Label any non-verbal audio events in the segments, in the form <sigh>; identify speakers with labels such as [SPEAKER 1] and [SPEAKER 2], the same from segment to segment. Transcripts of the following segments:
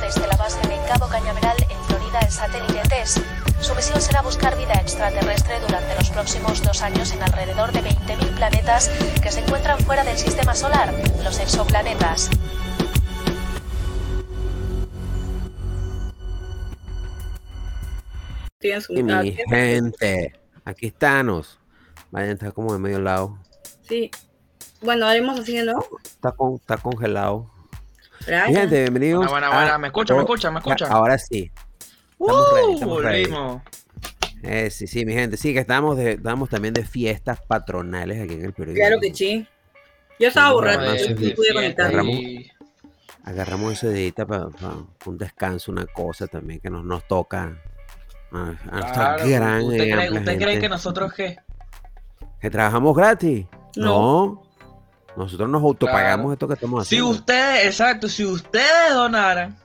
[SPEAKER 1] Sebastián en Cabo Cañaveral, en Florida, el satélite TESS. Su misión será buscar vida extraterrestre durante los próximos dos años en alrededor de 20.000 planetas que se encuentran fuera del sistema solar, los exoplanetas.
[SPEAKER 2] Y mi gente, aquí estamos. Vayan, está como de medio lado.
[SPEAKER 3] Sí. Bueno, haremos así, ¿no?
[SPEAKER 2] Está, con, está congelado. Mi
[SPEAKER 3] Brian.
[SPEAKER 2] gente, bienvenidos.
[SPEAKER 4] Buena, buena, buena.
[SPEAKER 2] a-
[SPEAKER 4] Me escuchan, me
[SPEAKER 2] oh,
[SPEAKER 4] escuchan, me escuchan.
[SPEAKER 2] ya, Ahora sí. Estamos ready, estamos ready.
[SPEAKER 4] Volvimos.
[SPEAKER 2] Eh, sí, sí, mi gente. Sí, que estamos, de, estamos también de fiestas patronales aquí en el periódico.
[SPEAKER 3] Claro que sí. Yo estaba
[SPEAKER 2] Sí,
[SPEAKER 3] borracho,
[SPEAKER 2] Ramón,
[SPEAKER 4] De-
[SPEAKER 3] yo
[SPEAKER 2] sí,
[SPEAKER 3] no
[SPEAKER 4] de
[SPEAKER 3] pude
[SPEAKER 4] fiesta
[SPEAKER 3] conectar.
[SPEAKER 4] y-
[SPEAKER 2] Agarramos ese dedita para un descanso, una cosa también que nos, nos toca. A, a nuestra
[SPEAKER 4] Claro,
[SPEAKER 2] gran y
[SPEAKER 4] ¿Usted cree,
[SPEAKER 2] amplia
[SPEAKER 4] usted cree
[SPEAKER 2] gente.
[SPEAKER 4] que nosotros qué?
[SPEAKER 2] ¿Que trabajamos gratis?
[SPEAKER 3] No.
[SPEAKER 2] No. Nosotros nos autopagamos
[SPEAKER 4] Claro.
[SPEAKER 2] esto que estamos
[SPEAKER 4] Si
[SPEAKER 2] haciendo.
[SPEAKER 4] ustedes, exacto, si ustedes donaran,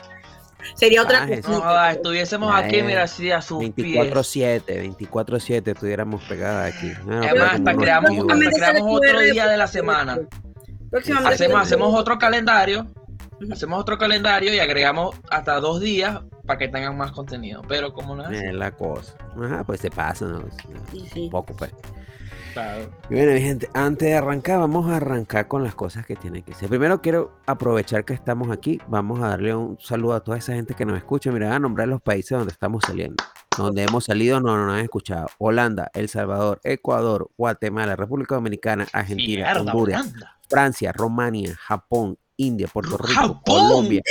[SPEAKER 3] Sería otra
[SPEAKER 2] Ah, eso.
[SPEAKER 4] no,
[SPEAKER 3] cosa.
[SPEAKER 4] joda, estuviésemos
[SPEAKER 2] Ya
[SPEAKER 4] aquí,
[SPEAKER 2] es.
[SPEAKER 4] mira, así a sus pies.
[SPEAKER 2] 24-7, 24-7 estuviéramos pegadas aquí. pues, No,
[SPEAKER 4] Es
[SPEAKER 2] pero
[SPEAKER 4] más,
[SPEAKER 2] como
[SPEAKER 4] hasta
[SPEAKER 2] unos
[SPEAKER 4] creamos,
[SPEAKER 2] vivos.
[SPEAKER 4] hasta creamos otro
[SPEAKER 3] QR
[SPEAKER 4] día de la semana.
[SPEAKER 3] Próximamente.
[SPEAKER 4] Hacemos,
[SPEAKER 2] Ujú.
[SPEAKER 4] hacemos otro calendario,
[SPEAKER 3] Ujú.
[SPEAKER 4] hacemos otro calendario y agregamos hasta dos días para que tengan más contenido. Pero como no es así,
[SPEAKER 2] Es la cosa. Ajá, pues se pasa, ¿no?
[SPEAKER 3] Sí, sí.
[SPEAKER 2] Un poco, pues.
[SPEAKER 4] claro.
[SPEAKER 2] Y bueno, mi gente, antes de arrancar, vamos a arrancar con las cosas que tienen que ser. Primero quiero aprovechar que estamos aquí. Vamos a darle un saludo a toda esa gente que nos escucha. Mira, a nombrar los países donde estamos saliendo. Donde hemos salido, no no nos han escuchado. Holanda, El Salvador, Ecuador, Guatemala, República Dominicana, Argentina,
[SPEAKER 4] Mierda,
[SPEAKER 2] Honduras,
[SPEAKER 4] Holanda.
[SPEAKER 2] Francia, Romania, Japón, India, Puerto Rico,
[SPEAKER 4] ¡Japón!
[SPEAKER 2] Colombia,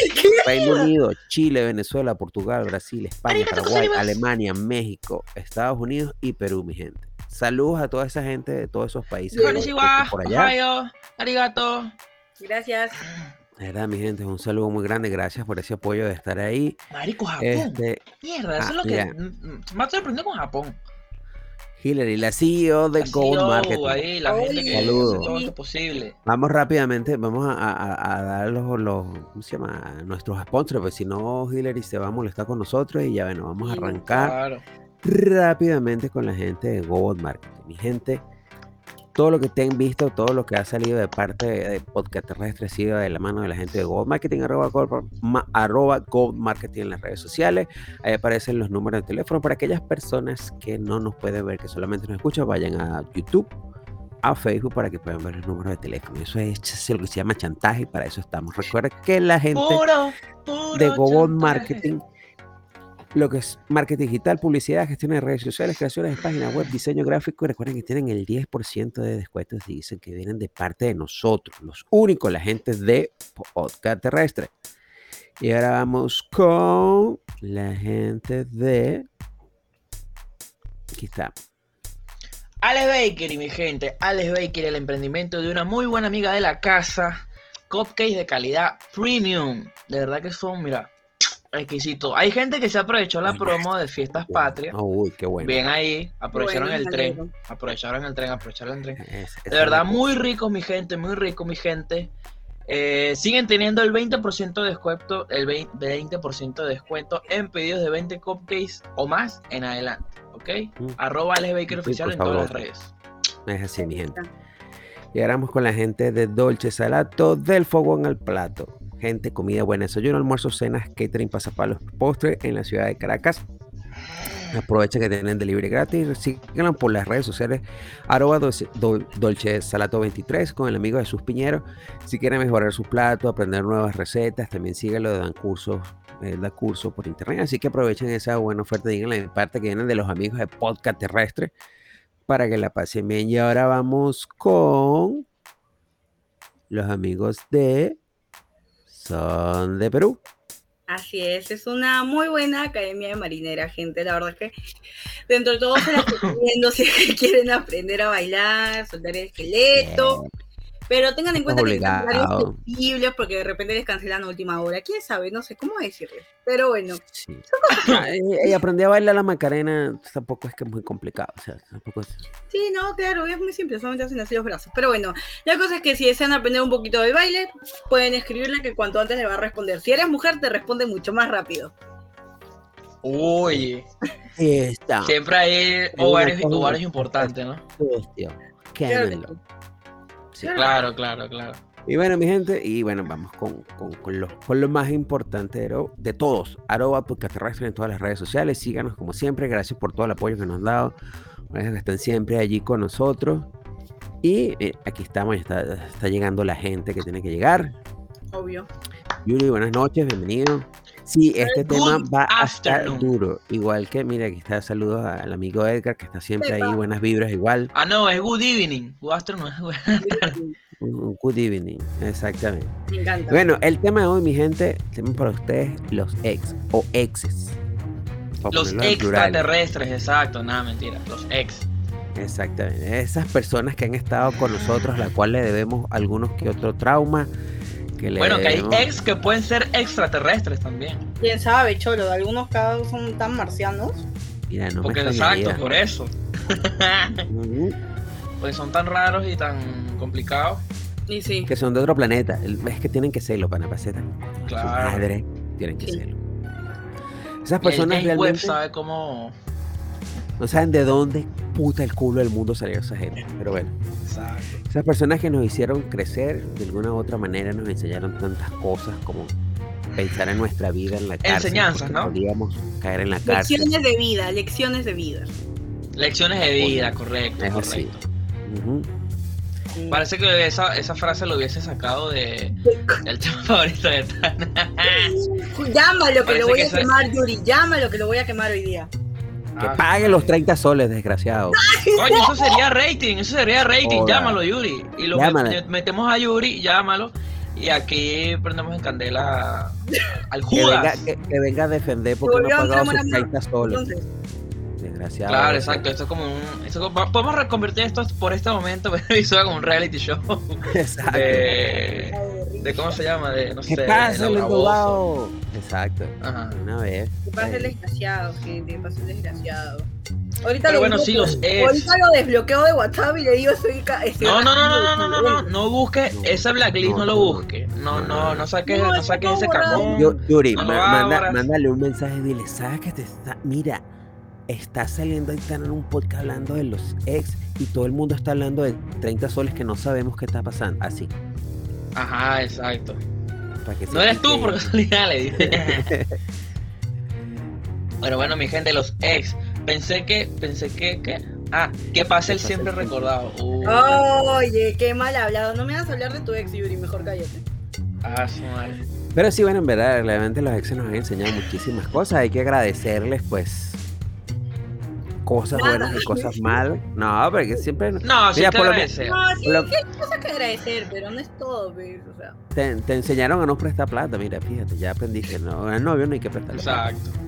[SPEAKER 2] Reino Unido, Chile, Venezuela, Portugal, Brasil, España,
[SPEAKER 4] Arigato
[SPEAKER 2] Paraguay,
[SPEAKER 4] gozaimasu.
[SPEAKER 2] Alemania, México, Estados Unidos y Perú, mi gente. Saludos a toda esa gente de todos esos países que nos
[SPEAKER 4] Konnichiwa,
[SPEAKER 2] escuchan por allá.
[SPEAKER 4] Ohio, arigato.
[SPEAKER 3] Gracias.
[SPEAKER 2] De verdad, mi gente, un saludo muy grande. Gracias por ese apoyo de estar ahí.
[SPEAKER 4] Marico, Japón.
[SPEAKER 2] Este,
[SPEAKER 4] Mierda, eso
[SPEAKER 2] Ah,
[SPEAKER 4] es lo que
[SPEAKER 2] mira.
[SPEAKER 4] mm, mm, más sorprendió con Japón.
[SPEAKER 2] Hillary, la CEO de
[SPEAKER 4] Ha
[SPEAKER 2] Gold
[SPEAKER 4] sido
[SPEAKER 2] Marketing.
[SPEAKER 4] E Ahí, la gente que hace
[SPEAKER 2] Saludos.
[SPEAKER 4] todo esto posible.
[SPEAKER 2] Vamos rápidamente, vamos a, a- a- a dar los, los- ¿cómo se llama? nuestros sponsors, porque si no, Hillary se va a molestar con nosotros y ya bueno, vamos a
[SPEAKER 3] Sí,
[SPEAKER 2] arrancar.
[SPEAKER 4] Claro.
[SPEAKER 2] rápidamente con la gente de Gobot Marketing. Mi gente, todo lo que te han visto, todo lo que ha salido de parte de Podcast Terrestre ha sido de la mano de la gente de Gobot Marketing, arroba, Gobot Ma- arroba Gobot Marketing en las redes sociales. Ahí aparecen los números de teléfono para aquellas personas que no nos pueden ver, que solamente nos escuchan, vayan a YouTube a Facebook para que puedan ver los números de teléfono. Eso es, es lo que se llama chantaje y para eso estamos. Recuerda que la gente
[SPEAKER 4] Puro, puro.
[SPEAKER 2] de Gobot
[SPEAKER 4] chantaje.
[SPEAKER 2] Marketing. Lo que es marketing digital, publicidad, gestión de redes sociales, creaciones de páginas web, diseño gráfico. Y recuerden que tienen el 10% de descuentos y dicen que vienen de parte de nosotros, los únicos, la gente de Podcast Terrestre. Y ahora vamos con la gente de. Aquí está.
[SPEAKER 4] Alex Baker y mi gente, Alex Baker, el emprendimiento de una muy buena amiga de la casa, cupcakes de calidad premium, de verdad que son, mira, exquisitos. Hay gente que se aprovechó la promo de Fiestas Patrias,
[SPEAKER 2] Uy, qué bueno.
[SPEAKER 4] bien ahí, aprovecharon
[SPEAKER 3] Bueno,
[SPEAKER 4] el tren,
[SPEAKER 3] saludos.
[SPEAKER 4] aprovecharon el tren, aprovecharon el tren.
[SPEAKER 2] Es- esa es
[SPEAKER 4] De
[SPEAKER 2] la
[SPEAKER 4] verdad,
[SPEAKER 2] cosa.
[SPEAKER 4] muy rico, mi gente, muy rico, mi gente. Eh, siguen teniendo el 20% de descuento, el 20% de 20% de descuento en pedidos de 20 cupcakes o más en adelante, ¿ok?
[SPEAKER 2] Mm.
[SPEAKER 4] Arroba Alex Baker
[SPEAKER 2] Sí,
[SPEAKER 4] Oficial
[SPEAKER 2] por
[SPEAKER 4] en todas las
[SPEAKER 2] favor.
[SPEAKER 4] redes.
[SPEAKER 2] Es así, mi gente. Y ahora vamos con la gente de Dolce Salato, del fogón al plato. Gente, comida buena, desayuno, almuerzo, cenas, catering, pasapalos, postre en la ciudad de Caracas. Aprovechen que tienen delivery gratis. Síganlo por las redes sociales arroba Dolce, Dol- Dolce Salato 23 con el amigo Jesús Piñero. Si quieren mejorar sus platos, aprender nuevas recetas, también síganlo, dan cursos, él da cursos por internet. Así que aprovechen esa buena oferta, díganle de parte que vienen de los amigos de Podcast Terrestre para que la pasen bien. Y ahora vamos con los amigos de Son de Perú.
[SPEAKER 3] Así es, es una muy buena academia de marinera, gente. La verdad que dentro de todo se la
[SPEAKER 4] <laughs>
[SPEAKER 3] recomiendo si es que quieren aprender a bailar, soltar el esqueleto. Pero tengan en
[SPEAKER 2] Estás
[SPEAKER 3] cuenta que hay
[SPEAKER 2] obligado.
[SPEAKER 3] horarios flexibles porque de repente les cancelan a última hora. ¿Quién sabe? No sé cómo decirles. Pero bueno,
[SPEAKER 2] Sí. Ah, y- y aprender a bailar la Macarena tampoco es que es muy complicado. o sea, tampoco es-
[SPEAKER 3] sí, no, claro, es muy simple. Solamente hacen así los brazos. Pero bueno, la cosa es que si desean aprender un poquito de baile, pueden escribirle que cuanto antes le va a responder. Si eres mujer, te responde mucho más rápido.
[SPEAKER 4] Uy,
[SPEAKER 2] Ahí está.
[SPEAKER 4] siempre hay
[SPEAKER 2] una
[SPEAKER 4] ovarios,
[SPEAKER 2] cosa-
[SPEAKER 4] ovarios importantes, ¿no?
[SPEAKER 2] Cuestión.
[SPEAKER 3] Claro que
[SPEAKER 2] Quédenlo. Sí.
[SPEAKER 3] Claro.
[SPEAKER 4] Claro, claro, claro.
[SPEAKER 2] Y bueno, mi gente, y bueno, vamos con, con, con lo, con lo más importante de, Aro- de todos. Arroba Podcast Terrestre en todas las redes sociales. Síganos como siempre. Gracias por todo el apoyo que nos han dado. Gracias que están siempre allí con nosotros. Y eh, aquí estamos, ya está, está llegando la gente que tiene que llegar.
[SPEAKER 3] Obvio.
[SPEAKER 2] Yuri, buenas noches, bienvenido. Sí, este
[SPEAKER 4] Good
[SPEAKER 2] tema va a estar
[SPEAKER 4] afternoon.
[SPEAKER 2] duro. Igual que, mira, aquí está saludos al amigo Edgar, que está siempre ahí,
[SPEAKER 3] Epa.
[SPEAKER 2] buenas vibras igual.
[SPEAKER 4] Ah, no, es Good Evening. Good Afternoon. es Good- <laughs>
[SPEAKER 2] Un- un Good evening, exactamente.
[SPEAKER 3] Me encanta.
[SPEAKER 2] Bueno, el tema de hoy, mi gente, tema para ustedes, los ex o exes. Para
[SPEAKER 4] Los
[SPEAKER 2] ponerlo en plural.
[SPEAKER 4] extraterrestres, exacto. Nada, mentira. Los ex.
[SPEAKER 2] Exactamente. Esas personas que han estado con nosotros, la cual le debemos algunos que otro trauma. Que le
[SPEAKER 4] Bueno, que hay
[SPEAKER 2] debemos-
[SPEAKER 4] ex que pueden ser extraterrestres también.
[SPEAKER 3] Quién sabe, Cholo, algunos cada uno son tan marcianos.
[SPEAKER 2] Mira, no me
[SPEAKER 4] Porque exacto,
[SPEAKER 2] extrañaría.
[SPEAKER 4] pues. por eso.
[SPEAKER 2] Ujú.
[SPEAKER 4] Porque pues, son tan raros y tan complicados.
[SPEAKER 3] Y sí.
[SPEAKER 2] Que son de otro planeta. El- Es que tienen que serlo, para paseta.
[SPEAKER 4] Claro.
[SPEAKER 2] Madre, tienen que
[SPEAKER 3] Sí.
[SPEAKER 2] serlo. Esas
[SPEAKER 4] Y el
[SPEAKER 2] personas
[SPEAKER 4] James Webb
[SPEAKER 2] realmente
[SPEAKER 4] sabe cómo.
[SPEAKER 2] no saben de dónde puta el culo del mundo salió esa gente. Pero bueno.
[SPEAKER 4] Exacto.
[SPEAKER 2] Esas personas que nos hicieron crecer, de alguna u otra manera nos enseñaron tantas cosas como pensar en nuestra vida en la cárcel.
[SPEAKER 4] Enseñanzas,
[SPEAKER 2] porque
[SPEAKER 4] ¿no?
[SPEAKER 2] Podíamos caer en la cárcel.
[SPEAKER 3] Lecciones de vida, lecciones de vida.
[SPEAKER 4] Lecciones de vida, correcto.
[SPEAKER 2] Es así.
[SPEAKER 4] correcto.
[SPEAKER 2] Ujú.
[SPEAKER 3] Mm.
[SPEAKER 4] Parece que esa, esa frase lo hubiese sacado de el <laughs> tema favorito de Tana.
[SPEAKER 3] Llámalo que
[SPEAKER 4] Parece
[SPEAKER 3] lo voy
[SPEAKER 4] que
[SPEAKER 3] a
[SPEAKER 4] eso es-
[SPEAKER 3] quemar, Yuri. Llámalo que lo voy a quemar hoy día.
[SPEAKER 2] Que
[SPEAKER 4] Ah,
[SPEAKER 2] pague los 30 soles, desgraciado.
[SPEAKER 4] Coño, eso sería rating, eso sería rating.
[SPEAKER 2] Hola.
[SPEAKER 4] Llámalo, Yuri. Y lo
[SPEAKER 2] Llámala.
[SPEAKER 4] met- metemos a Yuri, llámalo. Y aquí prendemos en
[SPEAKER 2] <laughs>
[SPEAKER 4] candela al
[SPEAKER 2] Que venga,
[SPEAKER 4] Judas.
[SPEAKER 2] que, que venga a defender porque no
[SPEAKER 3] volvió
[SPEAKER 2] ha
[SPEAKER 3] un
[SPEAKER 2] pagado
[SPEAKER 3] tremor
[SPEAKER 2] sus
[SPEAKER 3] amor.
[SPEAKER 2] 30 soles.
[SPEAKER 3] Entonces,
[SPEAKER 2] Desgraciado.
[SPEAKER 4] Claro, exacto. Esto es como un. esto es como- podemos reconvertir esto por este momento, <laughs> pero eso como un reality show.
[SPEAKER 2] <laughs> Exacto.
[SPEAKER 4] De,
[SPEAKER 3] ay,
[SPEAKER 4] de ¿Cómo se llama? De, no
[SPEAKER 2] ¿Qué
[SPEAKER 4] Eh, sé.
[SPEAKER 2] pasa,
[SPEAKER 4] de
[SPEAKER 2] el
[SPEAKER 4] baboso.
[SPEAKER 2] embobado? Exacto.
[SPEAKER 4] Ajá.
[SPEAKER 2] Una vez.
[SPEAKER 3] Que pase el
[SPEAKER 2] Ahí.
[SPEAKER 3] desgraciado, gente, que pase el desgraciado. Ahorita,
[SPEAKER 4] Pero
[SPEAKER 3] lo
[SPEAKER 4] bueno, sí,
[SPEAKER 3] desbloqueo.
[SPEAKER 4] los ex.
[SPEAKER 3] Ahorita lo desbloqueo de WhatsApp y le digo soy... ca- Este, estoy
[SPEAKER 4] No, no, no,
[SPEAKER 3] bajando
[SPEAKER 4] no, no, no, no,
[SPEAKER 3] de-
[SPEAKER 4] no, no busques
[SPEAKER 2] No,
[SPEAKER 4] esa blacklist,
[SPEAKER 2] no,
[SPEAKER 4] no lo
[SPEAKER 2] no,
[SPEAKER 4] busques. No, no, no saques,
[SPEAKER 3] No,
[SPEAKER 4] no,
[SPEAKER 3] eso
[SPEAKER 4] saques
[SPEAKER 3] está
[SPEAKER 4] ese
[SPEAKER 3] borrado.
[SPEAKER 4] cajón.
[SPEAKER 2] Yo, Yuri,
[SPEAKER 4] No lo
[SPEAKER 2] ma- manda-
[SPEAKER 4] abras.
[SPEAKER 2] mándale un mensaje y dile, ¿sabes que te está? Mira, está saliendo ahí tan en un podcast hablando de los ex y todo el mundo está hablando de 30 soles que no sabemos qué está pasando. Así.
[SPEAKER 4] Ajá, exacto.
[SPEAKER 2] Para que
[SPEAKER 4] No
[SPEAKER 2] se
[SPEAKER 4] eres tú,
[SPEAKER 2] quite.
[SPEAKER 4] por casualidad, le
[SPEAKER 2] <laughs>
[SPEAKER 4] dije. Pero bueno, mi gente, los ex. Pensé que, pensé que, ¿qué? Ah, que pase el siempre recordado. Uh,
[SPEAKER 3] Oye, qué mal hablado. No me vas a hablar de tu ex, Yuri. Mejor cállate.
[SPEAKER 4] ah, su madre.
[SPEAKER 2] Pero sí, bueno, en verdad, realmente los ex nos han enseñado muchísimas cosas. Hay que agradecerles, pues, cosas
[SPEAKER 3] Nada.
[SPEAKER 2] buenas y cosas malas. No, porque siempre
[SPEAKER 4] No, sí
[SPEAKER 2] Mira,
[SPEAKER 4] te
[SPEAKER 2] por lo
[SPEAKER 4] agradece.
[SPEAKER 3] No, Ah, sí,
[SPEAKER 2] Lo-
[SPEAKER 3] sí hay cosas que agradecer, pero no es todo, pues, o sea.
[SPEAKER 2] te, te enseñaron a no prestar plata. Mira, fíjate, ya aprendiste. No, al novio no hay que prestarle plata.
[SPEAKER 4] Exacto.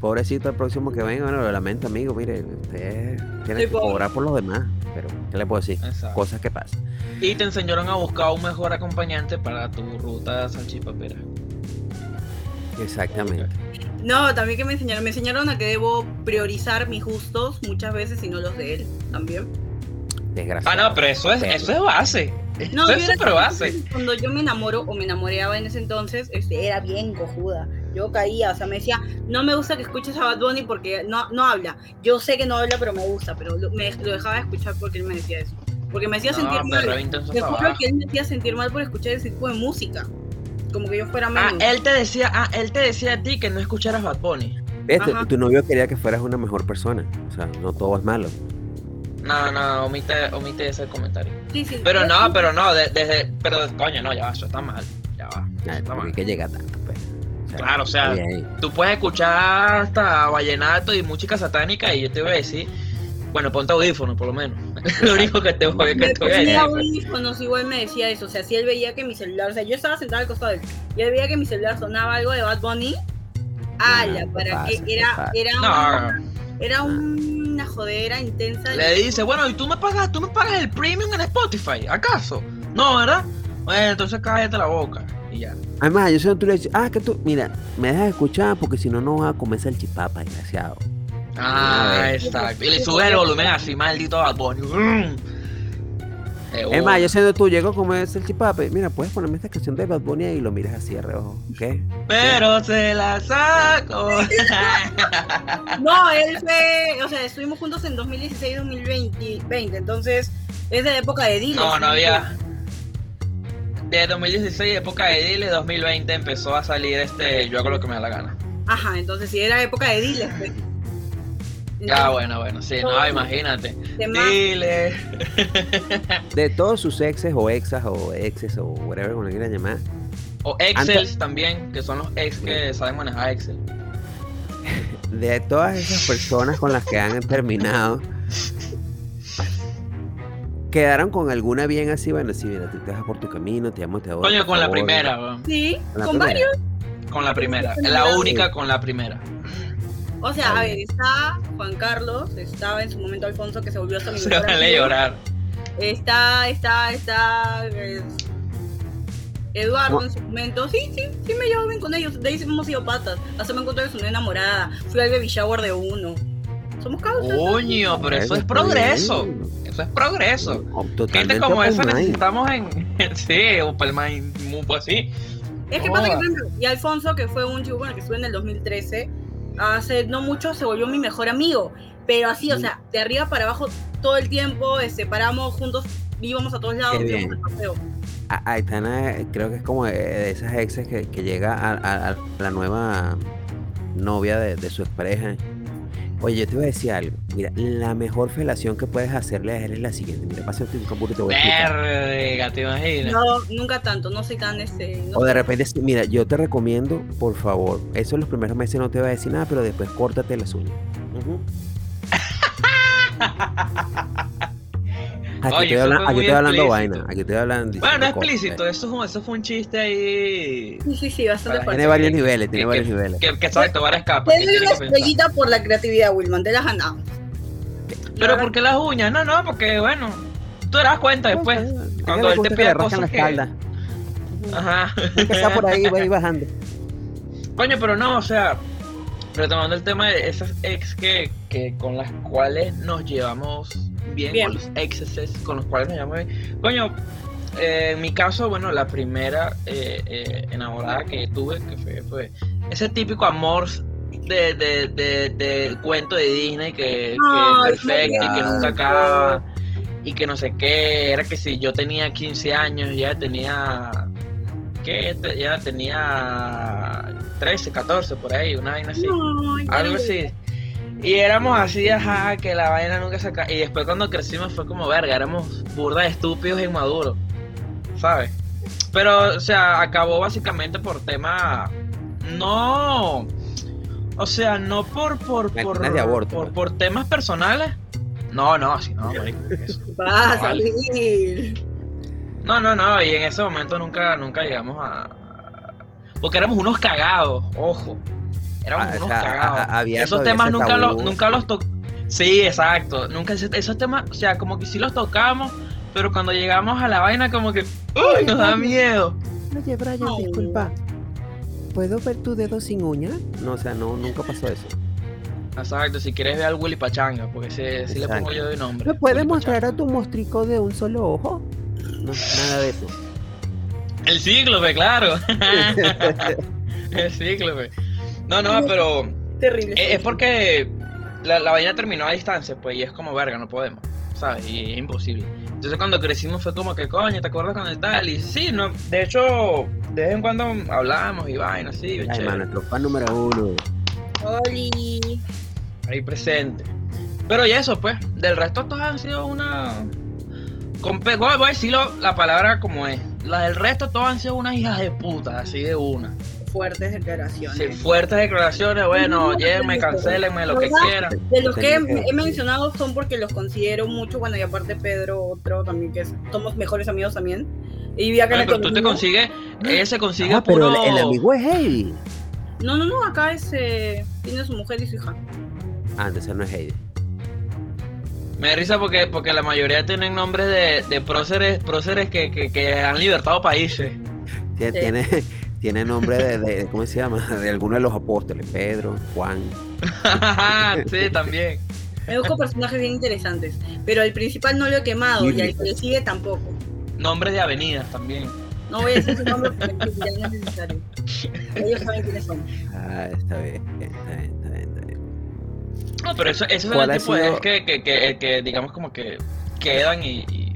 [SPEAKER 2] Pobrecito el próximo que venga, bueno, lo lamento, amigo, mire, usted tiene
[SPEAKER 3] Sí,
[SPEAKER 4] pues.
[SPEAKER 2] que
[SPEAKER 3] pobre.
[SPEAKER 2] cobrar por los demás, pero ¿qué le puedo decir?
[SPEAKER 4] Exacto.
[SPEAKER 2] Cosas que pasan.
[SPEAKER 4] Y te enseñaron a buscar un mejor acompañante para tu ruta salchipapera.
[SPEAKER 2] Exactamente.
[SPEAKER 3] No, también que me enseñaron. Me enseñaron a que debo priorizar mis gustos muchas veces y no los de él también.
[SPEAKER 4] Ah,
[SPEAKER 2] Desgraciado.
[SPEAKER 4] no, pero eso es,
[SPEAKER 2] Perro.
[SPEAKER 4] eso es base.
[SPEAKER 3] No,
[SPEAKER 4] eso es
[SPEAKER 3] yo era-
[SPEAKER 4] súper base.
[SPEAKER 3] Cuando yo me enamoro o me enamoreaba en ese entonces, este, era bien cojuda. Yo caía, o sea, me decía, no me gusta que escuches a Bad Bunny porque no, no habla. Yo sé que no habla, pero me gusta, pero lo, me, lo dejaba de escuchar porque él me decía eso. Porque me hacía sentir
[SPEAKER 4] No,
[SPEAKER 3] mal.
[SPEAKER 4] pero intenso
[SPEAKER 3] Te
[SPEAKER 4] para
[SPEAKER 3] juro
[SPEAKER 4] abajo.
[SPEAKER 3] que él me hacía sentir mal por escuchar ese tipo de música. Como que yo fuera
[SPEAKER 4] Ah,
[SPEAKER 3] menos.
[SPEAKER 4] él te decía, ah, él te decía a ti que no escucharas Bad Bunny.
[SPEAKER 2] ¿Ves? Tu-
[SPEAKER 3] Ajá.
[SPEAKER 2] Tu novio quería que fueras una mejor persona. O sea, no todo es malo.
[SPEAKER 4] No, no, omite, omite ese comentario.
[SPEAKER 3] Sí, sí.
[SPEAKER 4] Pero
[SPEAKER 3] Yo-
[SPEAKER 4] no, pero no, de- desde. pero, coño, no, ya va, eso está mal. Ya va.
[SPEAKER 2] Ay,
[SPEAKER 4] Está
[SPEAKER 2] porque
[SPEAKER 4] mal.
[SPEAKER 2] hay que llegar tanto, pues. O sea,
[SPEAKER 4] Claro, o sea,
[SPEAKER 2] está bien.
[SPEAKER 4] Tú puedes escuchar hasta vallenato y música satánica y yo te voy a decir, bueno, ponte audífono por lo menos. Lo único que te voy, <laughs> que
[SPEAKER 3] Me
[SPEAKER 4] te voy a decir.
[SPEAKER 3] ponía audífonos, igual me decía eso. O sea, si él veía que mi celular, o sea, yo estaba sentada al costado de él, y él veía que mi celular sonaba algo de Bad Bunny, ala,
[SPEAKER 2] no
[SPEAKER 3] para
[SPEAKER 2] pasa,
[SPEAKER 3] que
[SPEAKER 2] no
[SPEAKER 3] era,
[SPEAKER 2] pasa.
[SPEAKER 3] era, una,
[SPEAKER 4] No,
[SPEAKER 3] era una jodera intensa.
[SPEAKER 4] le dice, bueno, ¿y tú me pagas, tú me pagas el premium en Spotify? ¿Acaso? No, ¿verdad? Bueno, entonces cállate la boca y ya.
[SPEAKER 2] Además, yo sé tú le dices, ah, que tú, mira, me dejas escuchar porque si no, no vas a comer salchipapa, desgraciado.
[SPEAKER 4] Ah,
[SPEAKER 2] Ah,
[SPEAKER 4] exacto. Y le subes el volumen así, maldito Bad Bunny. Mm. Eh,
[SPEAKER 2] Es más,
[SPEAKER 4] oh.
[SPEAKER 2] yo siendo tú, llego a comer salchipapa y mira, puedes ponerme esta canción de Bad Bunny y lo miras así de reojo, ¿ok?
[SPEAKER 4] Pero se la saco.
[SPEAKER 2] <laughs>
[SPEAKER 3] No, él fue, o sea, estuvimos juntos en 2016-2020, entonces es de la época de Dile.
[SPEAKER 4] No, no había. de 2016, época de Dile, 2020 empezó a salir este Yo hago lo que me da la gana.
[SPEAKER 3] Ajá, entonces si era época de Diles. pues.
[SPEAKER 4] Ya,
[SPEAKER 3] Entonces,
[SPEAKER 4] bueno, bueno, sí,
[SPEAKER 3] Todo.
[SPEAKER 4] no, imagínate.
[SPEAKER 3] Tema-
[SPEAKER 4] Dile.
[SPEAKER 2] De todos sus exes o exas o exes o whatever, como le quieran llamar,
[SPEAKER 4] O Excel
[SPEAKER 2] Antes-
[SPEAKER 4] también, que son los ex que saben manejar Excel.
[SPEAKER 2] de todas esas personas con las que han terminado, quedaron con alguna bien así, bueno, sí, mira, tú te vas por tu camino, te amo, te adoro.
[SPEAKER 4] Coño,
[SPEAKER 2] por
[SPEAKER 4] con la
[SPEAKER 2] favor.
[SPEAKER 4] primera, weón.
[SPEAKER 3] Sí,
[SPEAKER 2] La
[SPEAKER 3] con
[SPEAKER 2] primera.
[SPEAKER 3] varios.
[SPEAKER 4] Con la primera. La única con la primera.
[SPEAKER 3] O sea, a ver, está Juan Carlos, estaba en su momento Alfonso que se volvió hasta mi
[SPEAKER 4] Se
[SPEAKER 3] mejor
[SPEAKER 4] vale
[SPEAKER 3] amigo.
[SPEAKER 4] llorar.
[SPEAKER 3] Está, está, está. eh, Eduardo en su momento, sí, sí, sí me llevo bien con ellos. De ahí hemos sido patas. Hasta me encontré con una enamorada. Fui al baby shower de uno. Somos causas.
[SPEAKER 4] Coño, pero eso es
[SPEAKER 2] está
[SPEAKER 4] progreso.
[SPEAKER 2] bien.
[SPEAKER 4] Eso es progreso.
[SPEAKER 2] No,
[SPEAKER 4] Gente
[SPEAKER 2] totalmente
[SPEAKER 4] como
[SPEAKER 2] open
[SPEAKER 4] esa
[SPEAKER 2] mind.
[SPEAKER 4] necesitamos en. Sí, o palma así.
[SPEAKER 3] Es que pasa que,
[SPEAKER 4] Joda.
[SPEAKER 3] por ejemplo, y Alfonso, que fue un chico con el que estuve en el 2013, hace no mucho se volvió mi mejor amigo. Pero así, o
[SPEAKER 2] Mm.
[SPEAKER 3] sea, de arriba para abajo todo el tiempo, este, paramos juntos, íbamos a todos lados,
[SPEAKER 2] Qué
[SPEAKER 3] íbamos
[SPEAKER 2] bien.
[SPEAKER 3] al paseo.
[SPEAKER 2] A- Aitana eh, creo que es como de- de esas exes que, que llega a, a- a la nueva novia de, de su expareja. Oye, yo te voy a decir algo. Mira, la mejor felación que puedes hacerle a él es la siguiente. Mira, pásate un cambur y te voy a explicar.
[SPEAKER 4] Verga, te imaginas.
[SPEAKER 3] No, nunca tanto, no soy tan este. no
[SPEAKER 2] O de
[SPEAKER 3] soy-
[SPEAKER 2] repente, sí, mira, yo te recomiendo, por favor, eso en los primeros meses no te va a decir nada, pero después córtate las uñas. Ujú. <laughs> Aquí
[SPEAKER 4] Oye,
[SPEAKER 2] estoy
[SPEAKER 4] eso
[SPEAKER 2] hablan-
[SPEAKER 4] fue
[SPEAKER 2] aquí
[SPEAKER 4] muy
[SPEAKER 2] estoy hablando
[SPEAKER 4] explícito.
[SPEAKER 2] vaina, aquí estoy hablando.
[SPEAKER 4] Bueno,
[SPEAKER 2] diciendo
[SPEAKER 4] no
[SPEAKER 2] cosas.
[SPEAKER 4] explícito, eso, es un- eso fue un chiste ahí.
[SPEAKER 3] Sí, sí, sí, bastante
[SPEAKER 4] Para
[SPEAKER 3] fuerte.
[SPEAKER 2] Tiene varios niveles, tiene
[SPEAKER 4] que-
[SPEAKER 2] varios niveles.
[SPEAKER 4] Que, que sabe, te van a escapar.
[SPEAKER 3] Te doy una estrellita por la creatividad, Wilman, te la has ganado.
[SPEAKER 4] Pero ¿por qué las uñas? No, no, porque bueno, tú te das cuenta después. pues,
[SPEAKER 2] pues,
[SPEAKER 4] cuando él te pida cosas que- Ajá.
[SPEAKER 2] Empezar por ahí,
[SPEAKER 4] <laughs>
[SPEAKER 2] voy bajando.
[SPEAKER 4] Coño, pero no, o sea, retomando el tema de esas ex que, que con las cuales nos llevamos bien,
[SPEAKER 3] Bien.
[SPEAKER 4] con los exes con los cuales nos llevamos bien. Coño, eh, en mi caso, bueno, la primera eh, eh, enamorada que tuve, que fue, fue ese típico amor de, de, de, de cuento de Disney que, que
[SPEAKER 3] Ay,
[SPEAKER 4] es perfecto y que
[SPEAKER 2] no.
[SPEAKER 4] nunca acaba y que no sé qué, era que si yo tenía 15 años, ya tenía que ya tenía 13, 14 por ahí, una vaina así,
[SPEAKER 3] No, ya
[SPEAKER 4] algo
[SPEAKER 3] no.
[SPEAKER 4] así. Y éramos así, ajá, que la vaina nunca se acaba. Y después cuando crecimos fue como verga, éramos burda de estúpidos e inmaduros, ¿sabes? Pero, o sea, acabó básicamente por tema. No. O sea, no por. por,
[SPEAKER 2] Vacunas
[SPEAKER 4] por,
[SPEAKER 2] de aborto,
[SPEAKER 4] por,
[SPEAKER 2] pues.
[SPEAKER 4] por temas personales. No, no, así no, marico.
[SPEAKER 3] ¿Qué pasa,
[SPEAKER 4] Vale.
[SPEAKER 3] Will?
[SPEAKER 4] No, no, no, y en ese momento nunca, nunca llegamos a. Porque éramos unos cagados, ojo. Éramos
[SPEAKER 2] Ah, o
[SPEAKER 4] unos
[SPEAKER 2] sea,
[SPEAKER 4] cagados.
[SPEAKER 2] a- a- había
[SPEAKER 4] esos
[SPEAKER 2] todavía
[SPEAKER 4] temas
[SPEAKER 2] ese
[SPEAKER 4] nunca los,
[SPEAKER 2] tabú.
[SPEAKER 4] nunca los toc- Sí, exacto. Nunca ese- esos temas, o sea, como que sí los tocamos, pero cuando llegamos a la vaina, como que. ¡Uy! Nos da miedo.
[SPEAKER 2] Oye, Brian,
[SPEAKER 3] No.
[SPEAKER 2] disculpa. ¿Puedo ver tu dedo sin uña? No, o sea, no, nunca pasó eso.
[SPEAKER 4] Exacto, si quieres ver al Willy Pachanga, porque ese, sí le pongo
[SPEAKER 2] Exacto.
[SPEAKER 4] yo de nombre.
[SPEAKER 2] ¿Me puedes
[SPEAKER 4] Willy
[SPEAKER 2] mostrar a tu mostrico de un solo ojo? No, nada
[SPEAKER 4] <laughs>
[SPEAKER 2] de eso.
[SPEAKER 4] Pachanga. El cíclope, claro. <laughs> El cíclope. No, no, pero.
[SPEAKER 3] Terrible.
[SPEAKER 4] Eh, Es porque la, la vaina terminó a distancia, pues, y es como verga, no podemos, ¿sabes? Y es imposible. Entonces cuando crecimos fue como que, coño, ¿te acuerdas cuando tal? Y sí, no, de hecho, de vez en cuando hablábamos y vaina, sí, bien
[SPEAKER 2] Ay,
[SPEAKER 4] chévere,
[SPEAKER 2] mano, nuestro fan número uno.
[SPEAKER 3] Oli.
[SPEAKER 4] ahí presente. Pero y eso, pues, del resto todos han sido una... compe- Voy voy a decirlo la palabra como es. Las del resto todos han sido unas hijas de puta, así de una.
[SPEAKER 3] Fuertes
[SPEAKER 4] Sí,
[SPEAKER 3] declaraciones.
[SPEAKER 4] fuertes declaraciones, bueno, llévenme, cancelenme, lo que quieran.
[SPEAKER 3] De los que he,
[SPEAKER 2] Tenía que-
[SPEAKER 3] he mencionado son porque los considero mucho, bueno, y aparte Pedro, otro también, que es- somos mejores amigos también. Y vi acá
[SPEAKER 4] Oye,
[SPEAKER 3] la
[SPEAKER 4] Ah, pero tú te
[SPEAKER 3] economía.
[SPEAKER 4] consigues, ella se consigue
[SPEAKER 2] Ah, pero
[SPEAKER 4] puro.
[SPEAKER 2] el, el amigo es Heidi.
[SPEAKER 3] No, no, no, acá es, eh, tiene su mujer y su hija.
[SPEAKER 2] Ah, entonces no es Heidi.
[SPEAKER 4] Me da risa porque, porque la mayoría tienen nombres de, de próceres, próceres que, que, que han libertado países. <laughs>
[SPEAKER 2] Tie-
[SPEAKER 3] Sí.
[SPEAKER 2] Tiene, <laughs> tiene nombre de, de- ¿cómo se llama? <laughs> De alguno de los apóstoles. Pedro, Juan.
[SPEAKER 4] sí, también.
[SPEAKER 3] Me
[SPEAKER 4] Ah.
[SPEAKER 3] busco personajes bien interesantes, pero el principal no lo he quemado y al que le sigue tampoco.
[SPEAKER 4] Nombres de avenidas también.
[SPEAKER 3] No voy a decir su nombre porque ya no es necesario. Ellos saben quiénes son.
[SPEAKER 2] Ah, está bien, está bien, está bien, está bien.
[SPEAKER 4] No, pero eso, eso es
[SPEAKER 2] ¿Cuál
[SPEAKER 4] el
[SPEAKER 2] ha
[SPEAKER 4] tipo de
[SPEAKER 2] sido?
[SPEAKER 4] que, que, que, que digamos como que quedan y. y,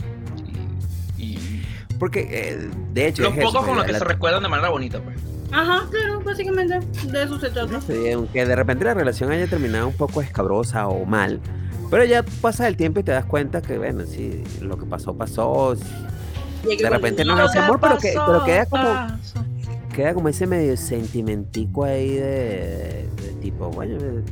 [SPEAKER 4] y- y
[SPEAKER 2] Porque, eh, de hecho,
[SPEAKER 4] Los
[SPEAKER 2] es eso,
[SPEAKER 4] pocos con
[SPEAKER 2] la-
[SPEAKER 4] los que
[SPEAKER 2] la-
[SPEAKER 4] se recuerdan de manera bonita, pues.
[SPEAKER 3] Ajá, claro, básicamente de eso se trata.
[SPEAKER 2] Sí, aunque de repente la relación haya terminado un poco escabrosa o mal, pero ya pasa el tiempo y te das cuenta que, bueno, sí, lo que pasó, pasó.
[SPEAKER 3] Y hay que
[SPEAKER 2] De repente no
[SPEAKER 3] continuar.
[SPEAKER 2] es hace amor, pero, que, pero queda como
[SPEAKER 4] Paso.
[SPEAKER 2] queda como ese medio sentimentico ahí de, de tipo, bueno, eh,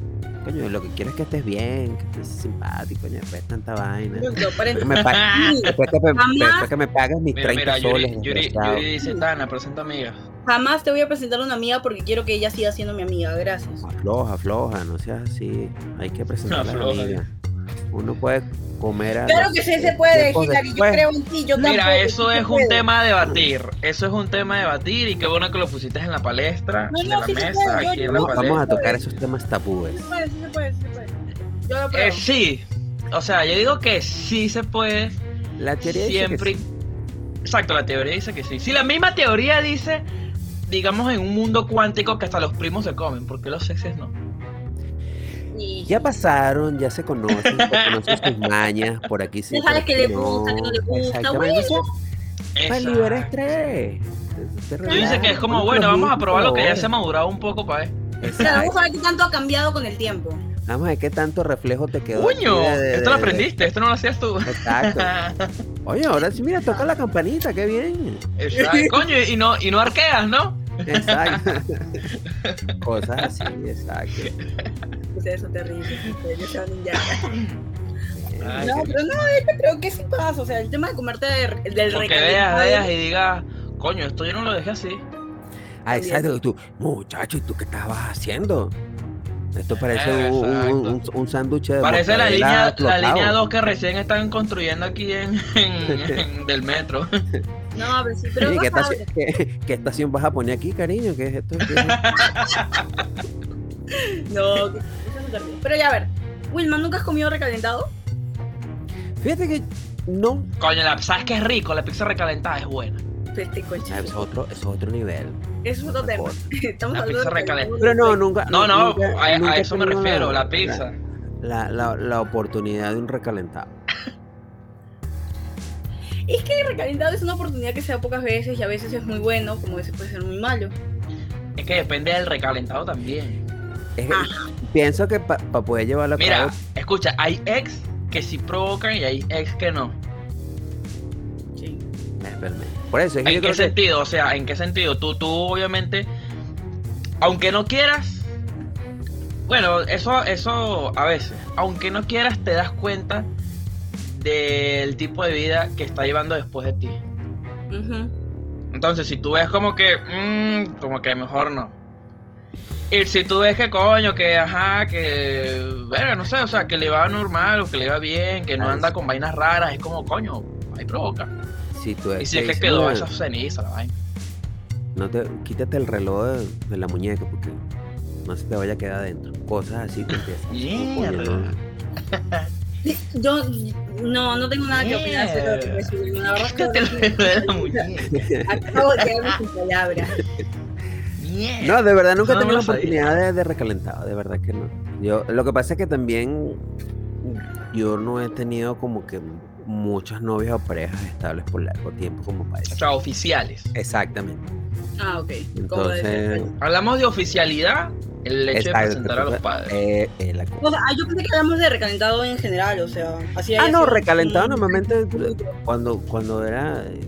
[SPEAKER 2] coño, lo que quiero es que estés bien, que estés simpático, coño, después de tanta vaina.
[SPEAKER 3] Punto,
[SPEAKER 2] Después
[SPEAKER 3] paréntesis.
[SPEAKER 2] que me,
[SPEAKER 4] <laughs>
[SPEAKER 2] pa- después que me-
[SPEAKER 3] Jamás.
[SPEAKER 2] después que me pagas mis
[SPEAKER 4] Mira,
[SPEAKER 2] 30
[SPEAKER 4] mira,
[SPEAKER 2] soles.
[SPEAKER 4] Yuri, Yuri,
[SPEAKER 2] desgraciado.
[SPEAKER 4] Yuri dice, Tana, presenta amigas.
[SPEAKER 3] Jamás te voy a presentar a una amiga porque quiero que ella siga siendo mi amiga, gracias.
[SPEAKER 2] Afloja, afloja, no seas así. Hay que presentar a la
[SPEAKER 4] Afloja,
[SPEAKER 2] amiga. Uno puede comer a.
[SPEAKER 3] Claro
[SPEAKER 2] los
[SPEAKER 3] que sí se puede,
[SPEAKER 2] tiempos
[SPEAKER 3] Hilary, yo
[SPEAKER 2] después.
[SPEAKER 3] creo en ti, yo
[SPEAKER 4] Mira,
[SPEAKER 3] tampoco,
[SPEAKER 4] eso
[SPEAKER 3] sí se
[SPEAKER 4] es
[SPEAKER 3] puede.
[SPEAKER 4] un tema a debatir. Eso es un tema a debatir y qué bueno que lo pusiste en la palestra,
[SPEAKER 3] No, no,
[SPEAKER 4] en la
[SPEAKER 3] sí se
[SPEAKER 4] mesa,
[SPEAKER 3] puede, yo-
[SPEAKER 4] aquí en la
[SPEAKER 2] Vamos, vamos a
[SPEAKER 4] palestra.
[SPEAKER 2] tocar esos temas tabúes.
[SPEAKER 3] Sí se puede, sí se puede, sí se puede. Yo lo apruebo.
[SPEAKER 4] Eh, sí. O sea, yo digo que sí se puede.
[SPEAKER 2] La teoría dice que
[SPEAKER 4] Siempre.
[SPEAKER 2] sí.
[SPEAKER 4] Exacto, la teoría dice que sí. Si la misma teoría dice, digamos, en un mundo cuántico que hasta los primos se comen, porque los sexes no.
[SPEAKER 3] Y-
[SPEAKER 2] Ya pasaron, ya se conocen, ya conocen
[SPEAKER 4] <laughs>
[SPEAKER 2] sus mañas, por aquí sí.
[SPEAKER 3] Ya sabes
[SPEAKER 2] por
[SPEAKER 3] que
[SPEAKER 2] aquí
[SPEAKER 3] le gusta, que no le gusta,
[SPEAKER 2] Exactamente.
[SPEAKER 3] bueno.
[SPEAKER 2] Entonces, Para
[SPEAKER 4] Exacto.
[SPEAKER 2] liberar Pues, estrés.
[SPEAKER 4] Tú dices que es como, bueno, vamos a probar lo que ya se ha madurado un poco para ver.
[SPEAKER 3] Claro, vamos
[SPEAKER 2] Exacto.
[SPEAKER 3] a ver qué tanto ha cambiado con el tiempo.
[SPEAKER 2] Vamos a ver qué tanto reflejo te quedó. aquí
[SPEAKER 4] ¡Coño!
[SPEAKER 2] de- de-
[SPEAKER 4] Esto lo
[SPEAKER 2] de-
[SPEAKER 4] aprendiste, esto no lo hacías tú. <laughs>
[SPEAKER 2] Exacto. Oye, ahora sí, mira, toca la campanita, qué bien.
[SPEAKER 4] Exacto. <laughs> Coño, y no, y no arqueas, ¿no? <laughs>
[SPEAKER 2] Exacto. Cosas así, exacto.
[SPEAKER 3] Ustedes son terribles, ustedes saben ya.
[SPEAKER 4] Ay,
[SPEAKER 3] No,
[SPEAKER 2] Eh,
[SPEAKER 3] pero no, yo creo que sí pasa. O sea, el tema de comerte de- del
[SPEAKER 4] Porque
[SPEAKER 3] recalentado
[SPEAKER 4] veas, veas y digas, coño, esto yo no lo dejé así.
[SPEAKER 2] Ah, exacto. y Tú, muchacho, ¿y tú qué estabas haciendo? Esto parece
[SPEAKER 4] Eh,
[SPEAKER 2] un, un, un,
[SPEAKER 4] exacto.
[SPEAKER 2] un sándwich de
[SPEAKER 4] Parece la
[SPEAKER 2] mortadela
[SPEAKER 4] línea, la
[SPEAKER 2] explotado.
[SPEAKER 4] línea 2 que recién están construyendo aquí en, <laughs> en- en- del metro.
[SPEAKER 3] No, pero sí, pero
[SPEAKER 2] <laughs> Oye, ¿qué,
[SPEAKER 3] pasa.
[SPEAKER 2] estación, qué- qué estación vas a poner aquí, cariño? ¿Qué es esto? ¿Qué
[SPEAKER 4] <laughs>
[SPEAKER 2] es esto?
[SPEAKER 3] No, que- eso es terrible. Pero ya a ver, Wilma, ¿nunca has comido recalentado?
[SPEAKER 2] Fíjate que no.
[SPEAKER 4] Coño, la, ¿sabes que es rico? La pizza recalentada es buena.
[SPEAKER 3] Este coche.
[SPEAKER 2] Ah, eso es otro, eso es otro nivel.
[SPEAKER 3] Es otro tema.
[SPEAKER 2] Otra.
[SPEAKER 3] <laughs> Estamos
[SPEAKER 4] La
[SPEAKER 3] hablando
[SPEAKER 4] pizza
[SPEAKER 3] de recalentado.
[SPEAKER 2] Pero no, nunca.
[SPEAKER 4] No, no,
[SPEAKER 2] nunca-
[SPEAKER 4] a, a
[SPEAKER 2] nunca he
[SPEAKER 4] eso me
[SPEAKER 2] tenido
[SPEAKER 4] refiero, la pizza.
[SPEAKER 2] La, la, la oportunidad de un recalentado.
[SPEAKER 3] Es que el recalentado es una oportunidad que se da pocas veces y a veces es muy bueno, como a veces puede ser muy malo.
[SPEAKER 4] Es que depende del recalentado también.
[SPEAKER 2] Es que pienso que para poder llevarlo a
[SPEAKER 4] Ah. Mira,
[SPEAKER 2] cabo.
[SPEAKER 4] escucha, hay ex que sí provocan y hay ex que no.
[SPEAKER 3] Sí.
[SPEAKER 2] eh, realmente. Por eso es que yo
[SPEAKER 4] ¿En qué
[SPEAKER 2] creo que
[SPEAKER 4] sentido? O sea, ¿en qué sentido? Tú, tú obviamente, aunque no quieras, bueno, eso, eso a veces, aunque no quieras, te das cuenta del tipo de vida que está llevando después de ti.
[SPEAKER 3] Ujú.
[SPEAKER 4] Entonces, si tú ves como que, mm, como que mejor no. Y si tú ves que coño, que ajá, que, verga, no sé, o sea, que le va normal o que le va bien, que no
[SPEAKER 2] Ah,
[SPEAKER 4] anda
[SPEAKER 2] sí.
[SPEAKER 4] con vainas raras, es como coño, ahí provoca.
[SPEAKER 2] si tú
[SPEAKER 4] Y
[SPEAKER 2] ex
[SPEAKER 4] si
[SPEAKER 2] te
[SPEAKER 4] es que
[SPEAKER 2] dice,
[SPEAKER 4] quedó
[SPEAKER 2] "No,
[SPEAKER 4] esa ceniza, la vaina.
[SPEAKER 2] no te, quítate el reloj de, de la muñeca porque no se te vaya a quedar adentro. Cosas así te empiezan. Coño,
[SPEAKER 4] <laughs> Mierda.
[SPEAKER 2] ¿no?
[SPEAKER 3] Yo no, no tengo nada que opinar sobre lo que dice Wilma. La verdad
[SPEAKER 4] <laughs>
[SPEAKER 3] es que
[SPEAKER 4] Te lo dejo de la muñeca. <laughs>
[SPEAKER 3] acabo de quedarme sin palabras.
[SPEAKER 4] Mierda.
[SPEAKER 2] No, de verdad nunca he
[SPEAKER 4] Eso no
[SPEAKER 2] tenido
[SPEAKER 4] me lo
[SPEAKER 2] la oportunidad de, de recalentado, de verdad que no. Yo, lo que pasa es que también yo no he tenido como que muchas novias o parejas estables por largo tiempo como
[SPEAKER 4] O
[SPEAKER 2] pareja.
[SPEAKER 4] sea, oficiales.
[SPEAKER 2] Exactamente.
[SPEAKER 3] Ah, ok. Como de
[SPEAKER 2] Entonces,
[SPEAKER 4] Hablamos de oficialidad, el hecho
[SPEAKER 2] exacto,
[SPEAKER 4] de presentar a los padres.
[SPEAKER 2] eh, eh, la cosa.
[SPEAKER 3] O sea, ah, yo pensé que hablamos de recalentado en general, o sea, así
[SPEAKER 2] Ah,
[SPEAKER 3] haya
[SPEAKER 2] no,
[SPEAKER 3] sido Mm,
[SPEAKER 2] recalentado
[SPEAKER 3] un-
[SPEAKER 2] normalmente cuando, cuando era, eh,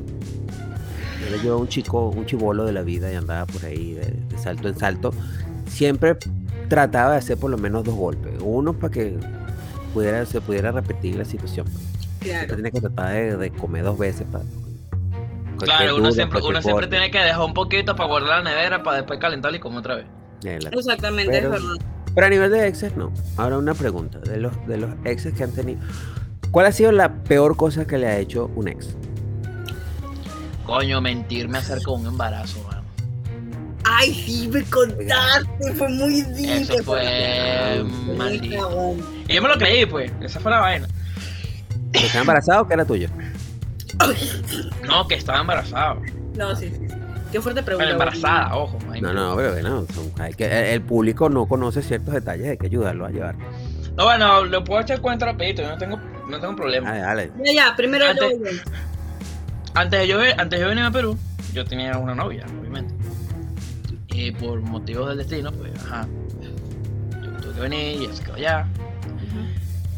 [SPEAKER 2] era yo un chico, un chivolo de la vida y andaba por ahí de, de salto en salto, siempre trataba de hacer por lo menos dos golpes. Uno para que pudiera, se pudiera repetir la situación. Siempre
[SPEAKER 3] Claro.
[SPEAKER 2] tenía que tratar de, de comer dos veces para.
[SPEAKER 4] Claro, uno siempre, uno siempre tiene que dejar un poquito para guardar la nevera para después calentarla y comer otra vez.
[SPEAKER 3] Exactamente,
[SPEAKER 2] Pero-
[SPEAKER 3] es verdad.
[SPEAKER 2] Pero a nivel de exes, no. Ahora una pregunta, de los, de los exes que han tenido. ¿Cuál ha sido la peor cosa que le ha hecho un ex?
[SPEAKER 4] Coño, mentirme acerca de un embarazo, mano.
[SPEAKER 3] Ay, sí, me contaste, fue muy
[SPEAKER 4] Eso
[SPEAKER 3] difícil.
[SPEAKER 4] fue
[SPEAKER 2] Muy
[SPEAKER 4] maldito. Y yo me lo creí, pues. Esa fue la vaina.
[SPEAKER 2] ¿Que estaba embarazado o que era tuyo?
[SPEAKER 4] No, que estaba embarazada.
[SPEAKER 3] No, sí, sí, sí. Qué fuerte pregunta.
[SPEAKER 4] Bueno, embarazada, ojo.
[SPEAKER 2] No, no, pero bueno, son- hay que, el, el público no conoce ciertos detalles, hay que ayudarlo a llevar.
[SPEAKER 4] No, bueno, Em, lo puedo echar cuenta rapidito, yo no tengo, no tengo problema.
[SPEAKER 2] Ah, Dale, dale.
[SPEAKER 3] Wilma. Ya, ya, primero
[SPEAKER 4] Antes-
[SPEAKER 3] yo, yo.
[SPEAKER 4] Antes de yo, ve- antes de yo venir a Perú, yo tenía una novia, obviamente. Y por motivos del destino, pues, ajá. Yo tuve que venir y se quedó allá.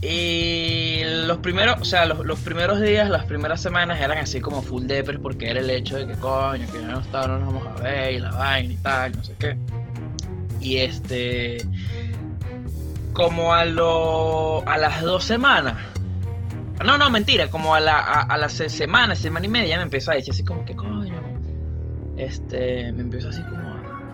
[SPEAKER 4] Y los primeros, o sea, los, los primeros días, las primeras semanas eran así como full depres porque era el hecho de que coño, que ya no está, no nos vamos a ver y la vaina y tal, no sé qué. Y este, como a lo, a las dos semanas, no, no, mentira, como a la, a, a la se- semana, semana y media ya me empezó a decir así como que coño, este, me empezó así como, a-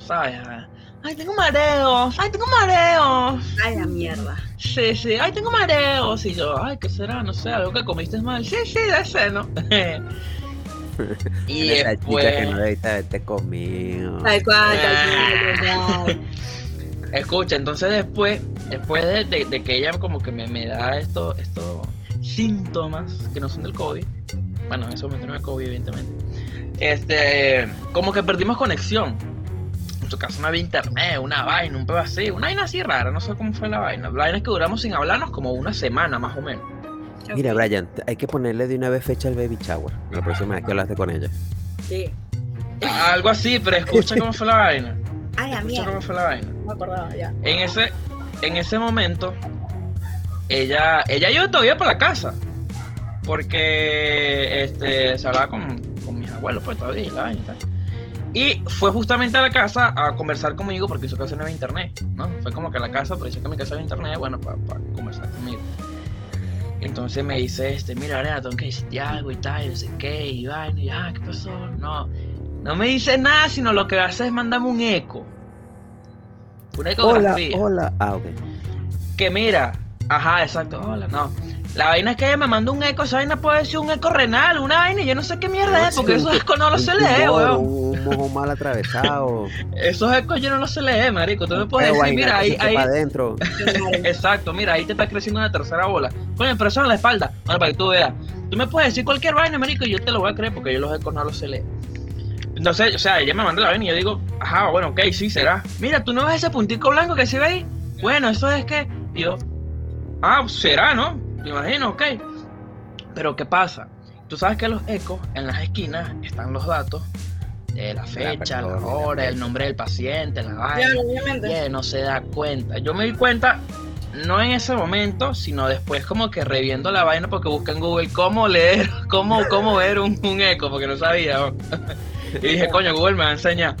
[SPEAKER 4] ¿sabes? A- Ay, tengo mareos, ay, tengo mareos.
[SPEAKER 3] A la mierda.
[SPEAKER 4] Sí, sí, ay, tengo mareos. Y yo, ay, ¿qué será? No sé, algo que comiste mal. Sí, sí, de
[SPEAKER 2] <laughs>
[SPEAKER 4] ese, ¿no? <laughs> y
[SPEAKER 2] Esa chica que
[SPEAKER 4] después,
[SPEAKER 2] no debe estar estar conmigo.
[SPEAKER 3] Tal cual,
[SPEAKER 4] Ah.
[SPEAKER 3] tal cual.
[SPEAKER 4] escucha, entonces después, después de, de- de que ella como que me, me da estos estos síntomas que no son del COVID, bueno, en ese momento no era COVID, evidentemente, este, como que perdimos conexión. En su caso no había internet, una vaina, un pedo así, una vaina así rara, no sé cómo fue la vaina. La vaina es que duramos sin hablarnos como una semana más o menos.
[SPEAKER 3] tal.
[SPEAKER 2] Mira, Brian, t- hay que ponerle de una vez fecha al baby shower. La próxima vez que hablaste con ella.
[SPEAKER 3] Sí.
[SPEAKER 4] Algo así, pero escucha cómo fue la vaina.
[SPEAKER 3] A la
[SPEAKER 4] Escucha
[SPEAKER 3] mierda.
[SPEAKER 4] cómo fue la vaina.
[SPEAKER 3] No me acordaba ya.
[SPEAKER 4] En ese, en ese momento, ella, ella iba todavía para la casa. Porque este, se hablaba con, con mis abuelos, pues todavía y la vaina y tal. Y fue justamente a la casa a conversar conmigo porque en su casa no había internet, ¿no? Fue como que a la casa, pero dice que en mi casa había internet, bueno, para conversar conmigo. Entonces me dice este, mira, Arena, tengo que decirte algo y tal, y no sé qué, y vaina, y ah, ¿qué pasó? No, no me dice nada, sino lo que hace es mandarme un eco.
[SPEAKER 2] Hola,
[SPEAKER 4] Una ecografía.
[SPEAKER 2] hola. Ah, ok.
[SPEAKER 4] Que mira, ajá, exacto, hola, no.
[SPEAKER 2] pues.
[SPEAKER 4] La vaina es que ella me manda un eco, esa vaina puede ser un eco renal, una vaina, y yo no sé qué mierda
[SPEAKER 2] No,
[SPEAKER 4] es,
[SPEAKER 2] Ah, sí,
[SPEAKER 4] porque
[SPEAKER 2] un
[SPEAKER 4] esos
[SPEAKER 2] tu-
[SPEAKER 4] ecos no los
[SPEAKER 2] Un
[SPEAKER 4] se lee,
[SPEAKER 2] tumor,
[SPEAKER 4] weón.
[SPEAKER 2] Un mojo mal
[SPEAKER 4] <laughs>
[SPEAKER 2] atravesado.
[SPEAKER 4] Esos ecos yo no los se lee, marico. Tú me puedes
[SPEAKER 2] Pero
[SPEAKER 4] decir,
[SPEAKER 2] vaina
[SPEAKER 4] mira,
[SPEAKER 2] que se
[SPEAKER 4] ahí,
[SPEAKER 2] eche
[SPEAKER 4] ahí,
[SPEAKER 2] pa' adentro.
[SPEAKER 4] Eh, <laughs> Exacto, mira, ahí te está creciendo una tercera bola. Coño, pero eso en la espalda. Ahora, para que tú veas. Tú me puedes decir cualquier vaina, marico, y yo te lo voy a creer porque yo los ecos no los se lee. Entonces, o sea, ella me manda la vaina y yo digo, ajá, bueno, ok, sí, será. Mira, ¿tú no ves ese puntico blanco que se ve ahí? Bueno, eso es que... y yo, ah, será, ¿no? Me imagino, ok. Pero, ¿qué pasa? Tú sabes que los ecos, en las esquinas, están los datos. De la fecha, la,
[SPEAKER 2] persona,
[SPEAKER 4] hora, el nombre del paciente, la vaina.
[SPEAKER 3] Claro, obviamente.
[SPEAKER 4] Yeah, no se da cuenta. Yo me di cuenta, no en ese momento, sino después como que reviendo la vaina porque busqué en Google cómo leer, <laughs> cómo, cómo ver un, un eco, porque no sabía. ¿no? Y dije, coño, Google me va a enseñar.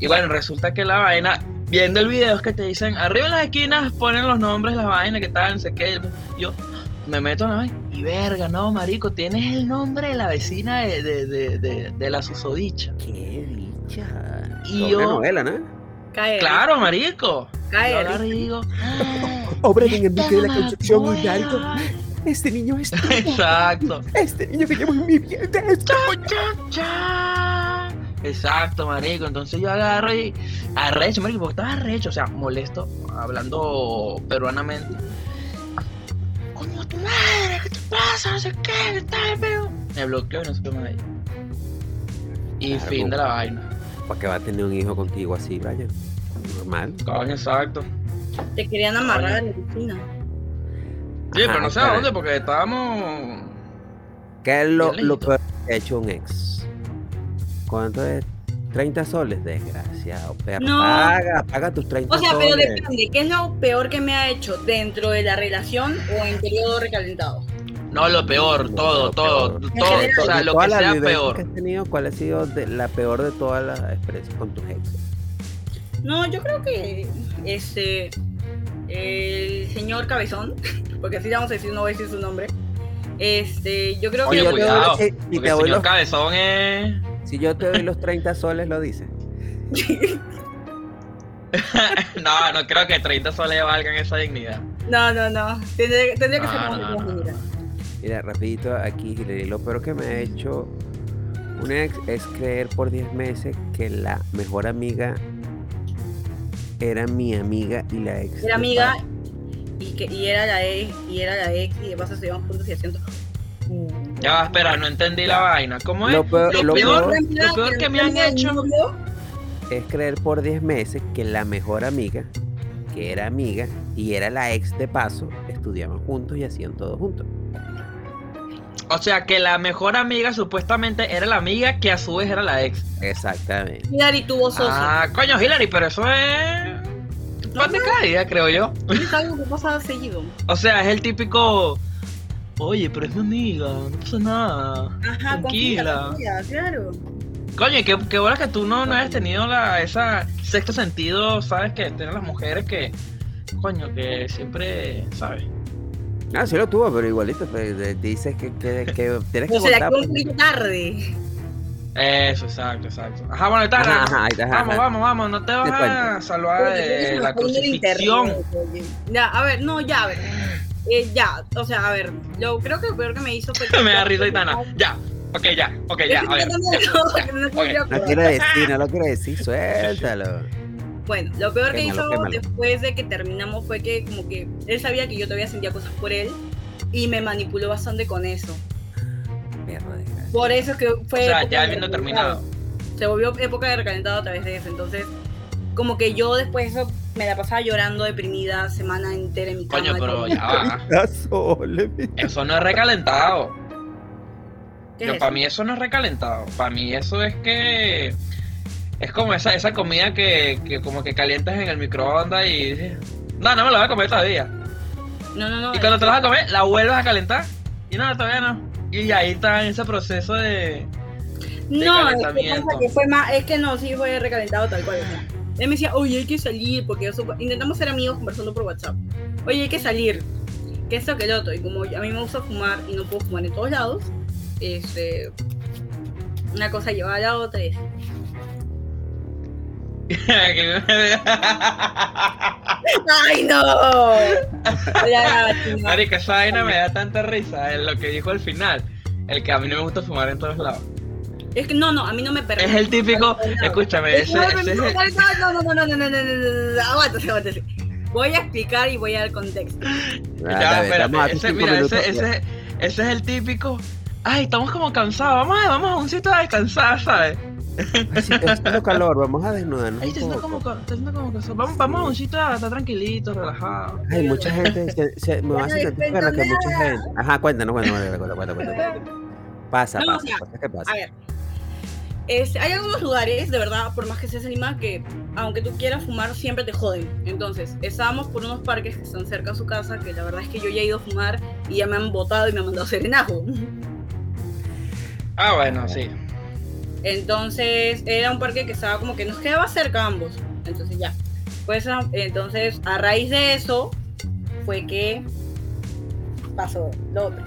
[SPEAKER 4] Y bueno, resulta que la vaina, viendo el video es que te dicen, arriba en las esquinas ponen los nombres, las vainas que tal, no sé qué. Yo me meto en la vaina y verga, no, marico, tienes el nombre de la vecina de, de, de, de- de la susodicha.
[SPEAKER 2] Qué dicha.
[SPEAKER 4] Y
[SPEAKER 2] Como
[SPEAKER 4] yo-
[SPEAKER 2] Una novela, ¿no?
[SPEAKER 3] Cae.
[SPEAKER 4] Claro, marico.
[SPEAKER 3] Cae.
[SPEAKER 4] Yo agarro y digo, "Ah,
[SPEAKER 2] Obra de
[SPEAKER 4] Enrique de la Concepción
[SPEAKER 2] Este niño es.
[SPEAKER 4] <laughs> Exacto.
[SPEAKER 2] Este niño que llevo en mi vida.
[SPEAKER 4] Cha. Exacto, marico. Entonces yo agarro y arrecho, marico, porque estaba arrecho, o sea, molesto, hablando peruanamente. Coño, tu madre, ¿qué te pasa? No sé qué, ¿qué tal, pero? Me bloqueó y no supe más de ella. Y
[SPEAKER 2] Claro,
[SPEAKER 4] fin de la vaina.
[SPEAKER 2] Porque va a tener un hijo contigo así, Brian. Normal.
[SPEAKER 4] Coño, exacto.
[SPEAKER 3] Te querían amarrar a la oficina.
[SPEAKER 4] Sí,
[SPEAKER 2] Ajá,
[SPEAKER 4] pero no sé
[SPEAKER 2] espera.
[SPEAKER 4] a dónde, porque estábamos.
[SPEAKER 2] ¿Qué es lo,
[SPEAKER 4] Violento.
[SPEAKER 2] lo peor que ha hecho un ex? ¿Cuánto es? 30 soles, desgraciado. Pero
[SPEAKER 3] No.
[SPEAKER 2] paga, paga tus 30
[SPEAKER 3] O sea,
[SPEAKER 2] soles.
[SPEAKER 3] pero depende. ¿Qué es lo peor que me ha hecho dentro de la relación o en periodo recalentado?
[SPEAKER 4] No, lo peor,
[SPEAKER 2] No,
[SPEAKER 4] todo,
[SPEAKER 2] lo
[SPEAKER 4] todo,
[SPEAKER 2] peor.
[SPEAKER 4] todo,
[SPEAKER 3] En
[SPEAKER 4] o sea,
[SPEAKER 2] De
[SPEAKER 4] lo
[SPEAKER 2] todas
[SPEAKER 4] que
[SPEAKER 2] las
[SPEAKER 4] sea
[SPEAKER 2] vivencias
[SPEAKER 4] peor.
[SPEAKER 2] que has tenido, ¿Cuál ha sido de- la peor de todas las experiencias con tus ex?
[SPEAKER 3] No, yo creo que este el señor Cabezón, <laughs> porque así le vamos a decir, no voy a decir su nombre. Este, yo creo
[SPEAKER 4] Oye, pues,
[SPEAKER 3] que
[SPEAKER 2] yo te doy-
[SPEAKER 4] cuidado,
[SPEAKER 2] si- si,
[SPEAKER 4] Porque
[SPEAKER 2] te
[SPEAKER 4] el
[SPEAKER 2] doy
[SPEAKER 4] señor
[SPEAKER 2] los,
[SPEAKER 4] Cabezón es. <laughs>
[SPEAKER 2] si yo te doy los 30 soles, lo dices.
[SPEAKER 4] No, no creo que 30 soles valgan esa dignidad.
[SPEAKER 3] no, no, no. Tendría, tendría que ser
[SPEAKER 4] No,
[SPEAKER 3] más
[SPEAKER 4] Ah, no, no,
[SPEAKER 3] mira.
[SPEAKER 2] Mira, rapidito aquí, Hilary, lo peor que me ha hecho un ex es creer por 10 meses que la mejor amiga era mi amiga y la ex. de
[SPEAKER 3] Era amiga
[SPEAKER 2] Pablo.
[SPEAKER 3] y que y era la ex, y era la ex y de paso se iban juntos y haciendo
[SPEAKER 4] Ya va, espera, no entendí la vaina. ¿Cómo es?
[SPEAKER 2] Lo peor-
[SPEAKER 4] Lo
[SPEAKER 2] lo
[SPEAKER 4] peor-
[SPEAKER 2] peor-
[SPEAKER 4] lo peor que me han hecho.
[SPEAKER 2] Es creer por 10 meses que la mejor amiga, que era amiga y era la ex de paso, estudiaban juntos y hacían todo juntos.
[SPEAKER 4] O sea, que la mejor amiga supuestamente era la amiga que a su vez era la ex.
[SPEAKER 2] Exactamente.
[SPEAKER 3] Hilary tuvo socio.
[SPEAKER 4] Ah, coño, Hillary, pero eso es. Pan de cada día, creo yo.
[SPEAKER 3] Es algo que pasa seguido.
[SPEAKER 4] O sea, es el típico. Oye, pero es mi amiga, no pasa nada.
[SPEAKER 3] Ajá,
[SPEAKER 4] Tranquila.
[SPEAKER 3] confía, confía, claro.
[SPEAKER 4] Coño, y qué, qué bola que tú no, no hayas tenido la, esa sexto sentido, ¿sabes? Que tienen las mujeres que. Coño, que siempre. ¿Sabes?
[SPEAKER 2] Ah, sí lo tuvo, pero igualito. pues, de- dices que, que- que tienes que
[SPEAKER 3] O sea,
[SPEAKER 2] contar.
[SPEAKER 3] que
[SPEAKER 2] pues.
[SPEAKER 3] un poquito tarde.
[SPEAKER 4] Eso, exacto, exacto. Ajá, bueno, ahí está.
[SPEAKER 2] Ajá, ajá, ahí está, ajá, pues. ajá.
[SPEAKER 4] Vamos, vamos, vamos, no te vas
[SPEAKER 2] Te
[SPEAKER 4] a
[SPEAKER 2] cuento.
[SPEAKER 4] salvar de la crucifixión. <laughs>
[SPEAKER 3] Ya, a ver, no, ya, a ver. Eh, ya, o sea, a ver, yo creo que lo peor que me
[SPEAKER 4] <laughs>
[SPEAKER 3] hizo fue que-
[SPEAKER 4] Me da risa y tana. Ya, ok, ya, ok, ya, a ver.
[SPEAKER 3] No,
[SPEAKER 4] ya, ya.
[SPEAKER 3] no, no, no,
[SPEAKER 4] ok.
[SPEAKER 2] No quiero decir, no lo quiero decir, suéltalo.
[SPEAKER 3] Bueno, lo peor que
[SPEAKER 2] Quémalo,
[SPEAKER 3] hizo
[SPEAKER 2] quémalo.
[SPEAKER 3] después de que terminamos fue que como que él sabía que yo todavía sentía cosas por él y me manipuló bastante con eso.
[SPEAKER 2] Mierda de cara.
[SPEAKER 3] Por eso es que
[SPEAKER 4] O
[SPEAKER 3] fue...
[SPEAKER 4] sea,
[SPEAKER 3] época
[SPEAKER 4] ya
[SPEAKER 3] de
[SPEAKER 4] habiendo
[SPEAKER 3] recalentado.
[SPEAKER 4] terminado.
[SPEAKER 3] Se volvió época de recalentado a través de eso. Entonces, como que yo después de eso me la pasaba llorando, deprimida, semana entera en mi cama.
[SPEAKER 4] Coño, pero ya va.
[SPEAKER 2] Ya solo, mi-
[SPEAKER 4] Eso no es recalentado.
[SPEAKER 3] ¿Qué es
[SPEAKER 4] Yo,
[SPEAKER 3] eso?
[SPEAKER 4] para mí eso no es recalentado. Para mí eso es que. Es como esa, esa comida que, que como que calientas en el microondas y dices, no, no me la voy a comer todavía.
[SPEAKER 3] No, no, no.
[SPEAKER 4] Y cuando te la vas a comer, la vuelves a calentar. Y no, todavía no. Y ahí está ese proceso de.
[SPEAKER 3] No, es que,
[SPEAKER 4] calentamiento.
[SPEAKER 3] pasa que fue más, es que no, sí fue recalentado tal cual. o sea. Él me decía, oye, hay que salir, porque yo supo- intentamos ser amigos conversando por WhatsApp. Oye, hay que salir, que esto, que el otro. Y como a mí me gusta fumar y no puedo fumar en todos lados, este, una cosa lleva a la otra. y-
[SPEAKER 4] <laughs>
[SPEAKER 3] ¡Ay, no! La chingada.
[SPEAKER 4] Marica, esa vaina me da tanta risa. Es lo que dijo al final. El que a mí no me gusta fumar en todos lados.
[SPEAKER 3] es que no, no, a mí no me permite.
[SPEAKER 4] Es el típico. Escúchame, ese, ese es el-
[SPEAKER 3] No, no, no, no, no, no, no, no, no, no, aguántese, aguántese. Voy a explicar y voy a dar contexto.
[SPEAKER 2] Ya,
[SPEAKER 4] Ya,
[SPEAKER 2] dale, estamos a
[SPEAKER 4] espérate,
[SPEAKER 2] tus
[SPEAKER 4] ese,
[SPEAKER 2] cinco
[SPEAKER 4] mira, ese,
[SPEAKER 2] minutos.
[SPEAKER 4] ese, ese es el típico. Ay, estamos como cansados. Vamos a, vamos a un sitio a descansar, ¿sabes?
[SPEAKER 2] Ay, sí, está haciendo calor, vamos a desnudarnos.
[SPEAKER 4] Ay,
[SPEAKER 2] un
[SPEAKER 4] te siento
[SPEAKER 2] poco.
[SPEAKER 4] como, ca- te siento como cansado. Vamos, vamos a un sitio a estar tranquilitos, relajados.
[SPEAKER 2] Ay, mucha gente se, se- me
[SPEAKER 3] Ya
[SPEAKER 2] va
[SPEAKER 3] no
[SPEAKER 2] a hacer sentir
[SPEAKER 3] despierto
[SPEAKER 2] pena que
[SPEAKER 3] nada.
[SPEAKER 2] mucha gente. Ajá, cuéntanos, cuéntanos, cuéntanos, cuéntanos, cuéntanos. Pasa,
[SPEAKER 3] No, o
[SPEAKER 2] pasa,
[SPEAKER 3] sea,
[SPEAKER 2] pasa, ¿qué pasa?
[SPEAKER 3] A ver, este, hay algunos lugares, de verdad, por más que seas en Lima, que aunque tú quieras fumar, siempre te joden. Entonces, estábamos por unos parques que están cerca de su casa, que la verdad es que yo ya he ido a fumar y ya me han botado y me han mandado <laughs> serenajo.
[SPEAKER 4] Ah, bueno, sí.
[SPEAKER 3] Entonces, era un parque que estaba como que nos quedaba cerca a ambos. Entonces, ya. Pues, a- entonces, a raíz de eso, fue que pasó lo otro.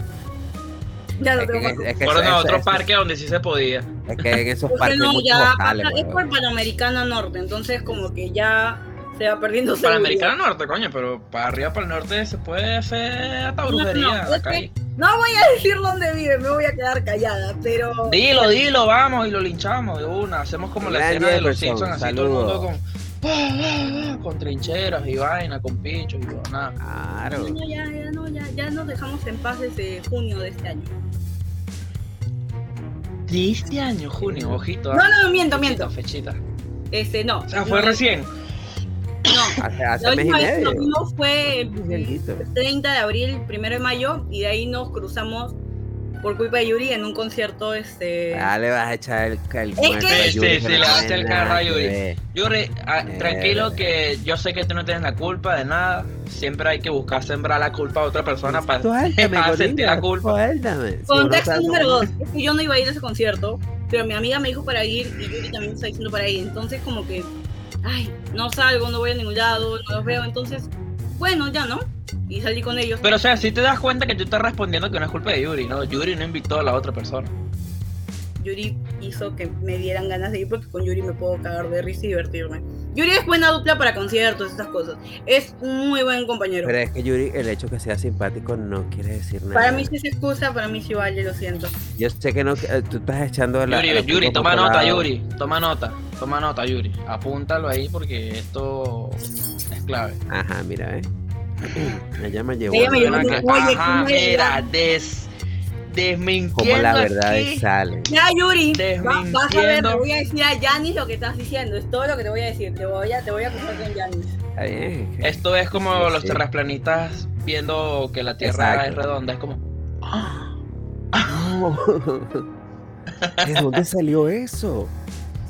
[SPEAKER 3] Ya lo
[SPEAKER 2] Es que,
[SPEAKER 3] tengo más.
[SPEAKER 2] es- es que
[SPEAKER 4] Fueron
[SPEAKER 2] eso-
[SPEAKER 4] a
[SPEAKER 2] eso-
[SPEAKER 4] otro
[SPEAKER 2] eso-
[SPEAKER 4] parque donde sí se podía.
[SPEAKER 2] Es que en esos
[SPEAKER 3] Porque
[SPEAKER 2] parques hay
[SPEAKER 3] no,
[SPEAKER 2] muchos
[SPEAKER 3] ya
[SPEAKER 2] hostales,
[SPEAKER 4] pues.
[SPEAKER 2] pues.
[SPEAKER 3] pasa- es
[SPEAKER 2] huevón.
[SPEAKER 3] por Panamericana Norte, entonces como que ya se va perdiendo
[SPEAKER 4] Para
[SPEAKER 3] seguridad.
[SPEAKER 4] Americano Norte, coño, pero para arriba, para el norte, se puede hacer hasta
[SPEAKER 3] No,
[SPEAKER 4] brujería.
[SPEAKER 3] no,
[SPEAKER 4] la
[SPEAKER 3] es
[SPEAKER 4] calle.
[SPEAKER 3] No voy a decir dónde vive, me voy a quedar callada, pero
[SPEAKER 4] Dilo, dilo, vamos y lo linchamos de una. Hacemos como la
[SPEAKER 2] Gran
[SPEAKER 4] escena de los
[SPEAKER 2] Jefferson,
[SPEAKER 4] Simpsons, así todo el
[SPEAKER 2] saludos.
[SPEAKER 4] mundo con. Con trincheras y vaina, con pinchos y todo, nada.
[SPEAKER 2] Claro.
[SPEAKER 3] no, no, ya, ya, no, ya, ya nos dejamos en paz desde junio de este año.
[SPEAKER 4] 13 años, este junio, ojito. ah.
[SPEAKER 3] No, no, miento, miento.
[SPEAKER 4] Fechita, fechita.
[SPEAKER 3] Este, no.
[SPEAKER 4] O sea, fue recién. <laughs>
[SPEAKER 3] No,
[SPEAKER 2] Hace,
[SPEAKER 3] la
[SPEAKER 2] hace mes y
[SPEAKER 3] última vez que
[SPEAKER 2] medio.
[SPEAKER 3] nos vimos fue
[SPEAKER 2] Un
[SPEAKER 3] el
[SPEAKER 2] viejito.
[SPEAKER 3] 30 de abril, 1 de mayo, y de ahí nos cruzamos por culpa de Yuri en un concierto, este...
[SPEAKER 2] Ah, le vas a echar el, el
[SPEAKER 3] que-
[SPEAKER 2] muerto a
[SPEAKER 4] Sí,
[SPEAKER 2] Yuri,
[SPEAKER 4] sí,
[SPEAKER 2] eso
[SPEAKER 4] sí,
[SPEAKER 2] no
[SPEAKER 4] le vas
[SPEAKER 2] tiene
[SPEAKER 4] a echar el
[SPEAKER 2] nada
[SPEAKER 4] carro a
[SPEAKER 2] que
[SPEAKER 4] Yuri.
[SPEAKER 2] ver.
[SPEAKER 4] Yuri, ah,
[SPEAKER 2] Eh.
[SPEAKER 4] tranquilo que yo sé que tú no tienes la culpa de nada. Siempre hay que buscar sembrar la culpa a otra persona para <laughs>
[SPEAKER 2] Suéltame,
[SPEAKER 4] para sentir
[SPEAKER 2] Corina,
[SPEAKER 4] la culpa.
[SPEAKER 2] Suéltame. Si uno
[SPEAKER 3] Contexto
[SPEAKER 2] sabe
[SPEAKER 3] número
[SPEAKER 2] cómo-
[SPEAKER 3] dos, es que yo no iba a ir a ese concierto, pero mi amiga me dijo para ir y Yuri también me está diciendo para ir. Entonces como que, ay, no salgo, no voy a ningún lado, no los veo. Entonces, bueno, ya no. Y salí con ellos.
[SPEAKER 4] Pero o sea, si te das cuenta que tú estás respondiendo que no es culpa de Yuri, ¿no? Yuri no invitó a la otra persona.
[SPEAKER 3] Yuri hizo que me dieran ganas de ir porque con Yuri me puedo cagar de risa y divertirme. Yuri es buena dupla para conciertos, esas cosas. Es un muy buen compañero.
[SPEAKER 2] Pero es que Yuri, el hecho que sea simpático no quiere decir nada.
[SPEAKER 3] Para mí sí es excusa, para mí sí vale, lo siento.
[SPEAKER 2] Yo sé que no, que- eh, tú estás echando la. la
[SPEAKER 4] Yuri,
[SPEAKER 2] culpa
[SPEAKER 4] Yuri,
[SPEAKER 2] por
[SPEAKER 4] toma
[SPEAKER 2] otro
[SPEAKER 4] nota,
[SPEAKER 2] lado.
[SPEAKER 4] Yuri. Toma nota. Toma nota, Yuri. Apúntalo ahí porque esto es clave.
[SPEAKER 2] Ajá, mira, ¿eh? <clears throat> Ella me llevó.
[SPEAKER 3] Ella me llevó
[SPEAKER 2] a-
[SPEAKER 3] un-
[SPEAKER 4] Ajá,
[SPEAKER 3] oye, ¿cómo
[SPEAKER 4] mira,
[SPEAKER 3] era?
[SPEAKER 4] des, desmintiendo
[SPEAKER 2] Como la verdad
[SPEAKER 4] aquí.
[SPEAKER 2] sale.
[SPEAKER 3] Ya, Yuri, va-
[SPEAKER 4] Desmintiendo.
[SPEAKER 3] vas a ver, te voy a decir a Yanis lo que estás diciendo. Es todo lo que te voy a decir. Te voy a, te voy a acusar con Yanis.
[SPEAKER 2] Está bien. es que-
[SPEAKER 4] Esto es como
[SPEAKER 2] Sí,
[SPEAKER 4] los
[SPEAKER 2] sí.
[SPEAKER 4] terraplanistas viendo que la Tierra
[SPEAKER 2] Exacto.
[SPEAKER 4] es redonda, es como... "Ah,
[SPEAKER 2] No. <laughs> ¿De dónde salió eso?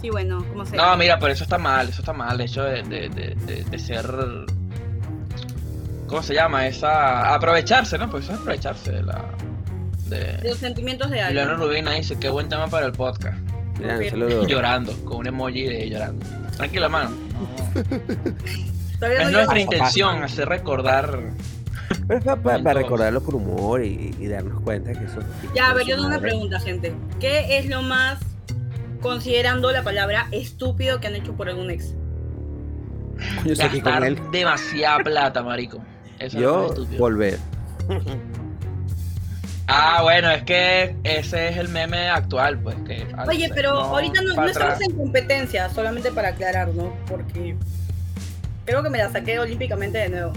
[SPEAKER 3] Sí, bueno, como se
[SPEAKER 4] No, mira, pero eso está mal, eso está mal, eso de, de, de- de- de ser... ¿Cómo se llama? Esa... Aprovecharse, ¿no? Pues eso es aprovecharse de la...
[SPEAKER 3] de
[SPEAKER 4] De...
[SPEAKER 3] los sentimientos de
[SPEAKER 4] Leonor
[SPEAKER 3] alguien.
[SPEAKER 4] Rubina dice, qué buen tema para el podcast.
[SPEAKER 2] Mira, un
[SPEAKER 3] Ok.
[SPEAKER 2] saludo.
[SPEAKER 4] Llorando, con un emoji de llorando. Tranquila, mano. No.
[SPEAKER 3] Todavía
[SPEAKER 4] Es
[SPEAKER 3] no
[SPEAKER 4] nuestra
[SPEAKER 3] llega.
[SPEAKER 4] intención hacer recordar...
[SPEAKER 2] Pero es pa- pa- para,
[SPEAKER 4] Entonces.
[SPEAKER 2] recordarlo con humor y, y darnos cuenta que eso.
[SPEAKER 3] Ya, a ver, yo tengo una pregunta, gente. ¿Qué es lo más, considerando la palabra estúpido que han hecho por algún ex?
[SPEAKER 2] <laughs> Yo sé que con él.
[SPEAKER 4] Gastar demasiada plata, marico. Eso es lo
[SPEAKER 2] Yo
[SPEAKER 4] más estúpido.
[SPEAKER 2] volver.
[SPEAKER 4] Ah, bueno, es que ese es el meme actual, pues que. ah,
[SPEAKER 3] Oye,
[SPEAKER 4] sé,
[SPEAKER 3] pero ahorita no,
[SPEAKER 4] para
[SPEAKER 3] no estamos
[SPEAKER 4] atrás.
[SPEAKER 3] en competencia, solamente para aclarar, ¿no? Porque creo que me la saqué olímpicamente de nuevo.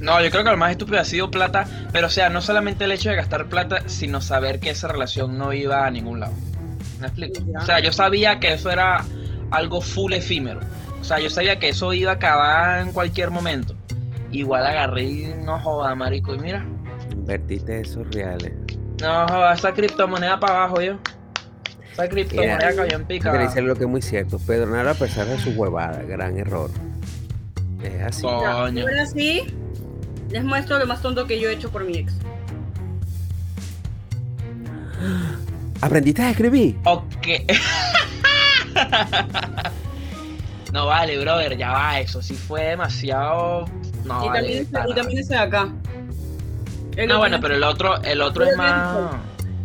[SPEAKER 4] No, yo creo que lo más estúpido ha sido plata, pero o sea, no solamente el hecho de gastar plata, sino saber que esa relación no iba a ningún lado. ¿Me explico?
[SPEAKER 3] Ya.
[SPEAKER 4] O sea, yo sabía que eso era algo full efímero. O sea, yo sabía que eso iba a acabar en cualquier momento. Igual agarré y no joda, marico, y mira,
[SPEAKER 2] Invertiste esos reales.
[SPEAKER 4] no joda, esa criptomoneda para abajo yo. Esa criptomoneda cayó
[SPEAKER 2] Pero
[SPEAKER 4] en pica.
[SPEAKER 2] dice lo que es muy cierto. Pedro Naro, a pesar de su huevada, gran error. Es así.
[SPEAKER 4] Coño.
[SPEAKER 3] Ahora sí, les muestro lo más tonto que yo he hecho por mi ex.
[SPEAKER 2] ¿Aprendiste a escribir?
[SPEAKER 4] Ok. <laughs> no vale, brother, ya va, eso sí fue demasiado. No,
[SPEAKER 3] y,
[SPEAKER 4] vale,
[SPEAKER 3] también, este-
[SPEAKER 4] para
[SPEAKER 3] y también ese de acá. El otro-
[SPEAKER 4] No, Ah, bueno, pero el otro, el otro
[SPEAKER 3] Pero
[SPEAKER 4] es
[SPEAKER 3] yo
[SPEAKER 4] más.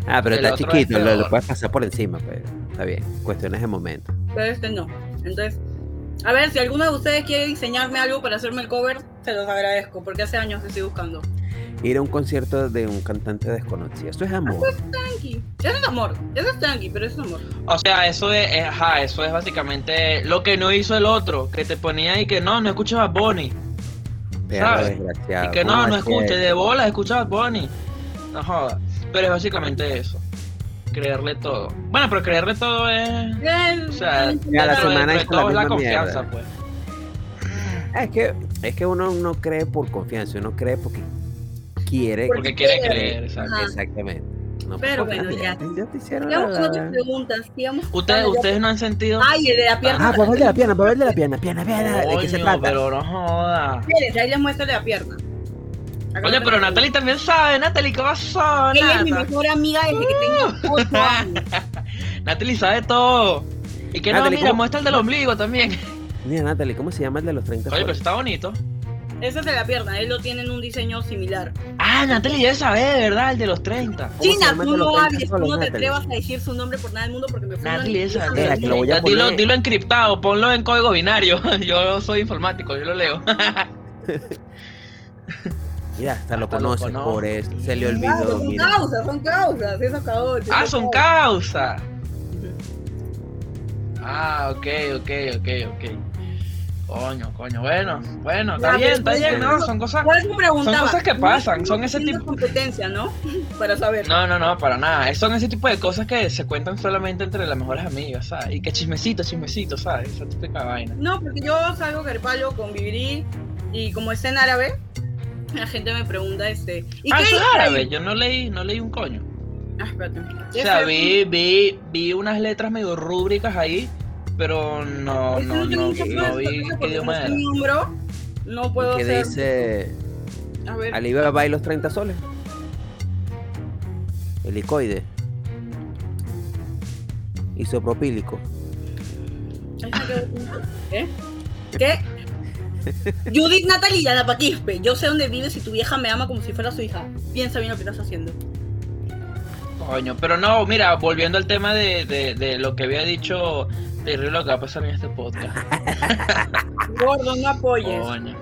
[SPEAKER 2] Ah, pero
[SPEAKER 4] El
[SPEAKER 2] está
[SPEAKER 4] otro es
[SPEAKER 2] chiquito, lo, lo
[SPEAKER 4] peor.
[SPEAKER 2] puedes pasar por encima, pero está bien. Cuestiones de momento.
[SPEAKER 3] pero este no. Entonces, a ver, si alguno de ustedes quiere diseñarme algo para hacerme el cover, se los agradezco, porque hace años que estoy buscando.
[SPEAKER 2] Ir a un concierto de un cantante desconocido. Eso es
[SPEAKER 4] <laughs>
[SPEAKER 2] amor.
[SPEAKER 3] Tranqui, eso es amor, eso es tranqui, pero eso es amor.
[SPEAKER 4] O sea, eso es, es- ajá, eso es básicamente lo que no hizo el otro, que te ponía y que no, no escuchas a Bonnie.
[SPEAKER 2] Perro
[SPEAKER 4] ¿Sabes?
[SPEAKER 2] desgraciado.
[SPEAKER 4] Y que
[SPEAKER 2] ¿cómo
[SPEAKER 4] no, no
[SPEAKER 2] va a ser?
[SPEAKER 4] escuches de bola, escuchas a Bonnie. No joda. Pero es básicamente eso. Creerle todo. Bueno, pero creerle todo es. O sea,
[SPEAKER 2] Ya la
[SPEAKER 4] dentro de-
[SPEAKER 2] semana
[SPEAKER 4] dentro
[SPEAKER 2] es
[SPEAKER 4] de
[SPEAKER 2] con la
[SPEAKER 4] todo es la
[SPEAKER 2] misma
[SPEAKER 4] confianza,
[SPEAKER 2] mierda.
[SPEAKER 4] pues.
[SPEAKER 2] Ah, es, que, es que uno no cree por confianza, uno cree porque quiere.
[SPEAKER 4] Porque quiere
[SPEAKER 3] quiere.
[SPEAKER 4] creer, exacto.
[SPEAKER 3] Ajá.
[SPEAKER 2] Exactamente. No,
[SPEAKER 3] Pero
[SPEAKER 2] porque
[SPEAKER 3] bueno,
[SPEAKER 2] ya. Ya te hicieron la-
[SPEAKER 3] Sigamos con otras preguntas. sigamos con
[SPEAKER 4] Ustedes,
[SPEAKER 3] la-
[SPEAKER 4] ustedes no han sentido.
[SPEAKER 3] Ay, el de la pierna.
[SPEAKER 2] Ah, por ver de la pierna, por ver de la pierna, pierna, pierna. ¿De qué se
[SPEAKER 4] Coño,
[SPEAKER 2] trata?
[SPEAKER 4] pero no joda.
[SPEAKER 3] Espérense, ahí les muestro la pierna. Acá
[SPEAKER 4] Oye,
[SPEAKER 3] la
[SPEAKER 4] pero
[SPEAKER 3] tengo.
[SPEAKER 4] Natalie también sabe, Natalie, ¿qué pasó?
[SPEAKER 3] Ella es mi
[SPEAKER 4] Nata?
[SPEAKER 3] mejor amiga desde que
[SPEAKER 4] <laughs>
[SPEAKER 3] tengo 8 años.
[SPEAKER 4] Natalie sabe todo. Y que no,
[SPEAKER 2] Natalie,
[SPEAKER 4] mira,
[SPEAKER 2] ¿cómo?
[SPEAKER 4] muestra el del ombligo
[SPEAKER 2] <laughs>
[SPEAKER 4] también.
[SPEAKER 2] Mira, Natalie, ¿cómo se llama el de los 30
[SPEAKER 4] Oye, pero
[SPEAKER 2] soles?
[SPEAKER 4] está bonito.
[SPEAKER 3] Esa es de la pierna, él lo tiene en un diseño similar.
[SPEAKER 4] Ah, Natalie debe saber, ¿verdad? El de los 30.
[SPEAKER 2] ¿Cómo se
[SPEAKER 3] China,
[SPEAKER 2] llama el
[SPEAKER 3] tú
[SPEAKER 2] de los
[SPEAKER 3] no
[SPEAKER 2] 30
[SPEAKER 3] hables, tú
[SPEAKER 2] soles,
[SPEAKER 3] no te
[SPEAKER 2] Natalie?
[SPEAKER 3] atrevas a decir su nombre por nada del mundo porque me fue
[SPEAKER 4] Natalie debe saber.
[SPEAKER 2] Espera, que lo voy a
[SPEAKER 4] Ya, dilo,
[SPEAKER 2] poner.
[SPEAKER 4] dilo encriptado, ponlo en código binario. <laughs> Yo soy informático, yo lo leo.
[SPEAKER 2] Mira, hasta lo
[SPEAKER 4] Hasta lo
[SPEAKER 2] conoce
[SPEAKER 4] conozco.
[SPEAKER 2] por eso. Se le
[SPEAKER 3] Claro,
[SPEAKER 2] olvidó.
[SPEAKER 3] son
[SPEAKER 2] Mira.
[SPEAKER 3] causas, son causas, eso acabó. eso
[SPEAKER 4] ah, son
[SPEAKER 3] acabó.
[SPEAKER 4] causa. Ah, ok, ok, ok, ok. Coño, coño, bueno, bueno,
[SPEAKER 3] Ya,
[SPEAKER 4] está bien,
[SPEAKER 3] pero
[SPEAKER 4] está
[SPEAKER 3] tú
[SPEAKER 4] bien,
[SPEAKER 3] dices,
[SPEAKER 4] no,
[SPEAKER 3] no,
[SPEAKER 4] son cosas
[SPEAKER 3] Por eso preguntaba.
[SPEAKER 4] Son cosas que
[SPEAKER 3] ¿no
[SPEAKER 4] pasan,
[SPEAKER 3] estamos
[SPEAKER 4] son ese
[SPEAKER 3] haciendo
[SPEAKER 4] tipo-
[SPEAKER 3] competencia, ¿no? <laughs> Para saber.
[SPEAKER 4] No, no, no, para nada. Son ese tipo de cosas que se cuentan solamente entre las mejores amigas, ¿sabes? Y que chismecito, chismecito, ¿sabes? Esa típica vaina.
[SPEAKER 3] No, porque yo salgo carpalo con Viviri y como es en árabe, la gente me pregunta este. ¿Y
[SPEAKER 4] Ah,
[SPEAKER 3] qué
[SPEAKER 4] eso es
[SPEAKER 3] dice ahí?
[SPEAKER 4] árabe. Yo no leí, no leí un coño.
[SPEAKER 3] Ah, espérate.
[SPEAKER 4] O
[SPEAKER 3] ¿Qué
[SPEAKER 4] sea,
[SPEAKER 3] es
[SPEAKER 4] vi, vi, vi unas letras medio rúbricas ahí, pero
[SPEAKER 3] Es
[SPEAKER 4] no,
[SPEAKER 3] que
[SPEAKER 4] no,
[SPEAKER 3] tengo
[SPEAKER 4] no,
[SPEAKER 3] muchas
[SPEAKER 4] no
[SPEAKER 3] cosas que
[SPEAKER 4] vi
[SPEAKER 3] hacer
[SPEAKER 4] qué
[SPEAKER 3] porque como
[SPEAKER 4] idioma
[SPEAKER 3] soy
[SPEAKER 4] era.
[SPEAKER 3] miembro, no puedo
[SPEAKER 2] ¿Qué
[SPEAKER 3] hacer.
[SPEAKER 2] dice
[SPEAKER 3] A ver,
[SPEAKER 2] Alibaba y los 30 soles? Helicoide. Isopropílico.
[SPEAKER 3] ahí se quedó. ¿Qué? ¿Eh?
[SPEAKER 4] <laughs>
[SPEAKER 3] ¿Qué? Judith Natalia, la Paquispe. Yo sé dónde vives y tu vieja me ama como si fuera su hija. Piensa bien lo que estás haciendo.
[SPEAKER 4] Coño, pero no, mira, volviendo al tema de, de, de lo que había dicho terrible lo que va a pasar en este podcast.
[SPEAKER 3] Gordo, no apoyes.
[SPEAKER 4] Coño.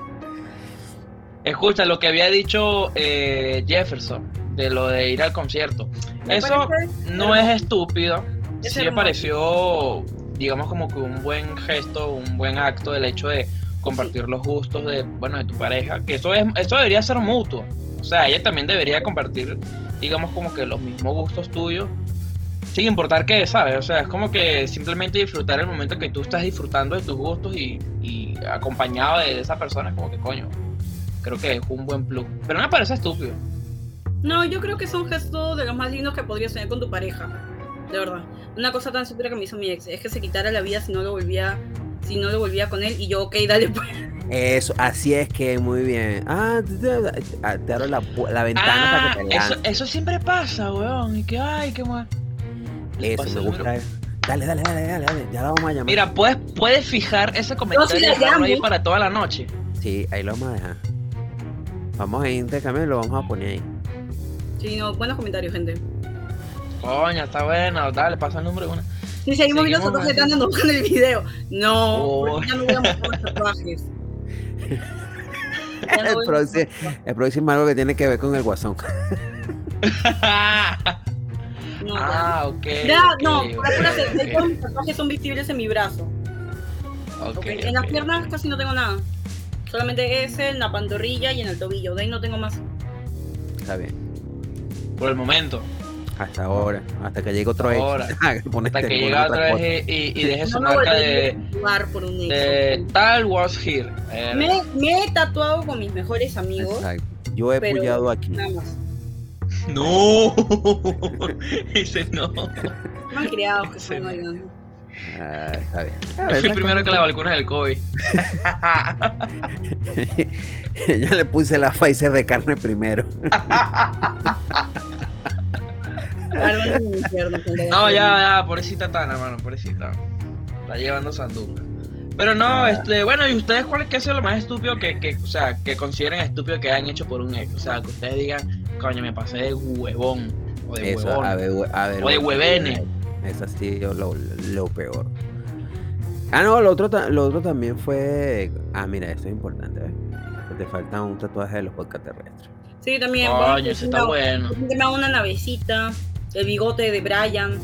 [SPEAKER 4] Escucha lo que había dicho eh, Jefferson de lo de ir al concierto.
[SPEAKER 3] Me
[SPEAKER 4] Eso
[SPEAKER 3] parece hermoso.
[SPEAKER 4] no es estúpido.
[SPEAKER 3] Es
[SPEAKER 4] sí me
[SPEAKER 3] hermoso.
[SPEAKER 4] pareció, digamos, como que un buen gesto, un buen acto del hecho de compartir los gustos de, bueno, de tu pareja. Que eso es, eso debería ser mutuo. O sea, ella también debería compartir, digamos, como que los mismos gustos tuyos. Sin importar qué, ¿sabes? O sea, es como que simplemente disfrutar el momento que tú estás disfrutando de tus gustos y, y acompañado de esa persona, es como que coño. Creo que es un buen plus. Pero no me parece estúpido.
[SPEAKER 3] No, yo creo que son gestos de los más lindos que podrías tener con tu pareja. De verdad. Una cosa tan súper que me hizo mi ex es que se quitara la vida si no lo volvía, si no lo volvía con él. Y yo, ok, dale <laughs> pues.
[SPEAKER 2] Eso, así es que muy bien. Ah, te, te- te- te abro la, pu- la ventana
[SPEAKER 4] Ah,
[SPEAKER 2] para que te
[SPEAKER 4] eso,
[SPEAKER 2] lance.
[SPEAKER 4] eso siempre pasa, weón. Y que, ay, qué mal.
[SPEAKER 2] Eso, me gusta. Dale, dale, dale, dale, dale. Ya la vamos a llamar.
[SPEAKER 4] Mira, puedes, puedes fijar ese comentario
[SPEAKER 3] la
[SPEAKER 4] y dejarlo ahí
[SPEAKER 3] llamo.
[SPEAKER 4] para toda la noche.
[SPEAKER 2] Sí, ahí lo vamos a dejar. Vamos a intercambiar y lo vamos a poner ahí.
[SPEAKER 3] Sí, no, buenos comentarios, gente.
[SPEAKER 4] Coño, está bueno. Dale, pasa el número
[SPEAKER 3] <laughs>
[SPEAKER 4] uno.
[SPEAKER 3] Si seguimos viendo
[SPEAKER 4] Seguimos,
[SPEAKER 3] tatuajes que están dando en el video. No,
[SPEAKER 4] Oh.
[SPEAKER 3] porque ya no voy a mostrar los
[SPEAKER 4] <laughs>
[SPEAKER 3] tatuajes. Ya no
[SPEAKER 2] El
[SPEAKER 3] voy a-
[SPEAKER 2] próximo, el próximo algo que tiene que ver con el guasón. <laughs>
[SPEAKER 4] ah,
[SPEAKER 3] No,
[SPEAKER 4] ok.
[SPEAKER 3] ya. Ya,
[SPEAKER 4] Ah, ok,
[SPEAKER 3] no,
[SPEAKER 4] ok,
[SPEAKER 3] por apura,
[SPEAKER 4] ok,
[SPEAKER 3] todos mis tatuajes son visibles en mi brazo.
[SPEAKER 4] ok,
[SPEAKER 3] ok.
[SPEAKER 4] ok.
[SPEAKER 3] En las piernas casi no tengo nada. Solamente ese, en la pantorrilla y en el tobillo. De ahí no tengo más.
[SPEAKER 2] Está bien.
[SPEAKER 4] Por el momento.
[SPEAKER 2] Hasta ahora. Hasta que llegue otro ex. <laughs>
[SPEAKER 4] Ahora.
[SPEAKER 2] Ponete
[SPEAKER 4] Hasta que
[SPEAKER 2] con
[SPEAKER 4] llega
[SPEAKER 2] este otra
[SPEAKER 4] otra
[SPEAKER 2] cosa.
[SPEAKER 4] vez y, y, y deje su
[SPEAKER 3] no me
[SPEAKER 4] marca
[SPEAKER 3] volvería
[SPEAKER 4] de,
[SPEAKER 3] a jugar por un
[SPEAKER 4] de
[SPEAKER 3] ex.
[SPEAKER 4] Tal was here. Eh,
[SPEAKER 3] Me, me he tatuado con mis mejores amigos.
[SPEAKER 2] Exacto. Yo he
[SPEAKER 3] Pero-
[SPEAKER 2] pullado aquí.
[SPEAKER 3] Nada más.
[SPEAKER 4] No. <laughs> Dice
[SPEAKER 2] <laughs>
[SPEAKER 4] no.
[SPEAKER 3] Me han criado que son,
[SPEAKER 4] Sí.
[SPEAKER 3] oigan.
[SPEAKER 2] Ah, está bien.
[SPEAKER 4] Es <laughs> el primero que la vacuna del COVID.
[SPEAKER 2] <laughs> Yo le puse la Pfizer de carne primero.
[SPEAKER 3] Algo en el infierno, gente.
[SPEAKER 4] <laughs> No,
[SPEAKER 2] Eh,
[SPEAKER 4] ya, ya, pobrecita Tana, mano, pobrecita. Está llevando sandunga. Pero no,
[SPEAKER 2] Ah.
[SPEAKER 4] este, bueno, ¿y ustedes cuál es que ha sido lo más estúpido que, que, o sea, que consideren estúpido que han hecho por un ex? O sea, que ustedes digan, coño, me pasé de huevón. O de
[SPEAKER 2] Eso,
[SPEAKER 4] huevón.
[SPEAKER 2] a ver, hue- a ver.
[SPEAKER 4] O de
[SPEAKER 2] hue-
[SPEAKER 4] huevenes.
[SPEAKER 2] Eso ha sido lo, lo peor. Ah, no, lo otro, ta- lo otro también fue. Ah, mira, esto es importante, ¿ves? Te falta un tatuaje de los podcast terrestres.
[SPEAKER 3] Sí, también. vamos
[SPEAKER 4] Coño,
[SPEAKER 3] a
[SPEAKER 4] eso está
[SPEAKER 3] una-
[SPEAKER 4] bueno.
[SPEAKER 3] Me hago una navecita, el bigote de Brian.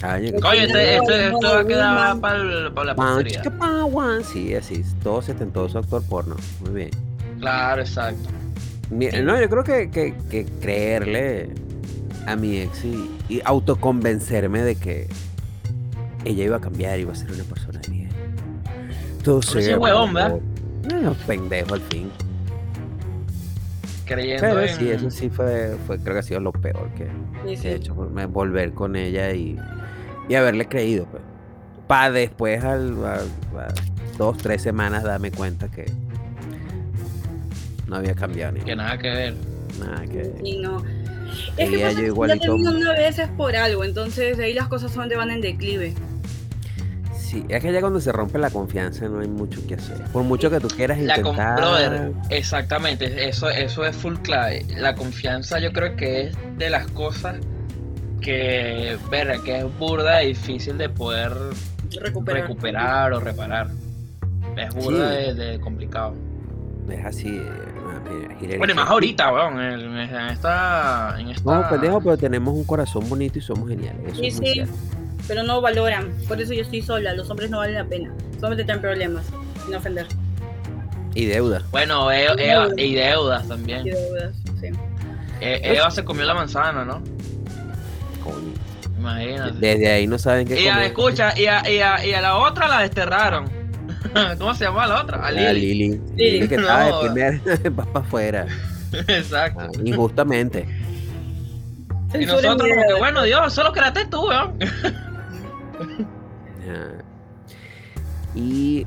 [SPEAKER 2] Ah, llega-
[SPEAKER 4] Coño, este, este, esto va a quedar
[SPEAKER 3] Woman.
[SPEAKER 4] para la
[SPEAKER 2] Pan,
[SPEAKER 4] posteridad.
[SPEAKER 2] chica, pan, guan. Sí, así, todo setentoso actor porno. Muy bien.
[SPEAKER 4] Claro, exacto.
[SPEAKER 2] Mi- No, yo creo que, que- que creerle a mi ex y, y autoconvencerme de que ella iba a cambiar, iba a ser una persona de bien. Tú
[SPEAKER 4] Pero sí es huevón, ¿verdad?
[SPEAKER 2] No, pendejo al fin.
[SPEAKER 4] Creyendo
[SPEAKER 2] Pero
[SPEAKER 4] en...
[SPEAKER 2] sí, eso sí fue, fue, creo que ha sido lo peor que
[SPEAKER 3] Sí,
[SPEAKER 2] que he
[SPEAKER 3] sí.
[SPEAKER 2] hecho, vol- me- volver con ella y, y haberle creído. Pues. Para después, al, a- a dos, tres semanas, darme cuenta que no había cambiado ni
[SPEAKER 4] Que nada que ver.
[SPEAKER 2] nada. Que,
[SPEAKER 3] Sí, no. Es que
[SPEAKER 2] Quería
[SPEAKER 3] pasa que
[SPEAKER 2] yo
[SPEAKER 3] si ya
[SPEAKER 2] igualito.
[SPEAKER 3] termino una vez es por algo, entonces de ahí las cosas solamente van en declive.
[SPEAKER 2] Sí, es que ya cuando se rompe la confianza no hay mucho que hacer. Por mucho que tú quieras
[SPEAKER 4] La con-
[SPEAKER 2] intentar.
[SPEAKER 4] brother, exactamente, eso, eso es full clave. La confianza yo creo que es de las cosas que, verga, que es burda y difícil de poder
[SPEAKER 3] Recuperar.
[SPEAKER 4] recuperar o reparar. Es burda
[SPEAKER 2] Sí.
[SPEAKER 4] de, de complicado.
[SPEAKER 2] Es así. eh, ah, mira, Hillary
[SPEAKER 4] Bueno, y más
[SPEAKER 2] Clinton.
[SPEAKER 4] ahorita, weón, en, en esta... En esta...
[SPEAKER 2] No, pendejo, pues. pero tenemos un corazón bonito y somos geniales. Eso
[SPEAKER 3] Sí,
[SPEAKER 2] es muy
[SPEAKER 3] sí.
[SPEAKER 2] cierto.
[SPEAKER 3] Pero no valoran, por eso yo estoy sola, los hombres no valen la pena, solamente traen problemas, sin ofender.
[SPEAKER 2] Y deuda.
[SPEAKER 4] Bueno, E-
[SPEAKER 3] Y
[SPEAKER 4] Eva,
[SPEAKER 3] deudas.
[SPEAKER 4] y deudas
[SPEAKER 3] Y
[SPEAKER 4] también.
[SPEAKER 3] deudas, sí.
[SPEAKER 4] E- Eva se comió la manzana, ¿no?
[SPEAKER 2] coño.
[SPEAKER 4] Imagínate.
[SPEAKER 2] Desde ahí no saben qué
[SPEAKER 4] Y a,
[SPEAKER 2] comer.
[SPEAKER 4] escucha, y a, y, a, y a la otra la desterraron. <laughs> ¿Cómo se llama la otra? A
[SPEAKER 2] Ah,
[SPEAKER 4] Lili.
[SPEAKER 2] Lili.
[SPEAKER 3] Lili.
[SPEAKER 2] Lili que estaba
[SPEAKER 4] No.
[SPEAKER 2] de primer <laughs> vas para afuera.
[SPEAKER 4] Exacto.
[SPEAKER 2] Injustamente.
[SPEAKER 4] Y
[SPEAKER 3] Censuren
[SPEAKER 4] nosotros
[SPEAKER 3] mi
[SPEAKER 4] como que,
[SPEAKER 3] deuda.
[SPEAKER 4] bueno, Dios, solo créate tú, weón.
[SPEAKER 2] Ah. Y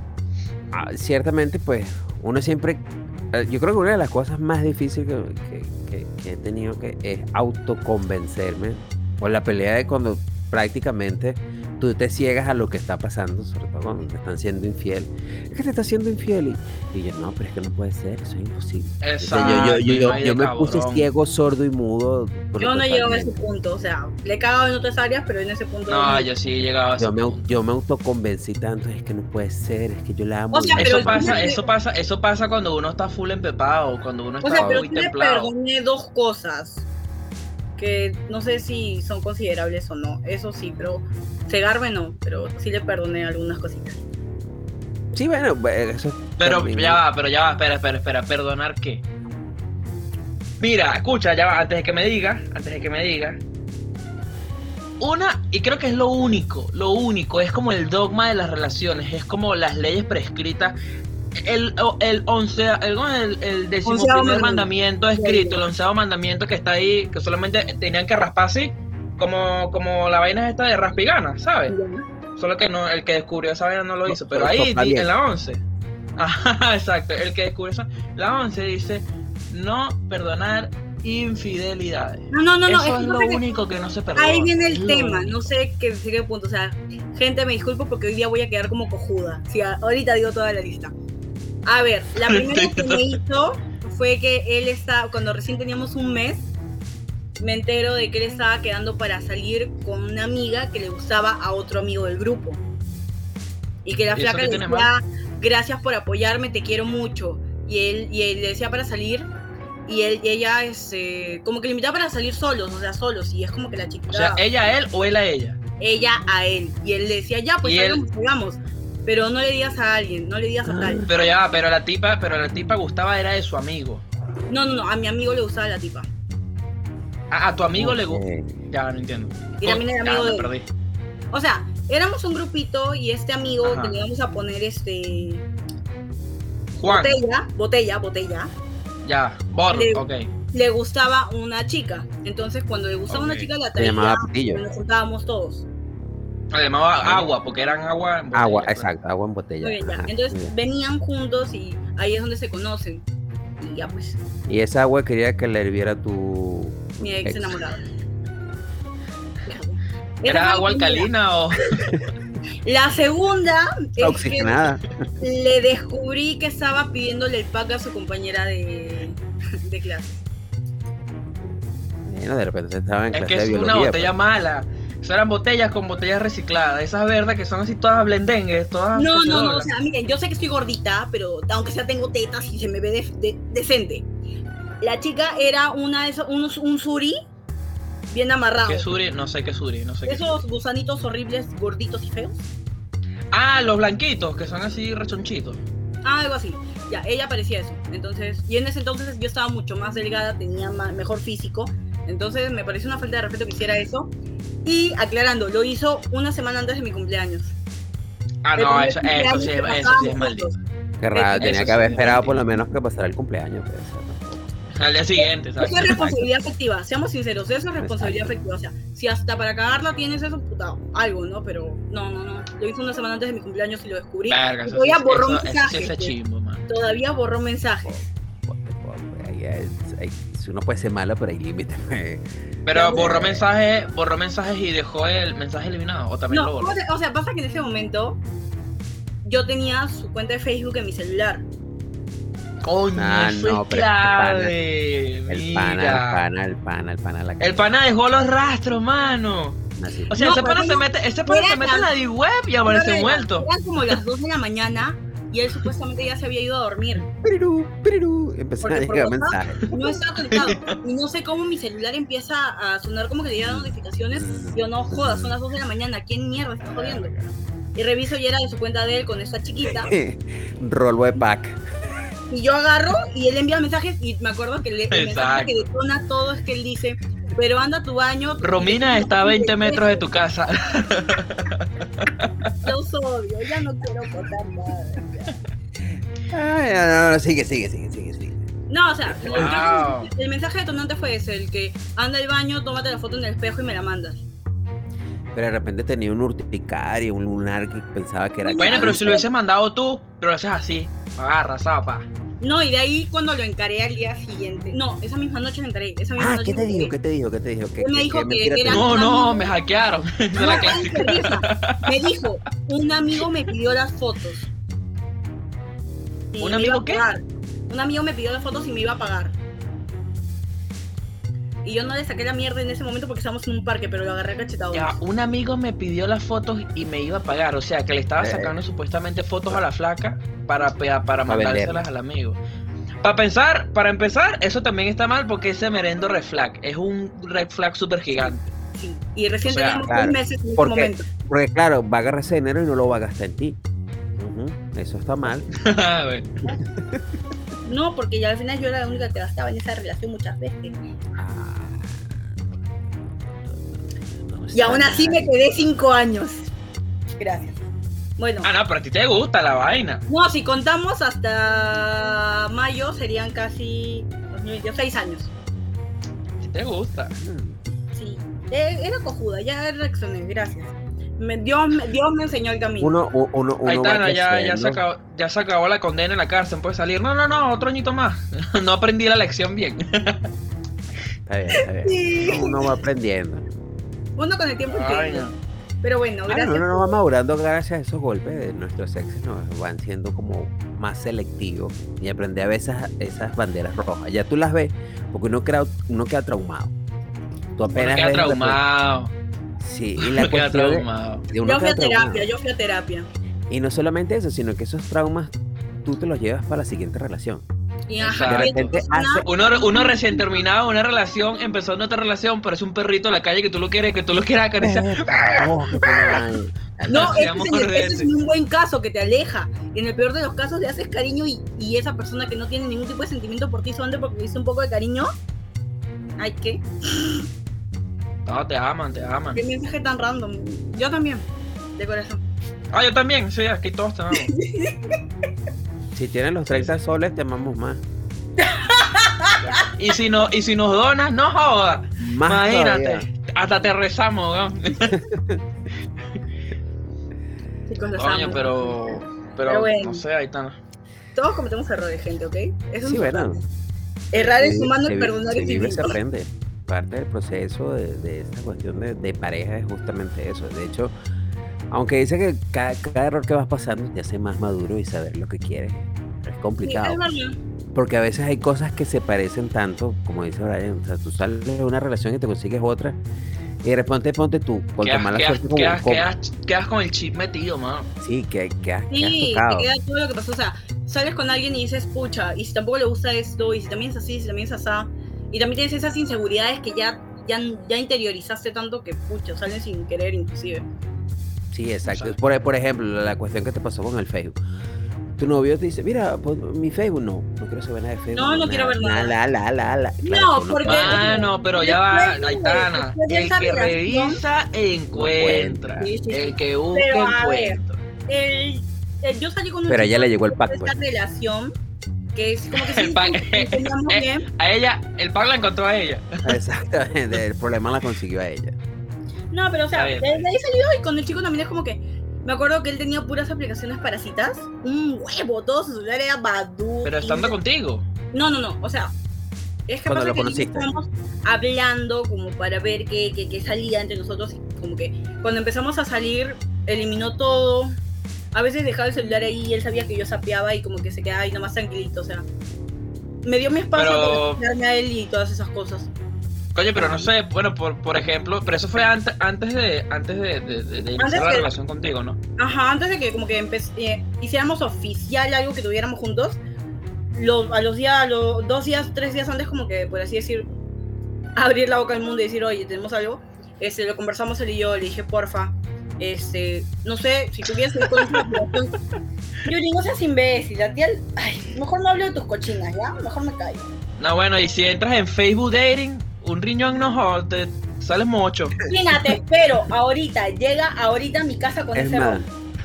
[SPEAKER 2] ah, ciertamente, pues, uno siempre. eh, Yo creo que una de las cosas más difíciles que, que- que- que he tenido que es autoconvencerme. O la pelea de cuando prácticamente tú te ciegas a lo que está pasando, sobre todo cuando te están siendo infiel. Es que te está siendo infiel. Y, y yo, no, pero es que no puede ser, eso es imposible. O sea, yo- yo, yo- yo-
[SPEAKER 4] Ay, de
[SPEAKER 2] yo me puse
[SPEAKER 4] cabrón.
[SPEAKER 2] ciego, sordo y mudo. pero
[SPEAKER 3] Yo no he llegado a ese
[SPEAKER 2] totalmente.
[SPEAKER 3] punto, o sea, le he cagado en otras áreas, pero en ese punto...
[SPEAKER 4] No, yo sí he llegado a ese
[SPEAKER 2] Yo me,
[SPEAKER 4] punto.
[SPEAKER 2] yo me autoconvencí tanto, es que no puede ser, es que yo la amo.
[SPEAKER 3] O sea,
[SPEAKER 2] y-
[SPEAKER 3] pero
[SPEAKER 4] Eso
[SPEAKER 3] tú
[SPEAKER 4] pasa,
[SPEAKER 3] me-
[SPEAKER 4] eso pasa, eso pasa cuando uno está full empepado, cuando uno
[SPEAKER 3] O
[SPEAKER 4] está
[SPEAKER 3] sea, pero
[SPEAKER 4] muy
[SPEAKER 3] sí le
[SPEAKER 4] templado.
[SPEAKER 3] perdoné dos cosas que no sé si son considerables o no. Eso sí, pero cegarme no, pero sí le perdoné algunas cositas.
[SPEAKER 2] Sí, bueno, eh, eso.
[SPEAKER 4] Pero
[SPEAKER 2] también-
[SPEAKER 4] ya va, pero ya va, espera, espera, espera, perdonar qué. Mira, escucha, ya va, antes de que me diga, antes de que me diga. Una, y creo que es lo único, lo único, es como el dogma de las relaciones, es como las leyes prescritas el, el, once, el, el, el decimoprimer
[SPEAKER 3] Onceavo
[SPEAKER 4] mandamiento
[SPEAKER 3] mandamiento.
[SPEAKER 4] escrito, el onceavo mandamiento que está ahí, que solamente tenían que raspar así, como, como la vaina esta de raspigana, ¿sabes? Solo que no, el que descubrió esa vaina no lo
[SPEAKER 2] No,
[SPEAKER 4] hizo, pero
[SPEAKER 2] pero
[SPEAKER 4] ahí,
[SPEAKER 2] topa
[SPEAKER 4] di-
[SPEAKER 2] diez.
[SPEAKER 4] en la 11. <laughs> Ajá, exacto, el que descubrió esa, la 11 dice, no perdonar infidelidades.
[SPEAKER 3] No, no, no, no.
[SPEAKER 4] Eso es
[SPEAKER 3] que
[SPEAKER 4] lo
[SPEAKER 3] pasa que-
[SPEAKER 4] único que no se perdona.
[SPEAKER 3] Ahí viene el
[SPEAKER 4] Lo
[SPEAKER 3] tema,
[SPEAKER 4] único.
[SPEAKER 3] no sé qué, sé qué punto. O sea, gente, me disculpo porque hoy día voy a quedar como cojuda. Si a- ahorita digo toda la lista. A ver, la primera que me hizo fue que él estaba, cuando recién teníamos un mes, me entero de que él estaba quedando para salir con una amiga que le gustaba a otro amigo del grupo. Y que la
[SPEAKER 4] ¿Y eso
[SPEAKER 3] flaca
[SPEAKER 4] qué
[SPEAKER 3] le
[SPEAKER 4] tiene
[SPEAKER 3] decía, gracias por apoyarme, te quiero mucho. Y él, y él le decía para salir. Y, él, y ella, este, como que le invitaba para salir solos, o sea, solos. Y es como que la chiquita
[SPEAKER 4] O sea, ella a él o él a ella.
[SPEAKER 3] ella a él. Y él le decía, ya, pues
[SPEAKER 4] Y él- Ah.
[SPEAKER 3] salgamos, salgamos. Pero no le digas a alguien, no le digas a tal.
[SPEAKER 4] Pero ya, pero la tipa, pero la tipa gustaba era de su amigo.
[SPEAKER 3] No, no, no, a mi amigo le gustaba la tipa.
[SPEAKER 4] A, a tu amigo le gusta.
[SPEAKER 2] Eh,
[SPEAKER 4] Ya, no entiendo.
[SPEAKER 3] Y también era
[SPEAKER 4] Oh, Ya,
[SPEAKER 3] amigo
[SPEAKER 4] me
[SPEAKER 3] de-
[SPEAKER 4] perdí.
[SPEAKER 3] O sea, éramos un grupito y este amigo
[SPEAKER 4] Ajá.
[SPEAKER 3] que le vamos a poner este.
[SPEAKER 4] Juan,
[SPEAKER 3] Botella, botella, botella.
[SPEAKER 4] ya, Borro,
[SPEAKER 3] Le-
[SPEAKER 4] ok.
[SPEAKER 3] Le gustaba una chica. Entonces, cuando le gustaba una
[SPEAKER 4] Ok.
[SPEAKER 3] chica, la
[SPEAKER 2] Se
[SPEAKER 3] traía.
[SPEAKER 2] llamaba
[SPEAKER 3] y
[SPEAKER 2] Patillo.
[SPEAKER 3] Nos juntábamos todos.
[SPEAKER 4] Le llamaba agua, porque eran agua. en botella,
[SPEAKER 2] Agua,
[SPEAKER 4] pues.
[SPEAKER 2] exacto, agua en botella.
[SPEAKER 3] Muy bien, ya.
[SPEAKER 2] ajá, muy
[SPEAKER 3] Entonces,
[SPEAKER 2] bien.
[SPEAKER 3] venían juntos y ahí es donde se conocen. Y ya, pues,
[SPEAKER 2] Y esa agua quería que le hirviera tu
[SPEAKER 3] mi ex,
[SPEAKER 2] ex.
[SPEAKER 3] enamorado. Fíjate. Esa fue
[SPEAKER 4] ¿Era
[SPEAKER 3] la
[SPEAKER 4] agua
[SPEAKER 3] primera.
[SPEAKER 4] alcalina o.?
[SPEAKER 3] La segunda es que
[SPEAKER 2] Oxigenada.
[SPEAKER 3] le descubrí que estaba pidiéndole el pack a su compañera de, <laughs> de clase.
[SPEAKER 2] Bueno, de repente estaba en
[SPEAKER 4] Es
[SPEAKER 2] clase
[SPEAKER 4] que es
[SPEAKER 2] de
[SPEAKER 4] una
[SPEAKER 2] biología. pues.
[SPEAKER 4] botella mala. Eso eran botellas con botellas recicladas. Esas verdes que son así todas blendengues, todas.
[SPEAKER 3] No,
[SPEAKER 4] que se
[SPEAKER 3] no, no, o
[SPEAKER 4] doblan.
[SPEAKER 3] sea, miren, yo sé que estoy gordita, pero aunque sea tengo tetas y se me ve de- de- decente. La chica era una de esas- un, un suri bien amarrado.
[SPEAKER 4] ¿Qué suri? No sé qué suri, no sé qué.
[SPEAKER 3] Esos gusanitos horribles, gorditos y feos.
[SPEAKER 4] Ah, los blanquitos, que son así rechonchitos.
[SPEAKER 3] Ah, algo así. Ya, ella parecía eso. Entonces, y en ese entonces yo estaba mucho más delgada, tenía ma- mejor físico. Entonces, me pareció una falta de respeto que hiciera eso. Y aclarando, lo hizo una semana antes de mi cumpleaños.
[SPEAKER 4] Ah,
[SPEAKER 3] El
[SPEAKER 4] no,
[SPEAKER 3] primer
[SPEAKER 4] eso, eso
[SPEAKER 3] cumpleaños
[SPEAKER 4] sí,
[SPEAKER 3] que
[SPEAKER 4] es- eso
[SPEAKER 3] pasábamos
[SPEAKER 4] sí es maldito.
[SPEAKER 3] juntos.
[SPEAKER 2] Qué raro, tenía
[SPEAKER 4] Eso
[SPEAKER 2] que haber
[SPEAKER 4] sí,
[SPEAKER 2] esperado
[SPEAKER 4] sí.
[SPEAKER 2] por lo menos que pasara el cumpleaños. pues, eso tampoco.
[SPEAKER 4] Al día siguiente, ¿sabes?
[SPEAKER 3] Eso es responsabilidad afectiva, seamos sinceros, eso es responsabilidad afectiva. O sea, si hasta para cagarla tienes eso, puta, algo, ¿no? Pero no, no, no. Lo hice una semana antes de mi cumpleaños y lo descubrí.
[SPEAKER 4] Verga, eso, sí-
[SPEAKER 3] Todavía borró
[SPEAKER 4] eso, eso sí
[SPEAKER 3] mensajes.
[SPEAKER 4] es chimbo, man.
[SPEAKER 3] pues. Todavía borró mensajes.
[SPEAKER 2] Ahí es- ahí- si uno puede ser malo, pero hay límites. pues.
[SPEAKER 4] Pero borró mensajes, borró mensajes y dejó el mensaje eliminado. O también lo
[SPEAKER 3] No,
[SPEAKER 4] borró.
[SPEAKER 3] o sea- o sea, pasa que en ese momento yo tenía su cuenta de Facebook en mi celular.
[SPEAKER 4] Coño,
[SPEAKER 2] Ah,
[SPEAKER 4] eso
[SPEAKER 2] no,
[SPEAKER 4] es
[SPEAKER 2] pero es que
[SPEAKER 4] clave.
[SPEAKER 2] El
[SPEAKER 4] mira.
[SPEAKER 2] pana, el pana, el pana, el pana. La
[SPEAKER 4] El pana dejó los rastros, mano.
[SPEAKER 2] Así.
[SPEAKER 4] O sea,
[SPEAKER 3] No,
[SPEAKER 4] ese pana
[SPEAKER 3] pero
[SPEAKER 4] se
[SPEAKER 3] no,
[SPEAKER 4] mete, ese pana se
[SPEAKER 3] era
[SPEAKER 4] mete en la
[SPEAKER 3] tan-
[SPEAKER 4] D-Web y aparece
[SPEAKER 3] Era-
[SPEAKER 4] muerto.
[SPEAKER 3] Eran como las 2 de la mañana y él supuestamente ya se había ido a dormir.
[SPEAKER 2] Pirurú, pirurú. Empezaron a
[SPEAKER 3] Porque por
[SPEAKER 2] llegar
[SPEAKER 3] WhatsApp-
[SPEAKER 2] mensajes.
[SPEAKER 3] No estaba conectado. Y no sé cómo mi celular empieza a sonar como que le llegan notificaciones. Yo no jodas, son las 2 de la mañana. ¿Quién mierda está jodiendo? Y reviso y era de su cuenta de él con esta chiquita.
[SPEAKER 2] Rolo de pack.
[SPEAKER 3] Y yo agarro y él envía mensajes. Y me acuerdo que le- el mensaje que detona todo es que él dice: Pero anda a tu baño.
[SPEAKER 4] Romina está a 20 metros de tu casa.
[SPEAKER 3] Los odio, ya no quiero contar nada.
[SPEAKER 2] Ay, no, no, no, sigue, sigue, sigue, sigue, sigue.
[SPEAKER 3] No, o sea, el
[SPEAKER 4] Wow.
[SPEAKER 3] mensaje- el mensaje detonante fue ese: el que anda al baño, tómate la foto en el espejo y me la mandas.
[SPEAKER 2] Pero de repente tenía un urticaria, un lunar que pensaba que era.
[SPEAKER 4] <laughs> Bueno, pero si
[SPEAKER 2] cáncer.
[SPEAKER 4] lo hubieses mandado tú, pero lo haces así. Agarra, zapa.
[SPEAKER 3] No, y de ahí cuando lo encaré al día siguiente. No, esa misma noche lo encaré. Esa misma
[SPEAKER 2] Ah,
[SPEAKER 3] noche
[SPEAKER 2] ¿qué te
[SPEAKER 3] lo
[SPEAKER 2] dijo?
[SPEAKER 3] encaré.
[SPEAKER 2] ¿Qué te dijo? ¿Qué te dijo? ¿Qué,
[SPEAKER 3] Él me
[SPEAKER 2] qué-
[SPEAKER 3] dijo
[SPEAKER 2] qué
[SPEAKER 3] que
[SPEAKER 2] mentira te
[SPEAKER 3] era-
[SPEAKER 2] dijo?
[SPEAKER 4] No, no, me hackearon. <laughs>
[SPEAKER 3] No,
[SPEAKER 4] La
[SPEAKER 3] cállate,
[SPEAKER 4] clásica.
[SPEAKER 3] risa. Me dijo, un amigo me pidió las fotos. Y
[SPEAKER 4] ¿Un
[SPEAKER 3] me
[SPEAKER 4] amigo
[SPEAKER 3] iba a
[SPEAKER 4] qué?
[SPEAKER 3] pagar. Un amigo me pidió las fotos y me iba a pagar. Y yo no le saqué la mierda en ese momento porque estábamos en un parque, pero lo agarré cachetado.
[SPEAKER 4] Ya, un amigo me pidió las fotos y me iba a pagar. O sea, que le estaba
[SPEAKER 2] Eh.
[SPEAKER 4] sacando supuestamente fotos a la flaca para, pe- para, mandárselas
[SPEAKER 2] venderlas.
[SPEAKER 4] al amigo. Para pensar, para empezar, eso también está mal porque ese merendo red flag es un red flag súper gigante. <laughs>
[SPEAKER 3] Sí. Y recién
[SPEAKER 4] O sea,
[SPEAKER 3] teníamos
[SPEAKER 2] claro.
[SPEAKER 3] dos meses en ese
[SPEAKER 2] Porque-
[SPEAKER 3] momento.
[SPEAKER 2] Porque claro, va a agarrar ese dinero y no lo va a gastar en ti. Ujú, Eso está mal.
[SPEAKER 3] No, porque ya al final yo era la única que gastaba en esa relación muchas veces.
[SPEAKER 2] Ah, no, no, no
[SPEAKER 3] Y aún
[SPEAKER 2] está
[SPEAKER 3] así me
[SPEAKER 2] mal.
[SPEAKER 3] quedé cinco años. Gracias. Bueno,
[SPEAKER 4] Ah, no, pero a ti te gusta la vaina.
[SPEAKER 3] no, si contamos hasta mayo serían casi 2016 años.
[SPEAKER 4] A ti te gusta.
[SPEAKER 2] Mm,
[SPEAKER 3] Sí, Eh, era cojuda, ya reaccioné, gracias. Me- Dios, me- Dios me enseñó el camino.
[SPEAKER 2] Uno, u- uno, uno va
[SPEAKER 4] Aitana, ya, ya, se
[SPEAKER 2] creciendo.
[SPEAKER 4] acabó, ya se acabó la condena en la cárcel, puede salir. No, no, no, otro añito más. <laughs> No aprendí la lección bien.
[SPEAKER 2] Está bien, está bien.
[SPEAKER 3] Sí.
[SPEAKER 2] Uno va aprendiendo.
[SPEAKER 3] Uno con el tiempo
[SPEAKER 4] <laughs> Ay,
[SPEAKER 3] que
[SPEAKER 4] no.
[SPEAKER 3] Pero bueno,
[SPEAKER 2] Claro,
[SPEAKER 3] gracias.
[SPEAKER 2] uno Ah, no va madurando gracias a esos golpes de nuestros sexos, nos van siendo como más selectivos y aprender a ver esas, esas banderas rojas. Ya tú las ves, porque uno, crea- uno queda traumado. Tú apenas
[SPEAKER 4] Queda
[SPEAKER 2] ves la-
[SPEAKER 4] traumado.
[SPEAKER 2] Sí, y la
[SPEAKER 4] Queda
[SPEAKER 2] cuestión es-
[SPEAKER 4] traumado.
[SPEAKER 2] de uno
[SPEAKER 3] Yo fui
[SPEAKER 2] queda
[SPEAKER 3] a terapia,
[SPEAKER 2] traumado.
[SPEAKER 3] yo fui a terapia.
[SPEAKER 2] Y no solamente eso, sino que esos traumas tú te los llevas para la siguiente relación.
[SPEAKER 3] Y
[SPEAKER 2] De
[SPEAKER 4] Exacto.
[SPEAKER 3] ajá,
[SPEAKER 2] repente hace-
[SPEAKER 4] Uno, uno recién terminado una relación, empezando otra relación, parece un perrito en la calle que tú lo quieres, que tú lo quieres acariciar.
[SPEAKER 2] <laughs> Oh, qué mal.
[SPEAKER 4] <laughs>
[SPEAKER 3] No, ese
[SPEAKER 2] este
[SPEAKER 4] Sí,
[SPEAKER 3] es,
[SPEAKER 4] amor,
[SPEAKER 3] en el- ese es
[SPEAKER 4] ese.
[SPEAKER 3] un buen caso que te aleja. En el peor de los casos le haces cariño y, y esa persona que no tiene ningún tipo de sentimiento por ti solamente porque le hizo un poco de cariño. Ay, ¿qué?
[SPEAKER 4] No, te aman, te aman.
[SPEAKER 3] Qué mensaje tan random. Yo también, de corazón.
[SPEAKER 4] Ah, yo también, sí, aquí todos te amamos.
[SPEAKER 2] Si tienen los 30 soles, te amamos más.
[SPEAKER 4] Y si, no, y si nos donas, no jodas.
[SPEAKER 2] Más
[SPEAKER 4] Imagínate,
[SPEAKER 2] todavía.
[SPEAKER 4] hasta te rezamos, weón.
[SPEAKER 3] Chicos, los
[SPEAKER 4] Coño,
[SPEAKER 3] amo.
[SPEAKER 4] pero, pero,
[SPEAKER 3] Pero bueno.
[SPEAKER 4] no sé, ahí está.
[SPEAKER 3] Todos cometemos errores, gente, ¿ok? Eso
[SPEAKER 2] Sí,
[SPEAKER 3] es
[SPEAKER 2] ¿verdad?
[SPEAKER 3] Errar es
[SPEAKER 2] Se-
[SPEAKER 3] humano
[SPEAKER 2] se
[SPEAKER 3] y
[SPEAKER 2] vi-
[SPEAKER 3] perdonar
[SPEAKER 2] se
[SPEAKER 3] es
[SPEAKER 2] vive, se
[SPEAKER 3] divino.
[SPEAKER 2] aprende. Parte del proceso de, de esta cuestión de, de pareja es justamente eso. De hecho, aunque dice que cada, cada error que vas pasando te hace más maduro y saber lo que quieres. Es
[SPEAKER 3] Sí, es
[SPEAKER 2] complicado.
[SPEAKER 3] verdad.
[SPEAKER 2] porque a veces hay cosas que se parecen tanto, como dice Brian. O sea, tú sales de una relación y te consigues otra. Y de repente ponte tú, con tu
[SPEAKER 4] Quedas,
[SPEAKER 2] mala
[SPEAKER 4] quedas-
[SPEAKER 2] suerte. como-
[SPEAKER 4] quedas-
[SPEAKER 2] como-
[SPEAKER 4] quedas- quedas con el chip metido, mano.
[SPEAKER 2] sí, que, que has, que has
[SPEAKER 3] Sí,
[SPEAKER 2] tocado.
[SPEAKER 3] te queda todo lo que pasó. O sea, sales con alguien y dices, pucha, y si tampoco le gusta esto, y si también es así, si también es asá. Y también tienes esas inseguridades que ya, ya, ya interiorizaste tanto que, pucha, salen sin querer inclusive.
[SPEAKER 2] Sí, exacto.
[SPEAKER 4] sea-
[SPEAKER 2] Por, por ejemplo, la cuestión que te pasó con el Facebook. Tu novio te dice, mira, pon mi Facebook no, no quiero saber nada de Facebook.
[SPEAKER 3] No, no quiero ver nada.
[SPEAKER 2] La, la, la, la.
[SPEAKER 3] No,
[SPEAKER 2] tú
[SPEAKER 3] porque-
[SPEAKER 2] Ah, no.
[SPEAKER 4] Mano, pero ya va,
[SPEAKER 3] Después de-
[SPEAKER 4] Aitana.
[SPEAKER 3] después de
[SPEAKER 4] El
[SPEAKER 3] esa
[SPEAKER 4] que
[SPEAKER 3] relación-
[SPEAKER 4] revisa, encuentra.
[SPEAKER 3] Sí, sí, sí.
[SPEAKER 4] El que busca,
[SPEAKER 3] Pero, a ver.
[SPEAKER 4] encuentra.
[SPEAKER 3] El, el- yo salí con un
[SPEAKER 2] Pero a
[SPEAKER 3] chico
[SPEAKER 2] ella le llegó el pack,
[SPEAKER 3] de esta
[SPEAKER 2] pues.
[SPEAKER 3] relación que es
[SPEAKER 4] <laughs>
[SPEAKER 3] como que
[SPEAKER 4] El
[SPEAKER 3] sí,
[SPEAKER 4] pack.
[SPEAKER 3] nos entendíamos bien.
[SPEAKER 4] A ella, el pack la encontró a ella.
[SPEAKER 2] <laughs> Exactamente, el problema la consiguió a ella.
[SPEAKER 3] No, pero o sea,
[SPEAKER 4] Está bien.
[SPEAKER 3] desde ahí salió y con el chico también es como que. Me acuerdo que él tenía puras aplicaciones para citas. Un huevo, todo su celular era Badu.
[SPEAKER 4] Pero estando contigo.
[SPEAKER 3] No, no, no. O sea, es que
[SPEAKER 2] Cuando
[SPEAKER 3] pasa
[SPEAKER 2] lo
[SPEAKER 3] que nosotros
[SPEAKER 2] conociste.
[SPEAKER 3] estábamos hablando como para ver qué, qué- qué salía entre nosotros. y Como que cuando empezamos a salir, eliminó todo. A veces dejaba el celular ahí y él sabía que yo sapeaba y como que se quedaba ahí nomás tranquilito. O sea, me dio mi espacio
[SPEAKER 4] Pero-
[SPEAKER 3] para acercarme a él y todas esas cosas.
[SPEAKER 4] Coño, pero no sé, bueno, por, por ejemplo, pero eso fue antes, antes de, antes de, de- de- de iniciar la
[SPEAKER 3] de-
[SPEAKER 4] relación contigo, ¿no?
[SPEAKER 3] Ajá, antes de que como que empe- eh, hiciéramos oficial algo que tuviéramos juntos, lo- a los días, a los dos días, tres días antes, como que por así decir, abrir la boca al mundo y decir, oye, tenemos algo, este, lo conversamos él y yo, le dije, porfa, este, no sé, si tuvieras que con esa aplicación". Yuri, no seas imbécil, a ti al- ay, mejor no hablo de tus cochinas, ¿ya? Mejor me callo.
[SPEAKER 4] No, bueno, y si entras en Facebook Dating, un riñón no joda, te sales mucho.
[SPEAKER 3] Gina, te espero, ahorita, llega ahorita a mi casa con
[SPEAKER 2] Es
[SPEAKER 3] ese
[SPEAKER 2] más,
[SPEAKER 3] error.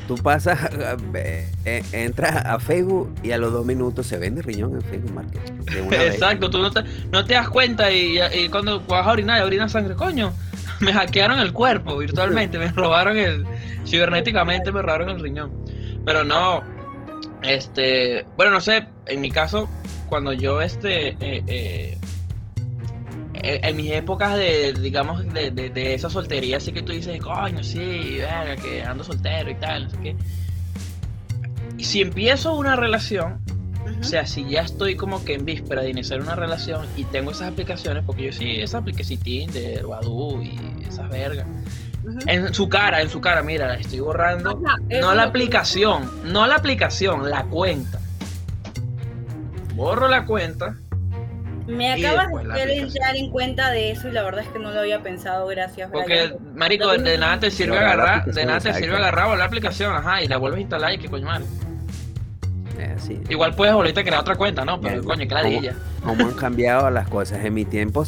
[SPEAKER 2] tú pasas, <laughs> eh, eh, entras a Facebook y a los dos minutos se vende riñón en Facebook Market. de una vez.
[SPEAKER 4] Exacto, tú no te, no te das cuenta y, y cuando vas a orinar, orina sangre, coño. Me hackearon el cuerpo virtualmente, me robaron el. Cibernéticamente me robaron el riñón. Pero no, este. Bueno, no sé, en mi caso, cuando yo, este. eh, eh, eh, en mis épocas de, digamos, de, de, de esa soltería, así que tú dices, coño, sí, verga, que ando soltero y tal, no sé qué. Y si empiezo una relación,
[SPEAKER 3] Ujú.
[SPEAKER 4] o sea, si ya estoy como que en víspera de iniciar una relación y tengo esas aplicaciones, porque yo sí, esas aplicaciones, Tinder, Badoo y esas vergas.
[SPEAKER 3] Ujú.
[SPEAKER 4] En su cara, en su cara, mira, la estoy borrando.
[SPEAKER 3] Ajá, eso
[SPEAKER 4] Eh, No la
[SPEAKER 3] es lo que-
[SPEAKER 4] aplicación, no la aplicación, la cuenta. Borro la cuenta.
[SPEAKER 3] Me
[SPEAKER 4] Y
[SPEAKER 3] acabas
[SPEAKER 4] después
[SPEAKER 3] de
[SPEAKER 4] la
[SPEAKER 3] hacer
[SPEAKER 4] aplicación.
[SPEAKER 3] entrar en cuenta de eso y la verdad es que no lo había pensado, gracias.
[SPEAKER 4] Porque,
[SPEAKER 3] Brian.
[SPEAKER 4] marico, de, de nada te sirve
[SPEAKER 2] Borrar la
[SPEAKER 4] agarrar, de
[SPEAKER 2] aplicación,
[SPEAKER 4] nada te sirve
[SPEAKER 2] exacto.
[SPEAKER 4] agarrar o la aplicación, ajá, y la vuelves a instalar y que coño madre.
[SPEAKER 2] Es así.
[SPEAKER 4] Igual puedes volverte a crear otra cuenta, ¿no? Pero
[SPEAKER 2] Bien.
[SPEAKER 4] coño, que ladilla.
[SPEAKER 2] ¿Cómo han cambiado las cosas en mi tiempo?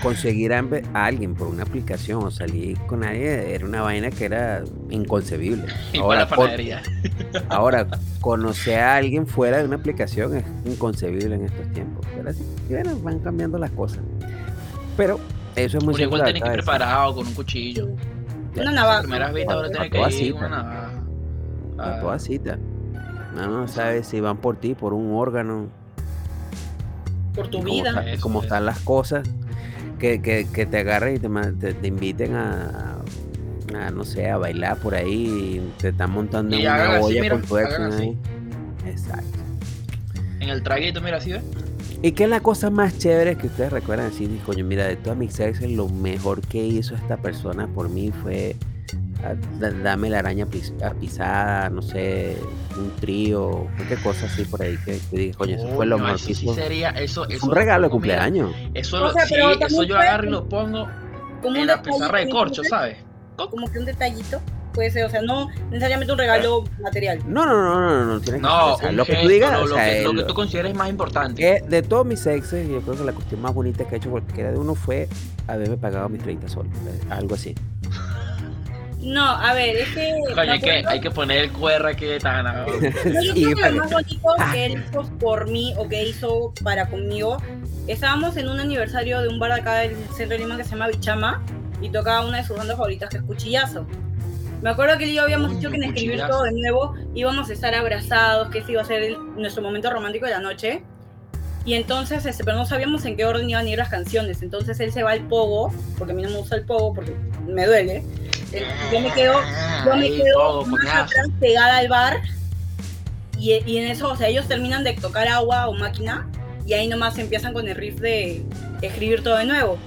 [SPEAKER 2] conseguir a, a alguien por una aplicación o salir con alguien era una vaina que era inconcebible.
[SPEAKER 4] Y para la
[SPEAKER 2] con-
[SPEAKER 4] panadería.
[SPEAKER 2] <laughs> ahora, conocer a alguien fuera de una aplicación es inconcebible en estos tiempos. Pero así, y bueno, van cambiando las cosas. Pero eso es muy
[SPEAKER 4] Uno igual
[SPEAKER 2] simple de
[SPEAKER 4] tenés que ir
[SPEAKER 2] cabeza.
[SPEAKER 4] preparado con un cuchillo.
[SPEAKER 3] Una
[SPEAKER 4] Las
[SPEAKER 3] navaja.
[SPEAKER 4] primeras vistas ahora
[SPEAKER 2] A
[SPEAKER 4] tenés
[SPEAKER 2] toda
[SPEAKER 4] que ir
[SPEAKER 2] cita.
[SPEAKER 4] con una navaja.
[SPEAKER 2] A
[SPEAKER 4] Ah,
[SPEAKER 2] toda cita. No, no sabes si van por ti, por un órgano.
[SPEAKER 3] Por tu
[SPEAKER 2] cómo
[SPEAKER 3] vida.
[SPEAKER 2] está-
[SPEAKER 4] Eso,
[SPEAKER 2] eh, cómo
[SPEAKER 4] eso.
[SPEAKER 2] están las cosas. Que, que- que te agarren y te, ma- te- te inviten a, a, no sé, a bailar por ahí. Te están montando
[SPEAKER 4] Y
[SPEAKER 2] en una
[SPEAKER 4] hagan así,
[SPEAKER 2] olla
[SPEAKER 4] mira,
[SPEAKER 2] con tu ex,
[SPEAKER 4] hagan
[SPEAKER 2] ¿no?
[SPEAKER 4] así.
[SPEAKER 2] Exacto.
[SPEAKER 4] En el traguito, mira, así ves.
[SPEAKER 2] ¿Y qué es la cosa más chévere que ustedes recuerdan? Así, de, coño, mira, de todas mis exes, lo mejor que hizo esta persona por mí fue ah, da- dame la araña pis- a pisada, no sé, un trío, cualquier cosa así por ahí que, que dije, coño, eso fue lo
[SPEAKER 4] Coño,
[SPEAKER 2] mejor
[SPEAKER 4] eso
[SPEAKER 2] que
[SPEAKER 4] sí
[SPEAKER 2] hizo.
[SPEAKER 4] sería, eso, eso
[SPEAKER 2] un regalo de
[SPEAKER 4] lo pongo, mira,
[SPEAKER 2] cumpleaños.
[SPEAKER 4] Eso,
[SPEAKER 3] O
[SPEAKER 4] lo-
[SPEAKER 3] sea,
[SPEAKER 4] sí,
[SPEAKER 3] pero está
[SPEAKER 4] eso
[SPEAKER 3] muy
[SPEAKER 4] yo agarro
[SPEAKER 3] fuerte.
[SPEAKER 4] y lo pongo
[SPEAKER 3] Como
[SPEAKER 4] en
[SPEAKER 3] una-
[SPEAKER 4] la pizarra pues, de
[SPEAKER 3] como-
[SPEAKER 4] corcho, ¿sabes?
[SPEAKER 3] Como que un detallito. Puede ser, o sea, no necesariamente un regalo material.
[SPEAKER 2] No, no, no, no, no, no, tiene que ser,
[SPEAKER 4] No,
[SPEAKER 2] o sea,
[SPEAKER 4] un
[SPEAKER 2] lo que tú
[SPEAKER 4] gesto,
[SPEAKER 2] digas,
[SPEAKER 4] lo,
[SPEAKER 2] o
[SPEAKER 4] lo
[SPEAKER 2] sea,
[SPEAKER 4] que, lo
[SPEAKER 2] el-
[SPEAKER 4] que tú consideres más importante.
[SPEAKER 2] que de todos mis exes, yo creo que la cuestión más bonita que he hecho cualquiera de uno fue haberme pagado mis 30 soles, eh, algo así.
[SPEAKER 3] No, a ver, es que.
[SPEAKER 4] Coño,
[SPEAKER 3] me
[SPEAKER 4] hay, que,
[SPEAKER 3] acuerdo-
[SPEAKER 4] hay que poner el QR aquí de Tana.
[SPEAKER 3] No, yo
[SPEAKER 2] Sí,
[SPEAKER 3] creo que
[SPEAKER 2] para-
[SPEAKER 3] lo más bonito que él hizo por mí o que hizo para conmigo, estábamos en un aniversario de un bar de acá del centro de Lima que se llama Bichama y tocaba una de sus bandas favoritas que es Cuchillazo. Me acuerdo que él y yo habíamos
[SPEAKER 4] Coño,
[SPEAKER 3] dicho que en escribir
[SPEAKER 4] Cuchillazo.
[SPEAKER 3] todo de nuevo íbamos a estar abrazados, que ese iba a ser el- nuestro momento romántico de la noche. Y entonces, este, pero no sabíamos en qué orden iban a ir las canciones. Entonces él se va al pogo, porque a mí no me gusta el pogo, porque me duele. Eh, Yo me quedo yo me
[SPEAKER 4] Ahí
[SPEAKER 3] quedo
[SPEAKER 4] todo,
[SPEAKER 3] más
[SPEAKER 4] coñazo.
[SPEAKER 3] atrás pegada al bar y, y en eso, o sea, ellos terminan de tocar agua o máquina y ahí nomás empiezan con el riff de escribir todo de nuevo.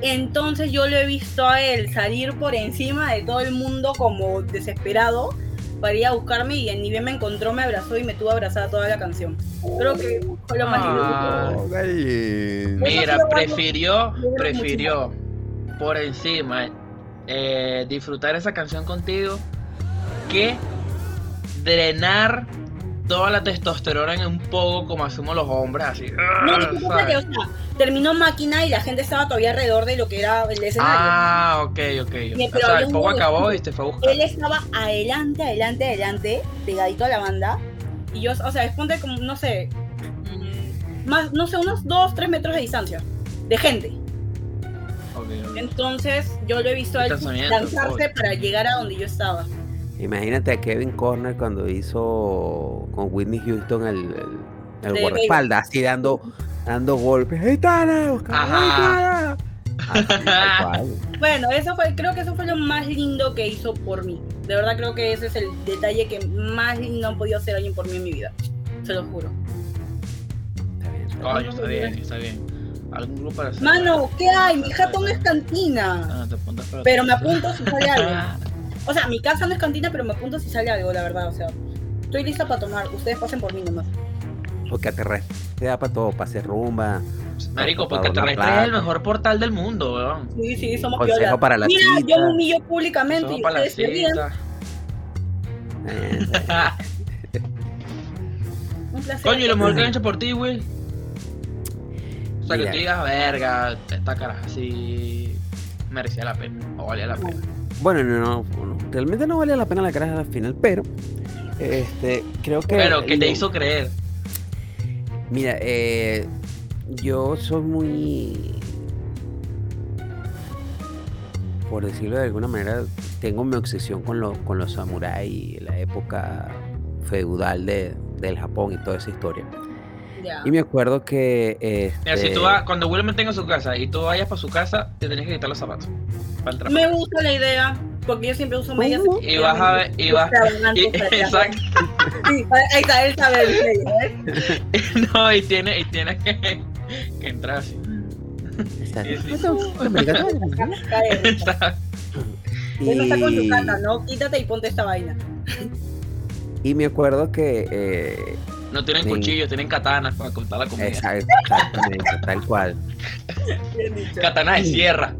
[SPEAKER 3] Entonces yo lo he visto a él salir por encima de todo el mundo como desesperado para ir a buscarme y ni bien me encontró, me abrazó y me tuvo abrazada toda la canción. Creo que fue lo más
[SPEAKER 4] Ah,
[SPEAKER 3] lindo.
[SPEAKER 4] Mira,
[SPEAKER 3] Eso sí lo
[SPEAKER 4] prefirió,
[SPEAKER 3] lo guardo
[SPEAKER 4] prefirió por encima eh, disfrutar esa canción contigo que drenar toda la testosterona en un poco como hacemos los hombres, así.
[SPEAKER 3] No, lo
[SPEAKER 4] "Arr",
[SPEAKER 3] que pasa es que, o
[SPEAKER 4] Ah, ¿sabes?
[SPEAKER 3] sea, terminó máquina y la gente estaba todavía alrededor de lo que era el escenario.
[SPEAKER 4] Ah, ok, ok. O
[SPEAKER 3] pero
[SPEAKER 4] sea,
[SPEAKER 3] yo
[SPEAKER 4] el poco
[SPEAKER 3] no-
[SPEAKER 4] acabó y te fue a buscar.
[SPEAKER 3] él estaba adelante, adelante, adelante, pegadito a la banda. Y yo, o sea, es ponte como, no sé, mm, más, no sé, unos 2, 3 metros de distancia de gente.
[SPEAKER 4] Ok, ok.
[SPEAKER 3] Entonces yo lo he visto a él
[SPEAKER 4] Distanciamiento,
[SPEAKER 3] lanzarse
[SPEAKER 4] pobre.
[SPEAKER 3] para llegar a donde yo estaba.
[SPEAKER 2] Imagínate a Kevin Corner cuando hizo con Whitney Houston el, el, el
[SPEAKER 3] De
[SPEAKER 2] guardaespaldas, así dando, dando golpes. ¡Hey, Tana! ¡Busca-
[SPEAKER 4] Ajá.
[SPEAKER 2] ¡Ay,
[SPEAKER 4] <laughs>
[SPEAKER 2] Tana! Así, tal cual.
[SPEAKER 3] Bueno, eso fue, creo que eso fue lo más lindo que hizo por mí. De verdad creo que ese es el detalle que más lindo han podido hacer alguien por mí en mi vida. Se lo juro.
[SPEAKER 2] Está bien, está bien.
[SPEAKER 4] Coño, está bien, está bien. Algún grupo para hacer-
[SPEAKER 3] Mano, ¿qué hay? Mi jato no es cantina.
[SPEAKER 4] Ah, te apuntas para- Ah.
[SPEAKER 3] Pero me apunto si sale
[SPEAKER 4] <laughs>
[SPEAKER 3] algo. O sea, mi casa no es cantina, pero me apunto si sale algo, la verdad. O sea, estoy lista para tomar. Ustedes pasen por mí nomás.
[SPEAKER 2] Porque aterré. Te da para todo, para hacer rumba.
[SPEAKER 4] Marico,
[SPEAKER 2] Para
[SPEAKER 4] porque
[SPEAKER 2] una
[SPEAKER 4] Terrestre es el
[SPEAKER 2] plata.
[SPEAKER 4] mejor portal del mundo, weón.
[SPEAKER 3] Sí, sí, somos
[SPEAKER 2] Consejo
[SPEAKER 3] piolas.
[SPEAKER 2] para la
[SPEAKER 3] Mira, yo
[SPEAKER 2] cita.
[SPEAKER 3] me humillo públicamente
[SPEAKER 4] Eso
[SPEAKER 3] y
[SPEAKER 4] para la
[SPEAKER 3] ustedes se ríen.
[SPEAKER 4] cita. <laughs>
[SPEAKER 2] eh,
[SPEAKER 3] Un placer.
[SPEAKER 4] Coño, y lo mejor que han hecho por ti, güey. O sea, que
[SPEAKER 2] Mira.
[SPEAKER 4] tú digas, verga, esta cara así merecía la pena, o valía la pena.
[SPEAKER 2] Bueno, no, no, no, realmente no valía la pena la cara al final, pero este, creo que.
[SPEAKER 4] Pero que te
[SPEAKER 2] lo-
[SPEAKER 4] hizo creer.
[SPEAKER 2] Mira, eh, yo soy muy, por decirlo de alguna manera, tengo mi obsesión con, lo- con los samuráis, la época feudal de- del Japón y toda esa historia.
[SPEAKER 3] Ya.
[SPEAKER 2] Y me acuerdo que... Este,
[SPEAKER 4] Mira, si tú vas, cuando Wilmer tenga su casa y tú vayas para su casa, te tenés que quitar los zapatos. Para entrar.
[SPEAKER 3] Me gusta la idea, porque yo siempre uso medias.
[SPEAKER 2] ¿Cómo?
[SPEAKER 4] Y vas a ver, y vas. y-
[SPEAKER 3] Extravagantes para-
[SPEAKER 4] <laughs> exacto.
[SPEAKER 3] Sí, ahí está, él sabe el sello, ¿eh?
[SPEAKER 4] No, y tienes, y tienes que, que entrar así.
[SPEAKER 2] exacto.
[SPEAKER 4] sí,
[SPEAKER 3] <laughs>
[SPEAKER 4] sí.
[SPEAKER 3] Está bien. Eso está con su casa, ¿no? Quítate y ponte esta vaina.
[SPEAKER 2] Y, y me acuerdo que... eh,
[SPEAKER 4] No tienen
[SPEAKER 2] Sí.
[SPEAKER 4] cuchillos, tienen katanas para cortar la comida.
[SPEAKER 2] exact- exactamente, tal cual.
[SPEAKER 3] Bien dicho.
[SPEAKER 4] Katanas de sierra.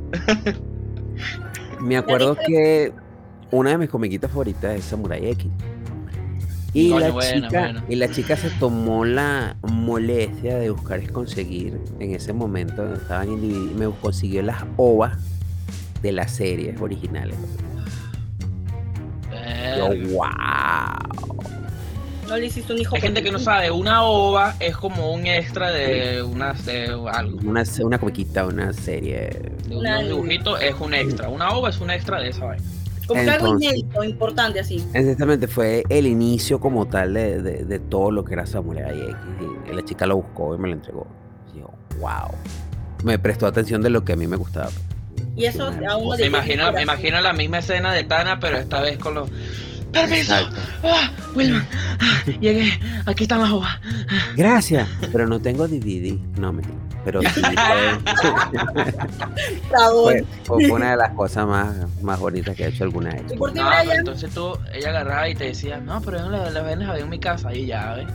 [SPEAKER 2] Me acuerdo que una de mis comiquitas favoritas es Samurai X. Y,
[SPEAKER 4] Coño,
[SPEAKER 2] la
[SPEAKER 4] bueno,
[SPEAKER 2] chica,
[SPEAKER 4] bueno.
[SPEAKER 2] y la chica se tomó la molestia de buscar es conseguir en ese momento donde estaban individu- me consiguió las ovas de las series originales. Yo,
[SPEAKER 4] Verga.
[SPEAKER 2] wow.
[SPEAKER 3] No le hiciste un hijo
[SPEAKER 4] Hay gente que no
[SPEAKER 3] pequeño.
[SPEAKER 4] sabe, una ova es como un extra de unas de algo.
[SPEAKER 2] Una, se- una comiquita, una serie.
[SPEAKER 4] De
[SPEAKER 3] Una-
[SPEAKER 4] unos dibujitos es un extra. Una ova es un extra de esa vaina.
[SPEAKER 3] Como que algo
[SPEAKER 2] Entonces.
[SPEAKER 3] inédito, importante así.
[SPEAKER 2] Exactamente, fue el inicio como tal de, de- de todo lo que era Samurai X. Y la chica lo buscó y me lo entregó. Y yo, wow. Me prestó atención de lo que a mí me gustaba.
[SPEAKER 3] Y eso a uno
[SPEAKER 4] Me
[SPEAKER 3] le-
[SPEAKER 4] imagino, me imagino la misma escena de Tana, pero esta vez con los. ¡Permiso!
[SPEAKER 2] Exacto.
[SPEAKER 4] ¡Ah! ¡Wilman! ¡Ah! ¡Llegué! ¡Aquí están las ovas!
[SPEAKER 2] Gracias, pero no tengo DVD. No, me
[SPEAKER 3] <laughs>
[SPEAKER 2] Pero sí, fue,
[SPEAKER 3] Sabor.
[SPEAKER 2] fue- fue una de las cosas más, más bonitas que ha hecho alguna vez.
[SPEAKER 3] ¿Y por qué
[SPEAKER 4] No, pero
[SPEAKER 3] Brian?
[SPEAKER 4] entonces tú, ella agarraba y te decía, no, pero yo no las venas había en mi casa. Y ya, ¿ves?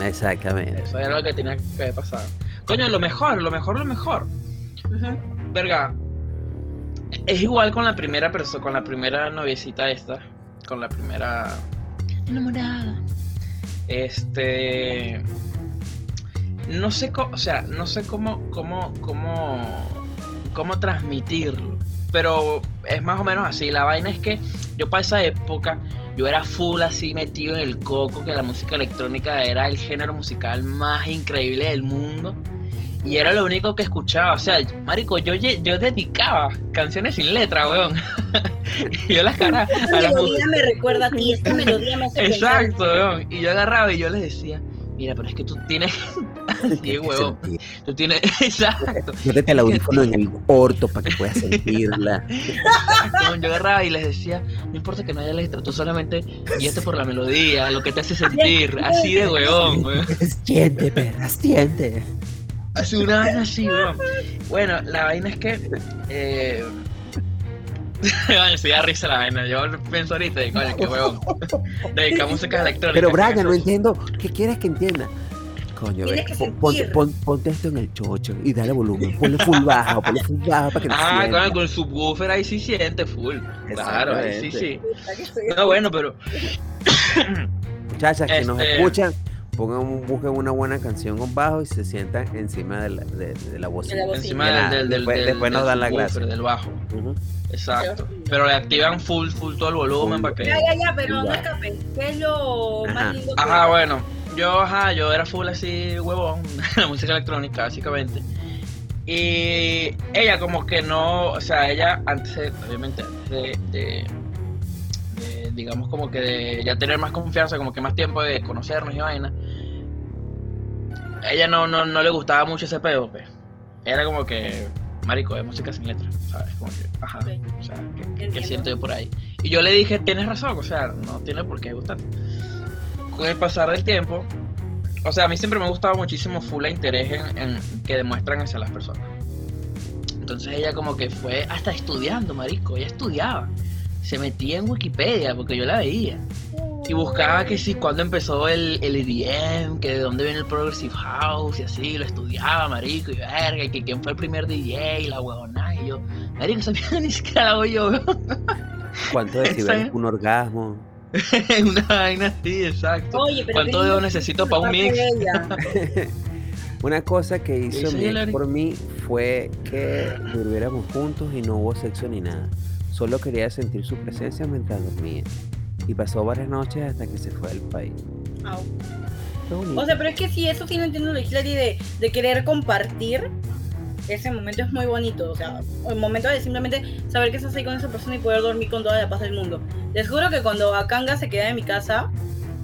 [SPEAKER 3] <laughs>
[SPEAKER 2] Exactamente.
[SPEAKER 4] Eso era lo que tenía que haber pasado. Coño, lo mejor, lo mejor, lo mejor.
[SPEAKER 3] Ujú.
[SPEAKER 4] Verga. Es igual con la primera persona, con la primera noviecita esta. Con la primera. Enamorada. Este. No sé cómo. O sea, no sé cómo. cómo. cómo. cómo transmitirlo. Pero es más o menos así. La vaina es que yo para esa época. Yo era full así metido en el coco, que la música electrónica era el género musical más increíble del mundo. Y era lo único que escuchaba. O sea, marico, yo, lle- yo dedicaba canciones sin letra, weón. <laughs> y yo las caras
[SPEAKER 3] Esta
[SPEAKER 4] a las mu-
[SPEAKER 3] melodía me recuerda a ti, esta melodía me hace pensar.
[SPEAKER 4] Exacto, weón. Y yo agarraba y yo les decía, mira, pero es que tú tienes...
[SPEAKER 2] Tiene
[SPEAKER 4] Diez
[SPEAKER 2] que
[SPEAKER 4] huevón.
[SPEAKER 2] sentir.
[SPEAKER 4] Tú tienes... <laughs> Exacto.
[SPEAKER 2] Métete el audífono en el orto para que puedas
[SPEAKER 3] <laughs>
[SPEAKER 2] sentirla.
[SPEAKER 4] Este Weón, Yo agarraba y les decía, no importa que no haya letra, tú solamente guíate por la melodía, lo que te
[SPEAKER 2] <laughs>
[SPEAKER 4] hace sentir. Así de weón, weón.
[SPEAKER 2] Siente, perra, siente.
[SPEAKER 4] Hace una vaina <laughs> así, weón. Bueno, la vaina es que. Eh... <laughs> bueno, se da risa la vaina. Yo pienso ahorita, digo, "Oye, qué huevón. Dedica música electrónica.
[SPEAKER 2] Pero Braga, no entiendo. ¿Qué quieres que entienda? Coño,
[SPEAKER 3] Tienes
[SPEAKER 2] ve,
[SPEAKER 3] que
[SPEAKER 2] pon- ponte,
[SPEAKER 3] sentir.
[SPEAKER 2] pon- ponte esto en el chocho y dale volumen. Ponle full baja, ponle full baja para que lo
[SPEAKER 4] Ah,
[SPEAKER 2] sienta.
[SPEAKER 4] claro, con el subwoofer ahí sí siente full. Claro, ahí sí, sí. No, bueno, pero.
[SPEAKER 2] Muchachas que nos
[SPEAKER 4] Este-
[SPEAKER 2] escuchan, pongan un, busquen una buena canción con bajo y se sientan encima de la, de, de la bocina.
[SPEAKER 3] De la bocina.
[SPEAKER 4] Encima
[SPEAKER 2] De la-
[SPEAKER 4] del, del, del,
[SPEAKER 2] después,
[SPEAKER 4] del,
[SPEAKER 2] después nos
[SPEAKER 4] del
[SPEAKER 2] dan la
[SPEAKER 4] subwoofer,
[SPEAKER 2] clase.
[SPEAKER 4] Del bajo.
[SPEAKER 2] Ujú.
[SPEAKER 4] Exacto. Pero le activan full, full todo el volumen para que.
[SPEAKER 3] Ya, ya, ya, pero no escapen. ¿Qué es lo
[SPEAKER 2] Ajá.
[SPEAKER 3] más lindo que
[SPEAKER 4] Ajá, bueno, yo, ajá, yo era full así, huevón, <laughs> la música electrónica, básicamente. Y ella como que no, o sea, ella antes, de- obviamente, antes de, de- de, digamos como que de ya tener más confianza, como que más tiempo de conocernos y vaina, a ella no, no, no le gustaba mucho ese pedo, pues. Era como que, marico, de música sin letra, ¿sabes? Como que, ajá,
[SPEAKER 3] Ok.
[SPEAKER 4] o sea, que- que
[SPEAKER 3] Entiendo.
[SPEAKER 4] siento yo por ahí. Y yo le dije, tienes razón, o sea, no tiene por qué gustarte. Con el pasar del tiempo, o sea, a mí siempre me ha gustado muchísimo full el interés en, en que demuestran hacia las personas. Entonces ella como que fue hasta estudiando, marico, ella estudiaba. Se metía en Wikipedia porque yo la veía. Y buscaba que sí, cuando empezó el, el EDM, que de dónde viene el Progressive House y así, lo estudiaba, marico, y verga, y que quién fue el primer DJ, y la huevona, y yo, marico, esa mierda <laughs> ni siquiera la hago yo,
[SPEAKER 2] ¿Cuánto decibeles
[SPEAKER 4] Esa-
[SPEAKER 2] un orgasmo?
[SPEAKER 4] <laughs> una vaina así, exacto.
[SPEAKER 3] Oye, pero
[SPEAKER 4] ¿Cuánto
[SPEAKER 3] qué
[SPEAKER 4] dedo
[SPEAKER 3] lindo
[SPEAKER 4] necesito
[SPEAKER 3] por
[SPEAKER 4] para un
[SPEAKER 3] parte
[SPEAKER 4] mix?
[SPEAKER 3] de ella.
[SPEAKER 4] <laughs>
[SPEAKER 2] Una cosa que hizo
[SPEAKER 4] hizo
[SPEAKER 2] mi ex
[SPEAKER 4] Hillary?
[SPEAKER 2] por mí fue que durmiéramos juntos y no hubo sexo ni nada. Solo quería sentir su presencia mientras dormía. Y pasó varias noches hasta que se fue del país.
[SPEAKER 3] Au.
[SPEAKER 2] Qué bonito.
[SPEAKER 3] O sea, pero es que sí, eso sí no entiendo lo de Hillary de, de querer compartir. Ese momento es muy bonito, o sea, el momento de simplemente saber que estás ahí con esa persona y poder dormir con toda la paz del mundo. Les juro que cuando Akanga se quedaba en mi casa,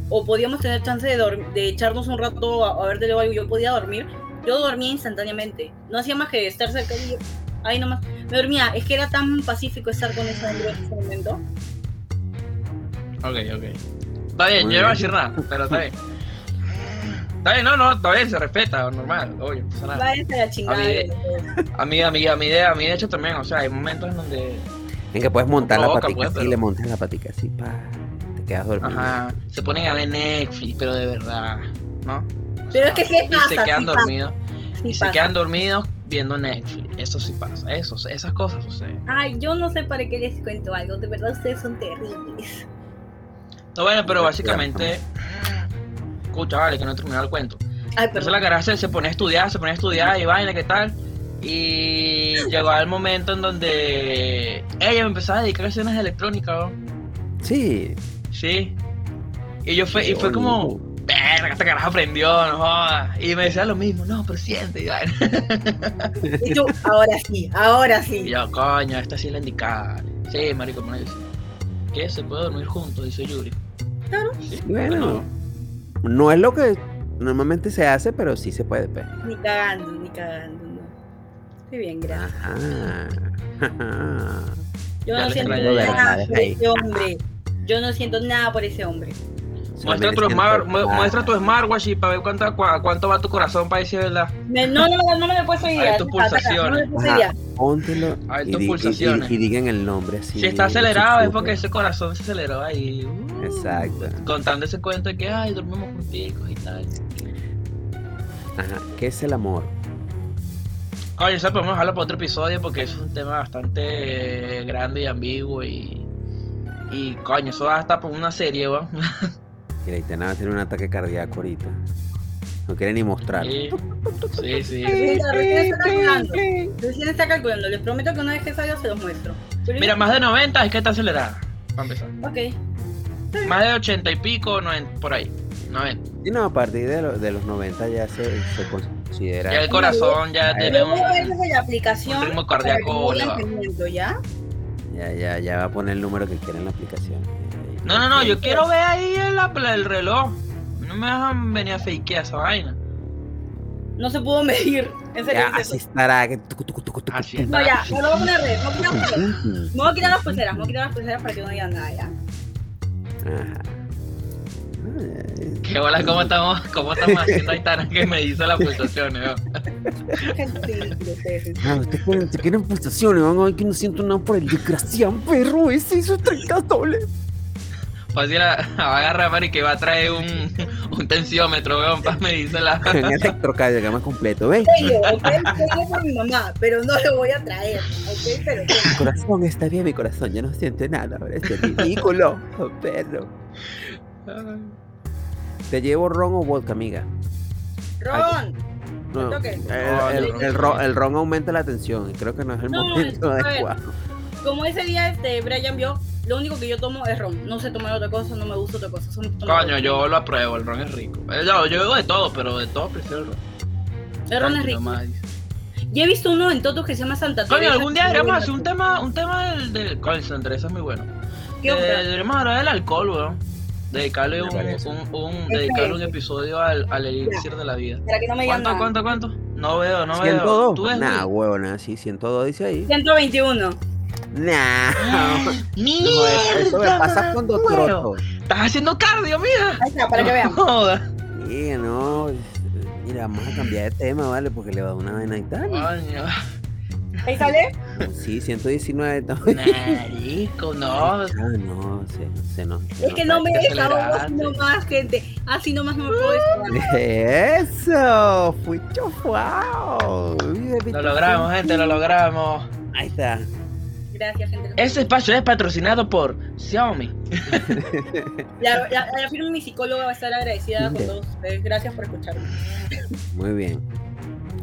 [SPEAKER 3] o podíamos tener chance de, dorm- de echarnos un rato a, a ver de luego algo, y yo podía dormir, yo dormía instantáneamente. No hacía más que estar cerca de ahí nomás. Me dormía, es que era tan pacífico estar con esa hombre en ese momento.
[SPEAKER 4] Ok, ok. Está bien,
[SPEAKER 2] Muy
[SPEAKER 4] yo no voy a
[SPEAKER 2] bien.
[SPEAKER 4] decir nada, pero está bien. Está bien, no, no, está bien, se respeta, normal, obvio, no pasa nada.
[SPEAKER 3] Váyanse a la chingada.
[SPEAKER 4] Ah. A mí eh, de- A mí, a mí, a mí, de, a mí de hecho también, o sea, hay momentos en donde,
[SPEAKER 2] En que puedes montar la
[SPEAKER 4] provoca,
[SPEAKER 2] patica
[SPEAKER 4] pues,
[SPEAKER 2] así,
[SPEAKER 4] pero-
[SPEAKER 2] le montas la patica así, pa, te quedas dormido.
[SPEAKER 4] ajá, se ponen a ver Netflix, pero de verdad, ¿no?
[SPEAKER 3] Pero es que sí
[SPEAKER 4] Y se
[SPEAKER 3] pasa,
[SPEAKER 4] quedan
[SPEAKER 3] sí pasa,
[SPEAKER 4] dormidos,
[SPEAKER 3] sí
[SPEAKER 4] y se
[SPEAKER 3] pasa.
[SPEAKER 4] quedan dormidos viendo Netflix, eso sí pasa, eso, esas cosas suceden.
[SPEAKER 3] Ay, yo no sé para qué les cuento algo, de verdad ustedes son terribles.
[SPEAKER 4] No, bueno, pero
[SPEAKER 2] Ya,
[SPEAKER 4] básicamente, escucha, vale, que no he terminado el cuento.
[SPEAKER 3] Ay,
[SPEAKER 4] Entonces
[SPEAKER 3] perdón.
[SPEAKER 4] la caraja se, se pone a estudiar, se pone a estudiar y vaina, ¿qué tal? Y llegó al momento en donde ella me empezó a dedicar a escenas electrónicas, ¿no?
[SPEAKER 2] Sí.
[SPEAKER 4] Sí. Y yo fue, y
[SPEAKER 2] Qué
[SPEAKER 4] fue como,
[SPEAKER 2] bonito.
[SPEAKER 4] verga, esta caraja aprendió, no jodas. Y me decía lo mismo, no, pero siente, y vaina.
[SPEAKER 3] Y tú, ahora sí, ahora
[SPEAKER 4] <laughs> Y
[SPEAKER 3] sí.
[SPEAKER 4] yo, coño, esta sí es la indicada. Sí, marico, me dice. ¿Qué? ¿Se puede dormir juntos? Dice Yuri.
[SPEAKER 2] Bueno, no es lo que normalmente se hace, pero sí se puede. pues.
[SPEAKER 3] Ni cagando, ni cagando, no. Estoy bien, gracias.
[SPEAKER 4] <laughs>
[SPEAKER 2] Ajá. Ajá.
[SPEAKER 3] Yo
[SPEAKER 4] Ah,
[SPEAKER 3] no
[SPEAKER 4] Ya lo
[SPEAKER 3] siento
[SPEAKER 4] extrañé, ya.
[SPEAKER 3] nada por
[SPEAKER 2] Ahí.
[SPEAKER 3] ese hombre. Yo no siento nada por ese hombre.
[SPEAKER 4] Muestra
[SPEAKER 2] Solamente
[SPEAKER 4] tu, smart,
[SPEAKER 2] siento-
[SPEAKER 4] mu- muestra tu smartwatch y para ver cuánto, cua- cuánto va tu corazón para decir verdad.
[SPEAKER 3] Me- no, no, no, no me le puedo seguir.
[SPEAKER 4] A ver tus
[SPEAKER 3] No me
[SPEAKER 4] pulsaciones.
[SPEAKER 3] le puedo
[SPEAKER 2] Ajá.
[SPEAKER 3] seguir.
[SPEAKER 2] Póntelo
[SPEAKER 4] A ver
[SPEAKER 2] y,
[SPEAKER 4] tus
[SPEAKER 2] di- y- y-
[SPEAKER 4] pulsaciones.
[SPEAKER 2] y digan el nombre así.
[SPEAKER 4] Si está acelerado es
[SPEAKER 2] susurro.
[SPEAKER 4] porque ese corazón se aceleró ahí. uh,
[SPEAKER 2] Exacto.
[SPEAKER 4] Contando ese cuento de que, ay, dormimos junticos y tal.
[SPEAKER 2] Ajá. ¿Qué es el amor?
[SPEAKER 4] Coño, eso podemos dejarlo para otro episodio porque eso es un tema bastante eh, grande y ambiguo y... Y coño, eso da hasta por una serie, <laughs> ¿va?
[SPEAKER 2] Y la itana va a tener un ataque cardíaco ahorita. No quiere ni mostrarlo.
[SPEAKER 4] Sí,
[SPEAKER 2] <laughs>
[SPEAKER 4] sí, sí.
[SPEAKER 3] Sí, la recién está
[SPEAKER 4] eh,
[SPEAKER 3] calculando. Recién está calculando. Les prometo que una vez que salga se los muestro. Pero-
[SPEAKER 4] Mira, más de 90 es que está acelerada. Para empezar.
[SPEAKER 3] Ok.
[SPEAKER 4] Más de 80 y pico, 90, por ahí. 90.
[SPEAKER 2] Y no, a partir de, lo- de los 90 ya se, se considera.
[SPEAKER 4] Ya el corazón ya
[SPEAKER 2] Ay,
[SPEAKER 4] tiene
[SPEAKER 3] Yo voy a ver
[SPEAKER 4] un.
[SPEAKER 3] desde la aplicación.
[SPEAKER 4] un ritmo
[SPEAKER 3] para que
[SPEAKER 4] cardíaco
[SPEAKER 3] me digan
[SPEAKER 4] elevado.
[SPEAKER 3] que miento, ¿ya?
[SPEAKER 2] Ya, ya, ya va a poner el número que quiera en la aplicación. Ahí
[SPEAKER 4] No, no, no, yo quiero ver ahí el, apl- el reloj. No me dejan venir a fakear esa vaina.
[SPEAKER 3] No se pudo medir. En serio.
[SPEAKER 2] Ya,
[SPEAKER 3] en
[SPEAKER 2] así
[SPEAKER 3] serio.
[SPEAKER 2] estará. que tucu, tucu, tucu, tucu,
[SPEAKER 4] Así
[SPEAKER 2] tucu.
[SPEAKER 3] No, ya. No lo voy a poner red. No voy a poner red. Me voy a quitar las pulseras. Me voy a quitar las pulseras para que no digan nada, ¿ya?
[SPEAKER 2] Ajá. Ay,
[SPEAKER 4] Qué bola, ¿cómo estamos, cómo estamos haciendo Aitana que me hizo las pulsaciones? ¿no?
[SPEAKER 3] Gente ridícula ustedes, en serio.
[SPEAKER 2] Ah, ustedes quieren, te quieren pulsaciones, van a ver que no siento nada por el desgraciado perro ese, eso es trancatable.
[SPEAKER 4] <laughs> Fácil a, a agarrar Mari que va a traer un, un tensiómetro, weón, para medirse la.
[SPEAKER 2] En electrocardiograma completo, ¿ves?
[SPEAKER 3] En serio, ¿ok? Tengo por mi mamá, pero no lo voy a traer. ¿Ok? Pero ¿qué?
[SPEAKER 2] Mi corazón está bien, mi corazón, ya no siente nada, ahora es ridículo, <laughs> oh, perro. Te llevo ron o vodka, amiga.
[SPEAKER 3] Ron. No
[SPEAKER 2] No, el,
[SPEAKER 3] toques.
[SPEAKER 2] el-
[SPEAKER 4] No,
[SPEAKER 2] el
[SPEAKER 4] no.
[SPEAKER 2] ron, el ron aumenta la tensión, y creo que no es el
[SPEAKER 3] No,
[SPEAKER 2] momento
[SPEAKER 3] a ver.
[SPEAKER 2] adecuado.
[SPEAKER 3] Como ese día este Brian vio, lo único que yo tomo es ron. No sé tomar otra cosa, no me gusta otra cosa. solo tomo
[SPEAKER 4] Coño,
[SPEAKER 3] ron.
[SPEAKER 4] yo lo apruebo, el ron es rico. Eh, no, yo bebo de todo, pero de todo prefiero el ron.
[SPEAKER 3] El ron es
[SPEAKER 4] Tranquilo,
[SPEAKER 3] rico.
[SPEAKER 4] más.
[SPEAKER 3] Y he visto uno en Totos que se llama Santa Teresa.
[SPEAKER 4] Coño, algún día
[SPEAKER 3] que es muy
[SPEAKER 4] deberíamos hacer
[SPEAKER 3] bueno.
[SPEAKER 4] un tema, un tema del, del coño, Santa Teresa es muy bueno.
[SPEAKER 3] ¿Qué
[SPEAKER 4] Eh,
[SPEAKER 3] onda?
[SPEAKER 4] deberíamos hablar del alcohol, weón. Dedicarle
[SPEAKER 2] Me
[SPEAKER 4] un,
[SPEAKER 2] parece.
[SPEAKER 4] un, un-
[SPEAKER 3] Me
[SPEAKER 4] dedicarle un
[SPEAKER 3] parece.
[SPEAKER 4] episodio al, al elixir de la vida.
[SPEAKER 3] Para que no me digan
[SPEAKER 4] ¿Cuánto,
[SPEAKER 3] nada.
[SPEAKER 4] cuánto, cuánto? No veo, no veo. ¿Tú ves?
[SPEAKER 2] ¿102? Nah, huevona, sí, 102 dice ahí.
[SPEAKER 3] 121.
[SPEAKER 2] Nah. No,
[SPEAKER 4] ¡Mierda!
[SPEAKER 2] eso me pasa cuando
[SPEAKER 4] weón!
[SPEAKER 2] troto.
[SPEAKER 4] Estás haciendo cardio, mija.
[SPEAKER 3] Ahí está, para que vean.
[SPEAKER 4] Joda.
[SPEAKER 2] Mira, no. es- Mira, vamos a cambiar de tema, ¿vale? Porque le va a dar una vaina y tal.
[SPEAKER 4] Coño.
[SPEAKER 3] Ahí sale.
[SPEAKER 2] Sí, 119. No,
[SPEAKER 4] Marico, no.
[SPEAKER 2] Ah, no, se, se nos. se
[SPEAKER 3] Es que no me
[SPEAKER 4] hay que
[SPEAKER 3] deja vamos,
[SPEAKER 4] acelerar,
[SPEAKER 3] así nomás, gente. Así nomás no me puedo
[SPEAKER 2] nos-
[SPEAKER 3] despegar.
[SPEAKER 2] Eso, fui wow.
[SPEAKER 4] Lo logramos, gente, lo logramos.
[SPEAKER 2] Ahí está.
[SPEAKER 3] Gracias, gente.
[SPEAKER 4] Este espacio es patrocinado por Xiaomi.
[SPEAKER 3] La, la, la firma de mi psicóloga va a estar agradecida con todos ustedes. Gracias por escucharme.
[SPEAKER 2] Muy bien.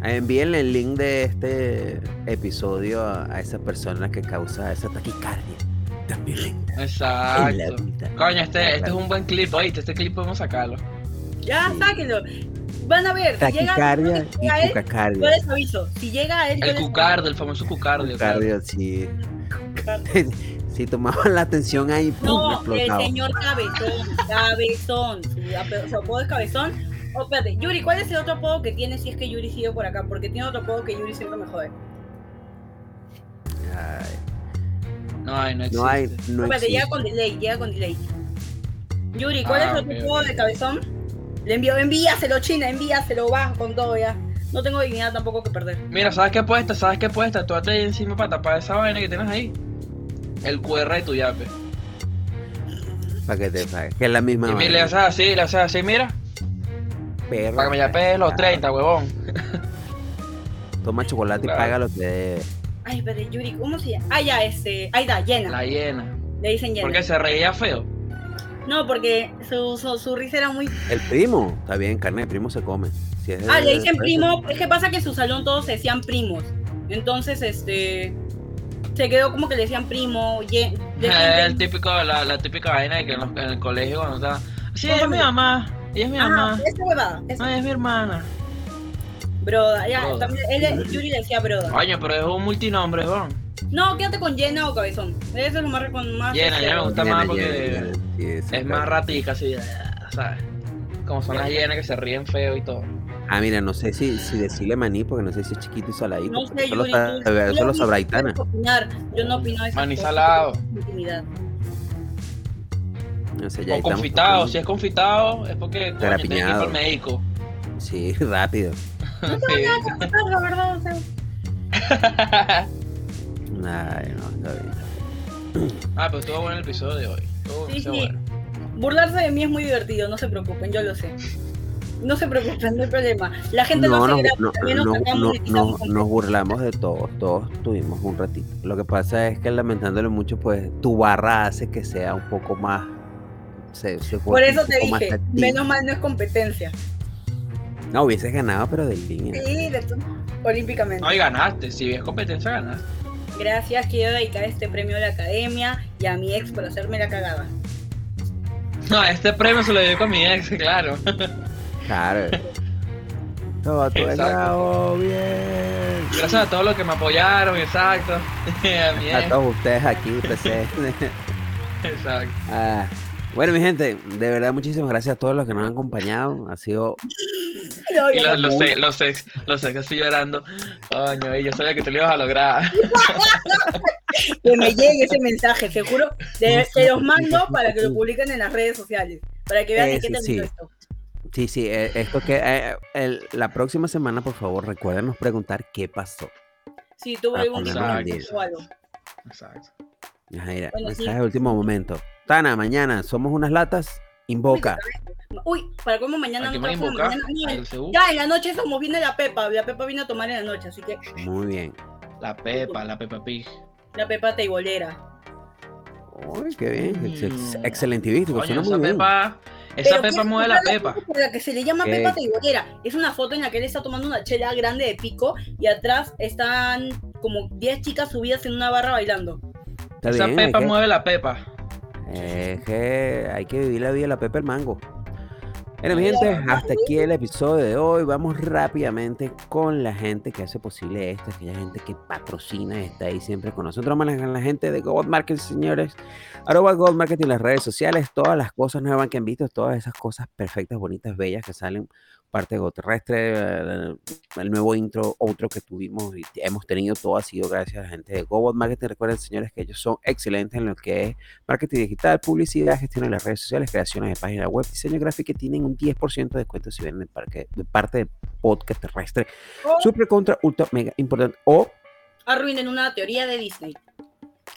[SPEAKER 2] Ah, Envíenle el link de este episodio a, a esa persona que causa esa taquicardia. También. en la
[SPEAKER 4] Exacto.
[SPEAKER 2] vida.
[SPEAKER 4] Coño, este, este es un buen clip, oíste, este clip podemos sacarlo.
[SPEAKER 3] Ya,
[SPEAKER 2] Sí.
[SPEAKER 3] sáquenlo. Van a ver. Si llega,
[SPEAKER 2] Taquicardia
[SPEAKER 3] si
[SPEAKER 2] y
[SPEAKER 3] llega a él, yo
[SPEAKER 2] cucacardia.
[SPEAKER 3] les aviso. Si llega a él, yo
[SPEAKER 4] El
[SPEAKER 3] les
[SPEAKER 4] cucardo, el famoso cucardio.
[SPEAKER 2] Cardio, sí. <laughs> si tomaban la atención ahí, ¡pum!
[SPEAKER 3] No, el
[SPEAKER 2] explotaba.
[SPEAKER 3] señor Cabezón, Cabezón, su ape- su apodo es Cabezón. Oh, espérate, Yuri, ¿cuál es el otro apodo que tiene si es que Yuri sigue por acá? Porque tiene otro apodo que Yuri siempre me jode.
[SPEAKER 2] Ay,
[SPEAKER 4] No hay, no existe.
[SPEAKER 2] no hay, no
[SPEAKER 3] espérate,
[SPEAKER 2] existe.
[SPEAKER 3] llega con delay, llega con delay. Yuri, ¿cuál
[SPEAKER 4] Ah,
[SPEAKER 3] es el
[SPEAKER 4] ok,
[SPEAKER 3] otro
[SPEAKER 4] ok.
[SPEAKER 3] apodo de Cabezón? Le envío, envíaselo, China, envíaselo, bajo con todo ya. No tengo dignidad tampoco que perder.
[SPEAKER 4] Mira, ¿sabes qué puesta? ¿Sabes qué puesta? Tú ahí encima para tapar esa vaina que tienes ahí. El QR de tu yape.
[SPEAKER 2] Para que te pague. Que es la misma.
[SPEAKER 4] y mira, le
[SPEAKER 2] vaina.
[SPEAKER 4] haces así, le haces así, mira.
[SPEAKER 2] Perro.
[SPEAKER 4] Para que me yapees los
[SPEAKER 2] Ah,
[SPEAKER 4] 30, huevón.
[SPEAKER 2] Toma chocolate
[SPEAKER 4] Claro.
[SPEAKER 2] y paga lo que debe.
[SPEAKER 3] Ay, espérate, Yuri, ¿cómo se llama? Ah, ya, este, ahí está, llena.
[SPEAKER 4] La llena.
[SPEAKER 3] Le dicen llena.
[SPEAKER 4] Porque se reía feo.
[SPEAKER 3] No, porque su, su, su risa era muy.
[SPEAKER 2] El primo, está bien, carne de primo se come. Si es de-
[SPEAKER 3] Ah, le dicen
[SPEAKER 2] de-
[SPEAKER 3] primo. Es que pasa que en su salón todos se decían primos. Entonces, este. Se quedó como que le decían primo. ye- de-
[SPEAKER 4] Eh, el típico, la, la típica vaina de que en, los- en el colegio cuando está. Sí, ella es mi mamá. Ella es mi
[SPEAKER 3] Ah,
[SPEAKER 4] mamá.
[SPEAKER 3] esa huevada.
[SPEAKER 4] No,
[SPEAKER 3] esa-
[SPEAKER 4] ella es mi hermana.
[SPEAKER 3] Broda. Ya,
[SPEAKER 4] Broda.
[SPEAKER 3] también él, Yuri le decía broda.
[SPEAKER 4] Oye, pero es un multinombre, weón.
[SPEAKER 3] No, quédate con llena o cabezón. Eso es lo más. recon- más este,
[SPEAKER 4] Llena, ya me gusta
[SPEAKER 2] Llena,
[SPEAKER 4] más
[SPEAKER 2] llena,
[SPEAKER 4] porque
[SPEAKER 2] llena. Sí, esa
[SPEAKER 4] es más
[SPEAKER 2] carne.
[SPEAKER 4] ratica, así, ¿sabes? Como son las hienas que se ríen feo y todo.
[SPEAKER 2] Ah, mira, no sé si, si decirle maní, porque no sé si es chiquito y saladito.
[SPEAKER 3] No
[SPEAKER 2] porque
[SPEAKER 3] sé,
[SPEAKER 2] solo
[SPEAKER 3] Yuri.
[SPEAKER 2] sa-
[SPEAKER 3] tú- tú
[SPEAKER 2] solo
[SPEAKER 3] lo
[SPEAKER 2] sabrá
[SPEAKER 3] mismo
[SPEAKER 2] Aitana.
[SPEAKER 3] puedes opinar. Yo no opino de esas
[SPEAKER 4] Maní
[SPEAKER 3] cosas,
[SPEAKER 4] salado.
[SPEAKER 3] porque es intimidad.
[SPEAKER 2] No sé, ya
[SPEAKER 4] O
[SPEAKER 2] estamos
[SPEAKER 4] confitado,
[SPEAKER 2] tocando-
[SPEAKER 4] si es confitado es porque coño, tienes que ir
[SPEAKER 2] Garapiñado.
[SPEAKER 4] al médico.
[SPEAKER 2] Sí, <laughs> rápido.
[SPEAKER 4] <laughs> Sí.
[SPEAKER 3] Ah, la verdad, o sea,
[SPEAKER 2] Ay, no, está bien.
[SPEAKER 4] Ah, pero estuvo bueno el episodio de hoy. Estuvo
[SPEAKER 3] Sí,
[SPEAKER 4] estuvo
[SPEAKER 3] sí.
[SPEAKER 4] bueno.
[SPEAKER 3] Burlarse de mí es muy divertido, no se preocupen, yo lo sé. No se preocupen, no hay problema. La gente no,
[SPEAKER 2] No,
[SPEAKER 3] se
[SPEAKER 2] nos,
[SPEAKER 3] graba,
[SPEAKER 2] no,
[SPEAKER 3] también nos
[SPEAKER 2] no,
[SPEAKER 3] sacamos
[SPEAKER 2] no,
[SPEAKER 3] y
[SPEAKER 2] no,
[SPEAKER 3] quitamos con-
[SPEAKER 2] nos burlamos de todos, todos tuvimos un ratito. Lo que pasa es que lamentándolo mucho, pues tu barra hace que sea un poco más... Se, se
[SPEAKER 3] Por
[SPEAKER 2] vuelva
[SPEAKER 3] eso
[SPEAKER 2] un
[SPEAKER 3] te
[SPEAKER 2] poco más
[SPEAKER 3] dije,
[SPEAKER 2] activa.
[SPEAKER 3] menos mal no es competencia.
[SPEAKER 2] No, hubieses ganado, pero del línea.
[SPEAKER 3] Sí, de to- olímpicamente.
[SPEAKER 4] No, y ganaste. Si ves competencia, ganaste.
[SPEAKER 3] Gracias, quiero dedicar este premio a la academia y a mi ex por hacerme la cagada.
[SPEAKER 4] No, este premio se lo dedico a mi ex, claro.
[SPEAKER 2] Claro. No, tú eres
[SPEAKER 4] Exacto.
[SPEAKER 2] bravo, bien.
[SPEAKER 4] Gracias a todos los que me apoyaron, exacto. <laughs> A mi
[SPEAKER 2] A
[SPEAKER 4] ex,
[SPEAKER 2] todos ustedes aquí presentes.
[SPEAKER 4] exacto.
[SPEAKER 2] Ah, Bueno, mi gente, de verdad, muchísimas gracias a todos los que nos han acompañado. Ha sido
[SPEAKER 3] No,
[SPEAKER 4] Y
[SPEAKER 3] yo
[SPEAKER 4] los,
[SPEAKER 3] no-
[SPEAKER 4] los, ex, los ex, los ex así llorando. Coño, y yo sabía que te lo ibas a lograr.
[SPEAKER 3] que me llegue ese mensaje, seguro. De, te los mando para que lo publiquen en las redes sociales, para que vean de
[SPEAKER 2] Eso
[SPEAKER 3] qué te
[SPEAKER 2] sí.
[SPEAKER 3] esto.
[SPEAKER 2] Sí, sí, eh, esto que eh, el- la próxima semana, por favor, recuérdenos preguntar qué pasó.
[SPEAKER 3] Si tuvo
[SPEAKER 2] Para
[SPEAKER 3] algún
[SPEAKER 2] ponernos
[SPEAKER 4] al
[SPEAKER 3] conflicto
[SPEAKER 2] día.
[SPEAKER 3] o algo.
[SPEAKER 4] Exacto.
[SPEAKER 2] Ajá, mira,
[SPEAKER 3] Bueno, sí.
[SPEAKER 2] mensaje de último momento. Tana, mañana somos unas latas, invoca.
[SPEAKER 3] Uy, para cómo mañana no
[SPEAKER 4] ¿A quién van a
[SPEAKER 3] trabajo,
[SPEAKER 4] invocar?
[SPEAKER 3] mañana no,
[SPEAKER 4] Al CU.
[SPEAKER 3] Ya, en la noche somos, viene la Pepa, la Pepa viene a tomar en la noche, así que
[SPEAKER 2] Muy bien.
[SPEAKER 4] La Pepa, la Pepa Pig.
[SPEAKER 3] la Pepa teibolera.
[SPEAKER 2] Uy, qué bien. ex- ex-
[SPEAKER 4] Mm.
[SPEAKER 2] Excelentivístico,
[SPEAKER 4] Coño,
[SPEAKER 2] suena
[SPEAKER 4] esa
[SPEAKER 2] muy bien.
[SPEAKER 4] Pepa, esa
[SPEAKER 3] Pero
[SPEAKER 4] Pepa
[SPEAKER 3] ¿quieres
[SPEAKER 4] mueve la
[SPEAKER 3] comprar
[SPEAKER 2] Ah.
[SPEAKER 4] Pepa.
[SPEAKER 3] foto por La que se le llama
[SPEAKER 2] Eh.
[SPEAKER 3] Pepa teibolera. Es una foto en la que él está tomando una chela grande de pico y atrás están como 10 chicas subidas en una barra bailando.
[SPEAKER 2] Está
[SPEAKER 4] Esa
[SPEAKER 2] bien,
[SPEAKER 4] Pepa
[SPEAKER 2] hay,
[SPEAKER 4] mueve la Pepa.
[SPEAKER 2] que, es que hay que vivir la vida de la Pepe el Mango. Bueno, mi
[SPEAKER 4] Mira,
[SPEAKER 2] gente, hasta aquí el episodio de hoy. Vamos rápidamente con la gente que hace posible esto, aquella gente que patrocina, está ahí siempre con nosotros. Vamos a la la gente de Gold Market, señores. Arroba Gold Market y las redes sociales, todas las cosas nuevas que han visto, todas esas cosas perfectas, bonitas, bellas que salen parte de Go Terrestre, el, el nuevo intro, otro que tuvimos y hemos tenido, todo ha sido gracias a la gente de Gold Marketing. Recuerden, señores, que ellos son excelentes en lo que es marketing digital, publicidad, gestión de las redes sociales, creaciones de página web, diseño gráfico, y tienen un 10% de descuento si vienen de, parque- de parte de podcast terrestre.
[SPEAKER 3] O
[SPEAKER 2] Super contra, ultra, mega importante. O,
[SPEAKER 3] arruinen una teoría de Disney.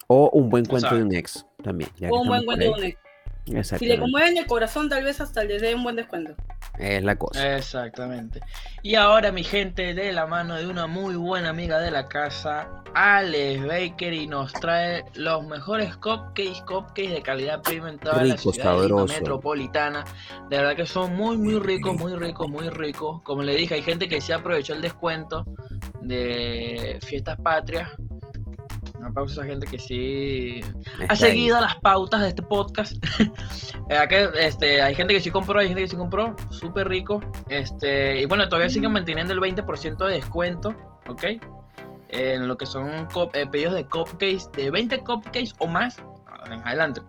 [SPEAKER 2] o un buen cuento
[SPEAKER 4] Exacto.
[SPEAKER 2] de un ex también. ya que
[SPEAKER 3] O un buen
[SPEAKER 2] estamos por
[SPEAKER 3] cuento de un
[SPEAKER 2] ahí.
[SPEAKER 3] ex. Si le
[SPEAKER 2] Exactamente,
[SPEAKER 3] conmueven el corazón, tal vez hasta les dé un buen descuento.
[SPEAKER 2] Es la
[SPEAKER 4] Eh,
[SPEAKER 2] cosa.
[SPEAKER 4] Exactamente. Y ahora, mi gente, de la mano de una muy buena amiga de la casa, Alex Baker, y nos trae los mejores cupcakes, cupcakes de calidad prima en toda la
[SPEAKER 2] Rico,
[SPEAKER 4] ciudad de Lima
[SPEAKER 2] sabroso.
[SPEAKER 4] metropolitana. De verdad que son muy, muy ricos, muy ricos, muy ricos. Como le dije, hay gente que sí aprovechó el descuento de fiestas patrias. No pausa esa gente que sí ha
[SPEAKER 2] está ahí.
[SPEAKER 4] seguido las pautas de este podcast. <laughs> Eh, que, este, hay gente que sí compró, hay gente que sí compró, súper rico. Este, y bueno, todavía siguen manteniendo el 20% de descuento, ¿ok? En lo que son cop- eh, pedidos de cupcakes, de 20 cupcakes o más, en adelante.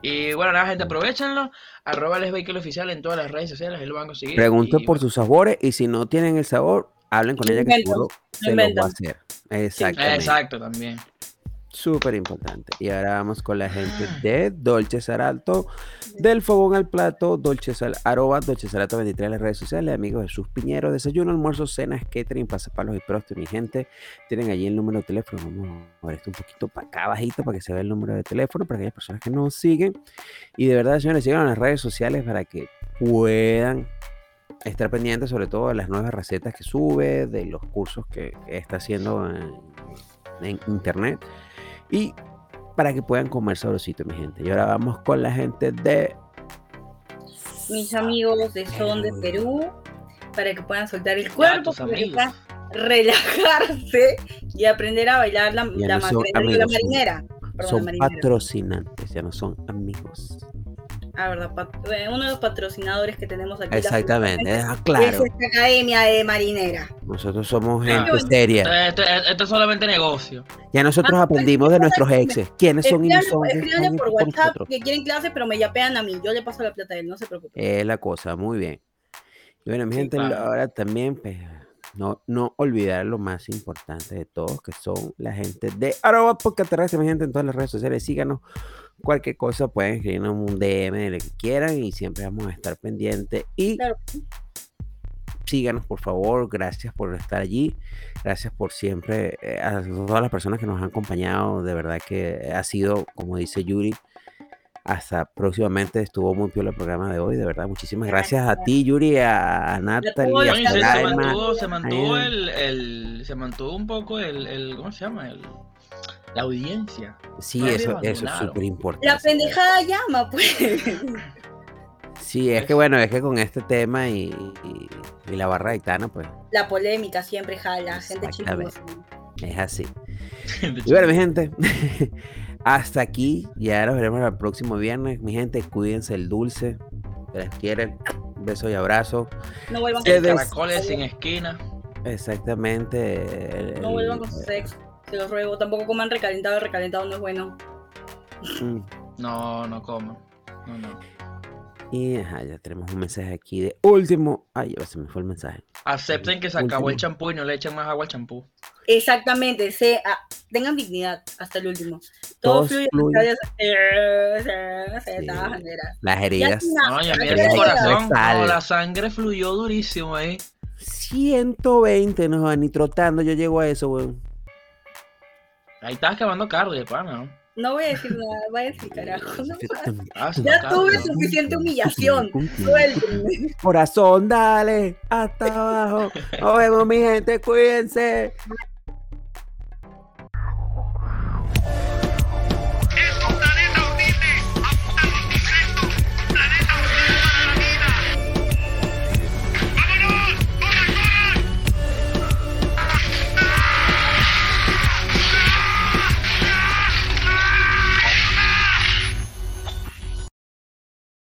[SPEAKER 4] Y bueno, nada, gente, aprovechenlo. Arroba Les Baker Oficial en todas las redes sociales, ahí lo van a conseguir.
[SPEAKER 2] Pregunten
[SPEAKER 4] Y,
[SPEAKER 2] por sus sabores y si no tienen el sabor, hablen con ella que
[SPEAKER 3] Inventan,
[SPEAKER 2] seguro se los va a
[SPEAKER 3] inventan.
[SPEAKER 2] hacer.
[SPEAKER 4] bueno,
[SPEAKER 2] Exactamente.
[SPEAKER 4] Exacto, también.
[SPEAKER 2] Súper importante. Y ahora vamos con la gente de Dolce Saralto, del fogón al plato, Dolce Sal, arroba Dolce Saralto 23 en las redes sociales, amigos Jesús Piñero, desayuno, almuerzo, cenas, catering, pasapalos y prostos, mi gente. Tienen allí el número de teléfono, vamos a mover esto un poquito para acá bajito para que se vea el número de teléfono, para aquellas personas que nos siguen. Y de verdad, señores, sigan en las redes sociales para que puedan estar pendientes sobre todo de las nuevas recetas que sube, de los cursos que está haciendo en, en internet y para que puedan comer sabrosito, mi gente. Y ahora vamos con la gente de
[SPEAKER 3] mis amigos de Son de Perú para que puedan soltar el cuerpo,
[SPEAKER 4] tus
[SPEAKER 3] para que
[SPEAKER 4] amigos.
[SPEAKER 3] puedan relajarse y aprender a bailar la,
[SPEAKER 2] Ya
[SPEAKER 3] la
[SPEAKER 2] no son
[SPEAKER 3] Macarena y la
[SPEAKER 2] amigos,
[SPEAKER 3] marinera. Perdón,
[SPEAKER 2] Son
[SPEAKER 3] marinera.
[SPEAKER 2] patrocinantes, ya no son amigos.
[SPEAKER 3] Ah, verdad, pat- eh, uno de los patrocinadores que tenemos aquí. la-
[SPEAKER 2] Exactamente, ah,
[SPEAKER 3] Es
[SPEAKER 2] claro.
[SPEAKER 3] esta academia de marinera.
[SPEAKER 2] Nosotros somos
[SPEAKER 4] Claro.
[SPEAKER 2] gente seria.
[SPEAKER 4] Esto, esto Este, es solamente negocio.
[SPEAKER 2] Ya nosotros
[SPEAKER 3] Ah,
[SPEAKER 2] aprendimos de nuestros exes. ¿Quiénes son y no
[SPEAKER 3] Escríbanle
[SPEAKER 2] son?
[SPEAKER 3] escríbanle
[SPEAKER 2] Están
[SPEAKER 3] por
[SPEAKER 2] con
[SPEAKER 3] WhatsApp
[SPEAKER 2] nosotros.
[SPEAKER 3] que quieren clases, pero me yapean a mí. Yo le paso la plata a él, no se preocupe.
[SPEAKER 2] Es la cosa, muy bien. Y bueno, mi
[SPEAKER 4] Sí,
[SPEAKER 2] gente,
[SPEAKER 4] claro.
[SPEAKER 2] ahora también, pues, no, no olvidar lo más importante de todos, que son la gente de Arroba Podcast Terrestre, mi gente, en todas las redes sociales. Síganos. Cualquier cosa pueden escribirnos un DM de lo que quieran y siempre vamos a estar pendientes. Y
[SPEAKER 3] Claro.
[SPEAKER 2] síganos, por favor. Gracias por estar allí. Gracias por siempre eh, a todas las personas que nos han acompañado. De verdad que ha sido, como dice Yuri, hasta próximamente. Estuvo muy piola el programa de hoy. De verdad, muchísimas gracias a ti, Yuri, a, a
[SPEAKER 3] todos
[SPEAKER 2] Natalie,
[SPEAKER 3] los
[SPEAKER 2] a
[SPEAKER 3] que
[SPEAKER 4] Coño, se, se
[SPEAKER 3] Alaima.
[SPEAKER 2] Alaima.
[SPEAKER 4] mantuvo, se mantuvo
[SPEAKER 2] Alaima.
[SPEAKER 4] el, el- se mantuvo un poco el, el- ¿cómo se llama? El, la audiencia. <laughs>
[SPEAKER 2] Sí,
[SPEAKER 4] no me
[SPEAKER 2] eso, eso es
[SPEAKER 4] abandonaron.
[SPEAKER 2] súper importante.
[SPEAKER 3] La pendejada llama, pues. <laughs>
[SPEAKER 2] Sí, es que bueno, es que con este tema y, y- y la barra gitana, pues
[SPEAKER 3] La polémica siempre jala, gente
[SPEAKER 2] Exactamente.
[SPEAKER 3] chismosa.
[SPEAKER 2] es así. Y bueno, mi gente, <laughs> hasta aquí. Ya nos veremos el próximo viernes. Mi gente, cuídense el dulce. Se les quiere. Besos y abrazos.
[SPEAKER 3] No vuelvan
[SPEAKER 2] Se
[SPEAKER 3] con
[SPEAKER 2] des-
[SPEAKER 4] Caracoles sin esquina.
[SPEAKER 2] Exactamente. el-
[SPEAKER 3] No vuelvan con su sexo. Se los ruego. Tampoco coman recalentado. Recalentado no es bueno.
[SPEAKER 2] Mm.
[SPEAKER 4] No, no como. No, no.
[SPEAKER 2] Y ajá, ya tenemos un mensaje aquí de último. Ay, ya se me fue el mensaje.
[SPEAKER 4] Acepten que se acabó el
[SPEAKER 2] Último.
[SPEAKER 4] champú y no le echen más agua al champú.
[SPEAKER 3] Exactamente. Se, ah, tengan dignidad hasta el último. Todo
[SPEAKER 2] Todos
[SPEAKER 3] fluye.
[SPEAKER 2] fluyen.
[SPEAKER 3] hasta el- se- se-
[SPEAKER 2] Sí.
[SPEAKER 3] estaban banderas.
[SPEAKER 2] Las
[SPEAKER 3] Ya
[SPEAKER 2] heridas.
[SPEAKER 3] sin nada,
[SPEAKER 4] No, y a
[SPEAKER 3] hasta
[SPEAKER 4] mí
[SPEAKER 3] que
[SPEAKER 4] ese
[SPEAKER 3] haya
[SPEAKER 2] corazón.
[SPEAKER 3] llegado.
[SPEAKER 4] corazón,
[SPEAKER 2] Sal.
[SPEAKER 4] no, la sangre fluyó durísimo eh. ahí.
[SPEAKER 2] 120 nos van y trotando. Yo llego a eso, weón.
[SPEAKER 4] Ahí estabas quemando carro de pana, ¿no?
[SPEAKER 3] No voy a decir nada. Voy a decir carajo. no
[SPEAKER 2] Este
[SPEAKER 3] más.
[SPEAKER 4] Estabas
[SPEAKER 3] ya
[SPEAKER 4] quemando
[SPEAKER 3] tuve
[SPEAKER 4] carro.
[SPEAKER 3] suficiente humillación. Suéltenme.
[SPEAKER 2] Corazón, dale. Hasta abajo. Nos vemos, mi gente. Cuídense.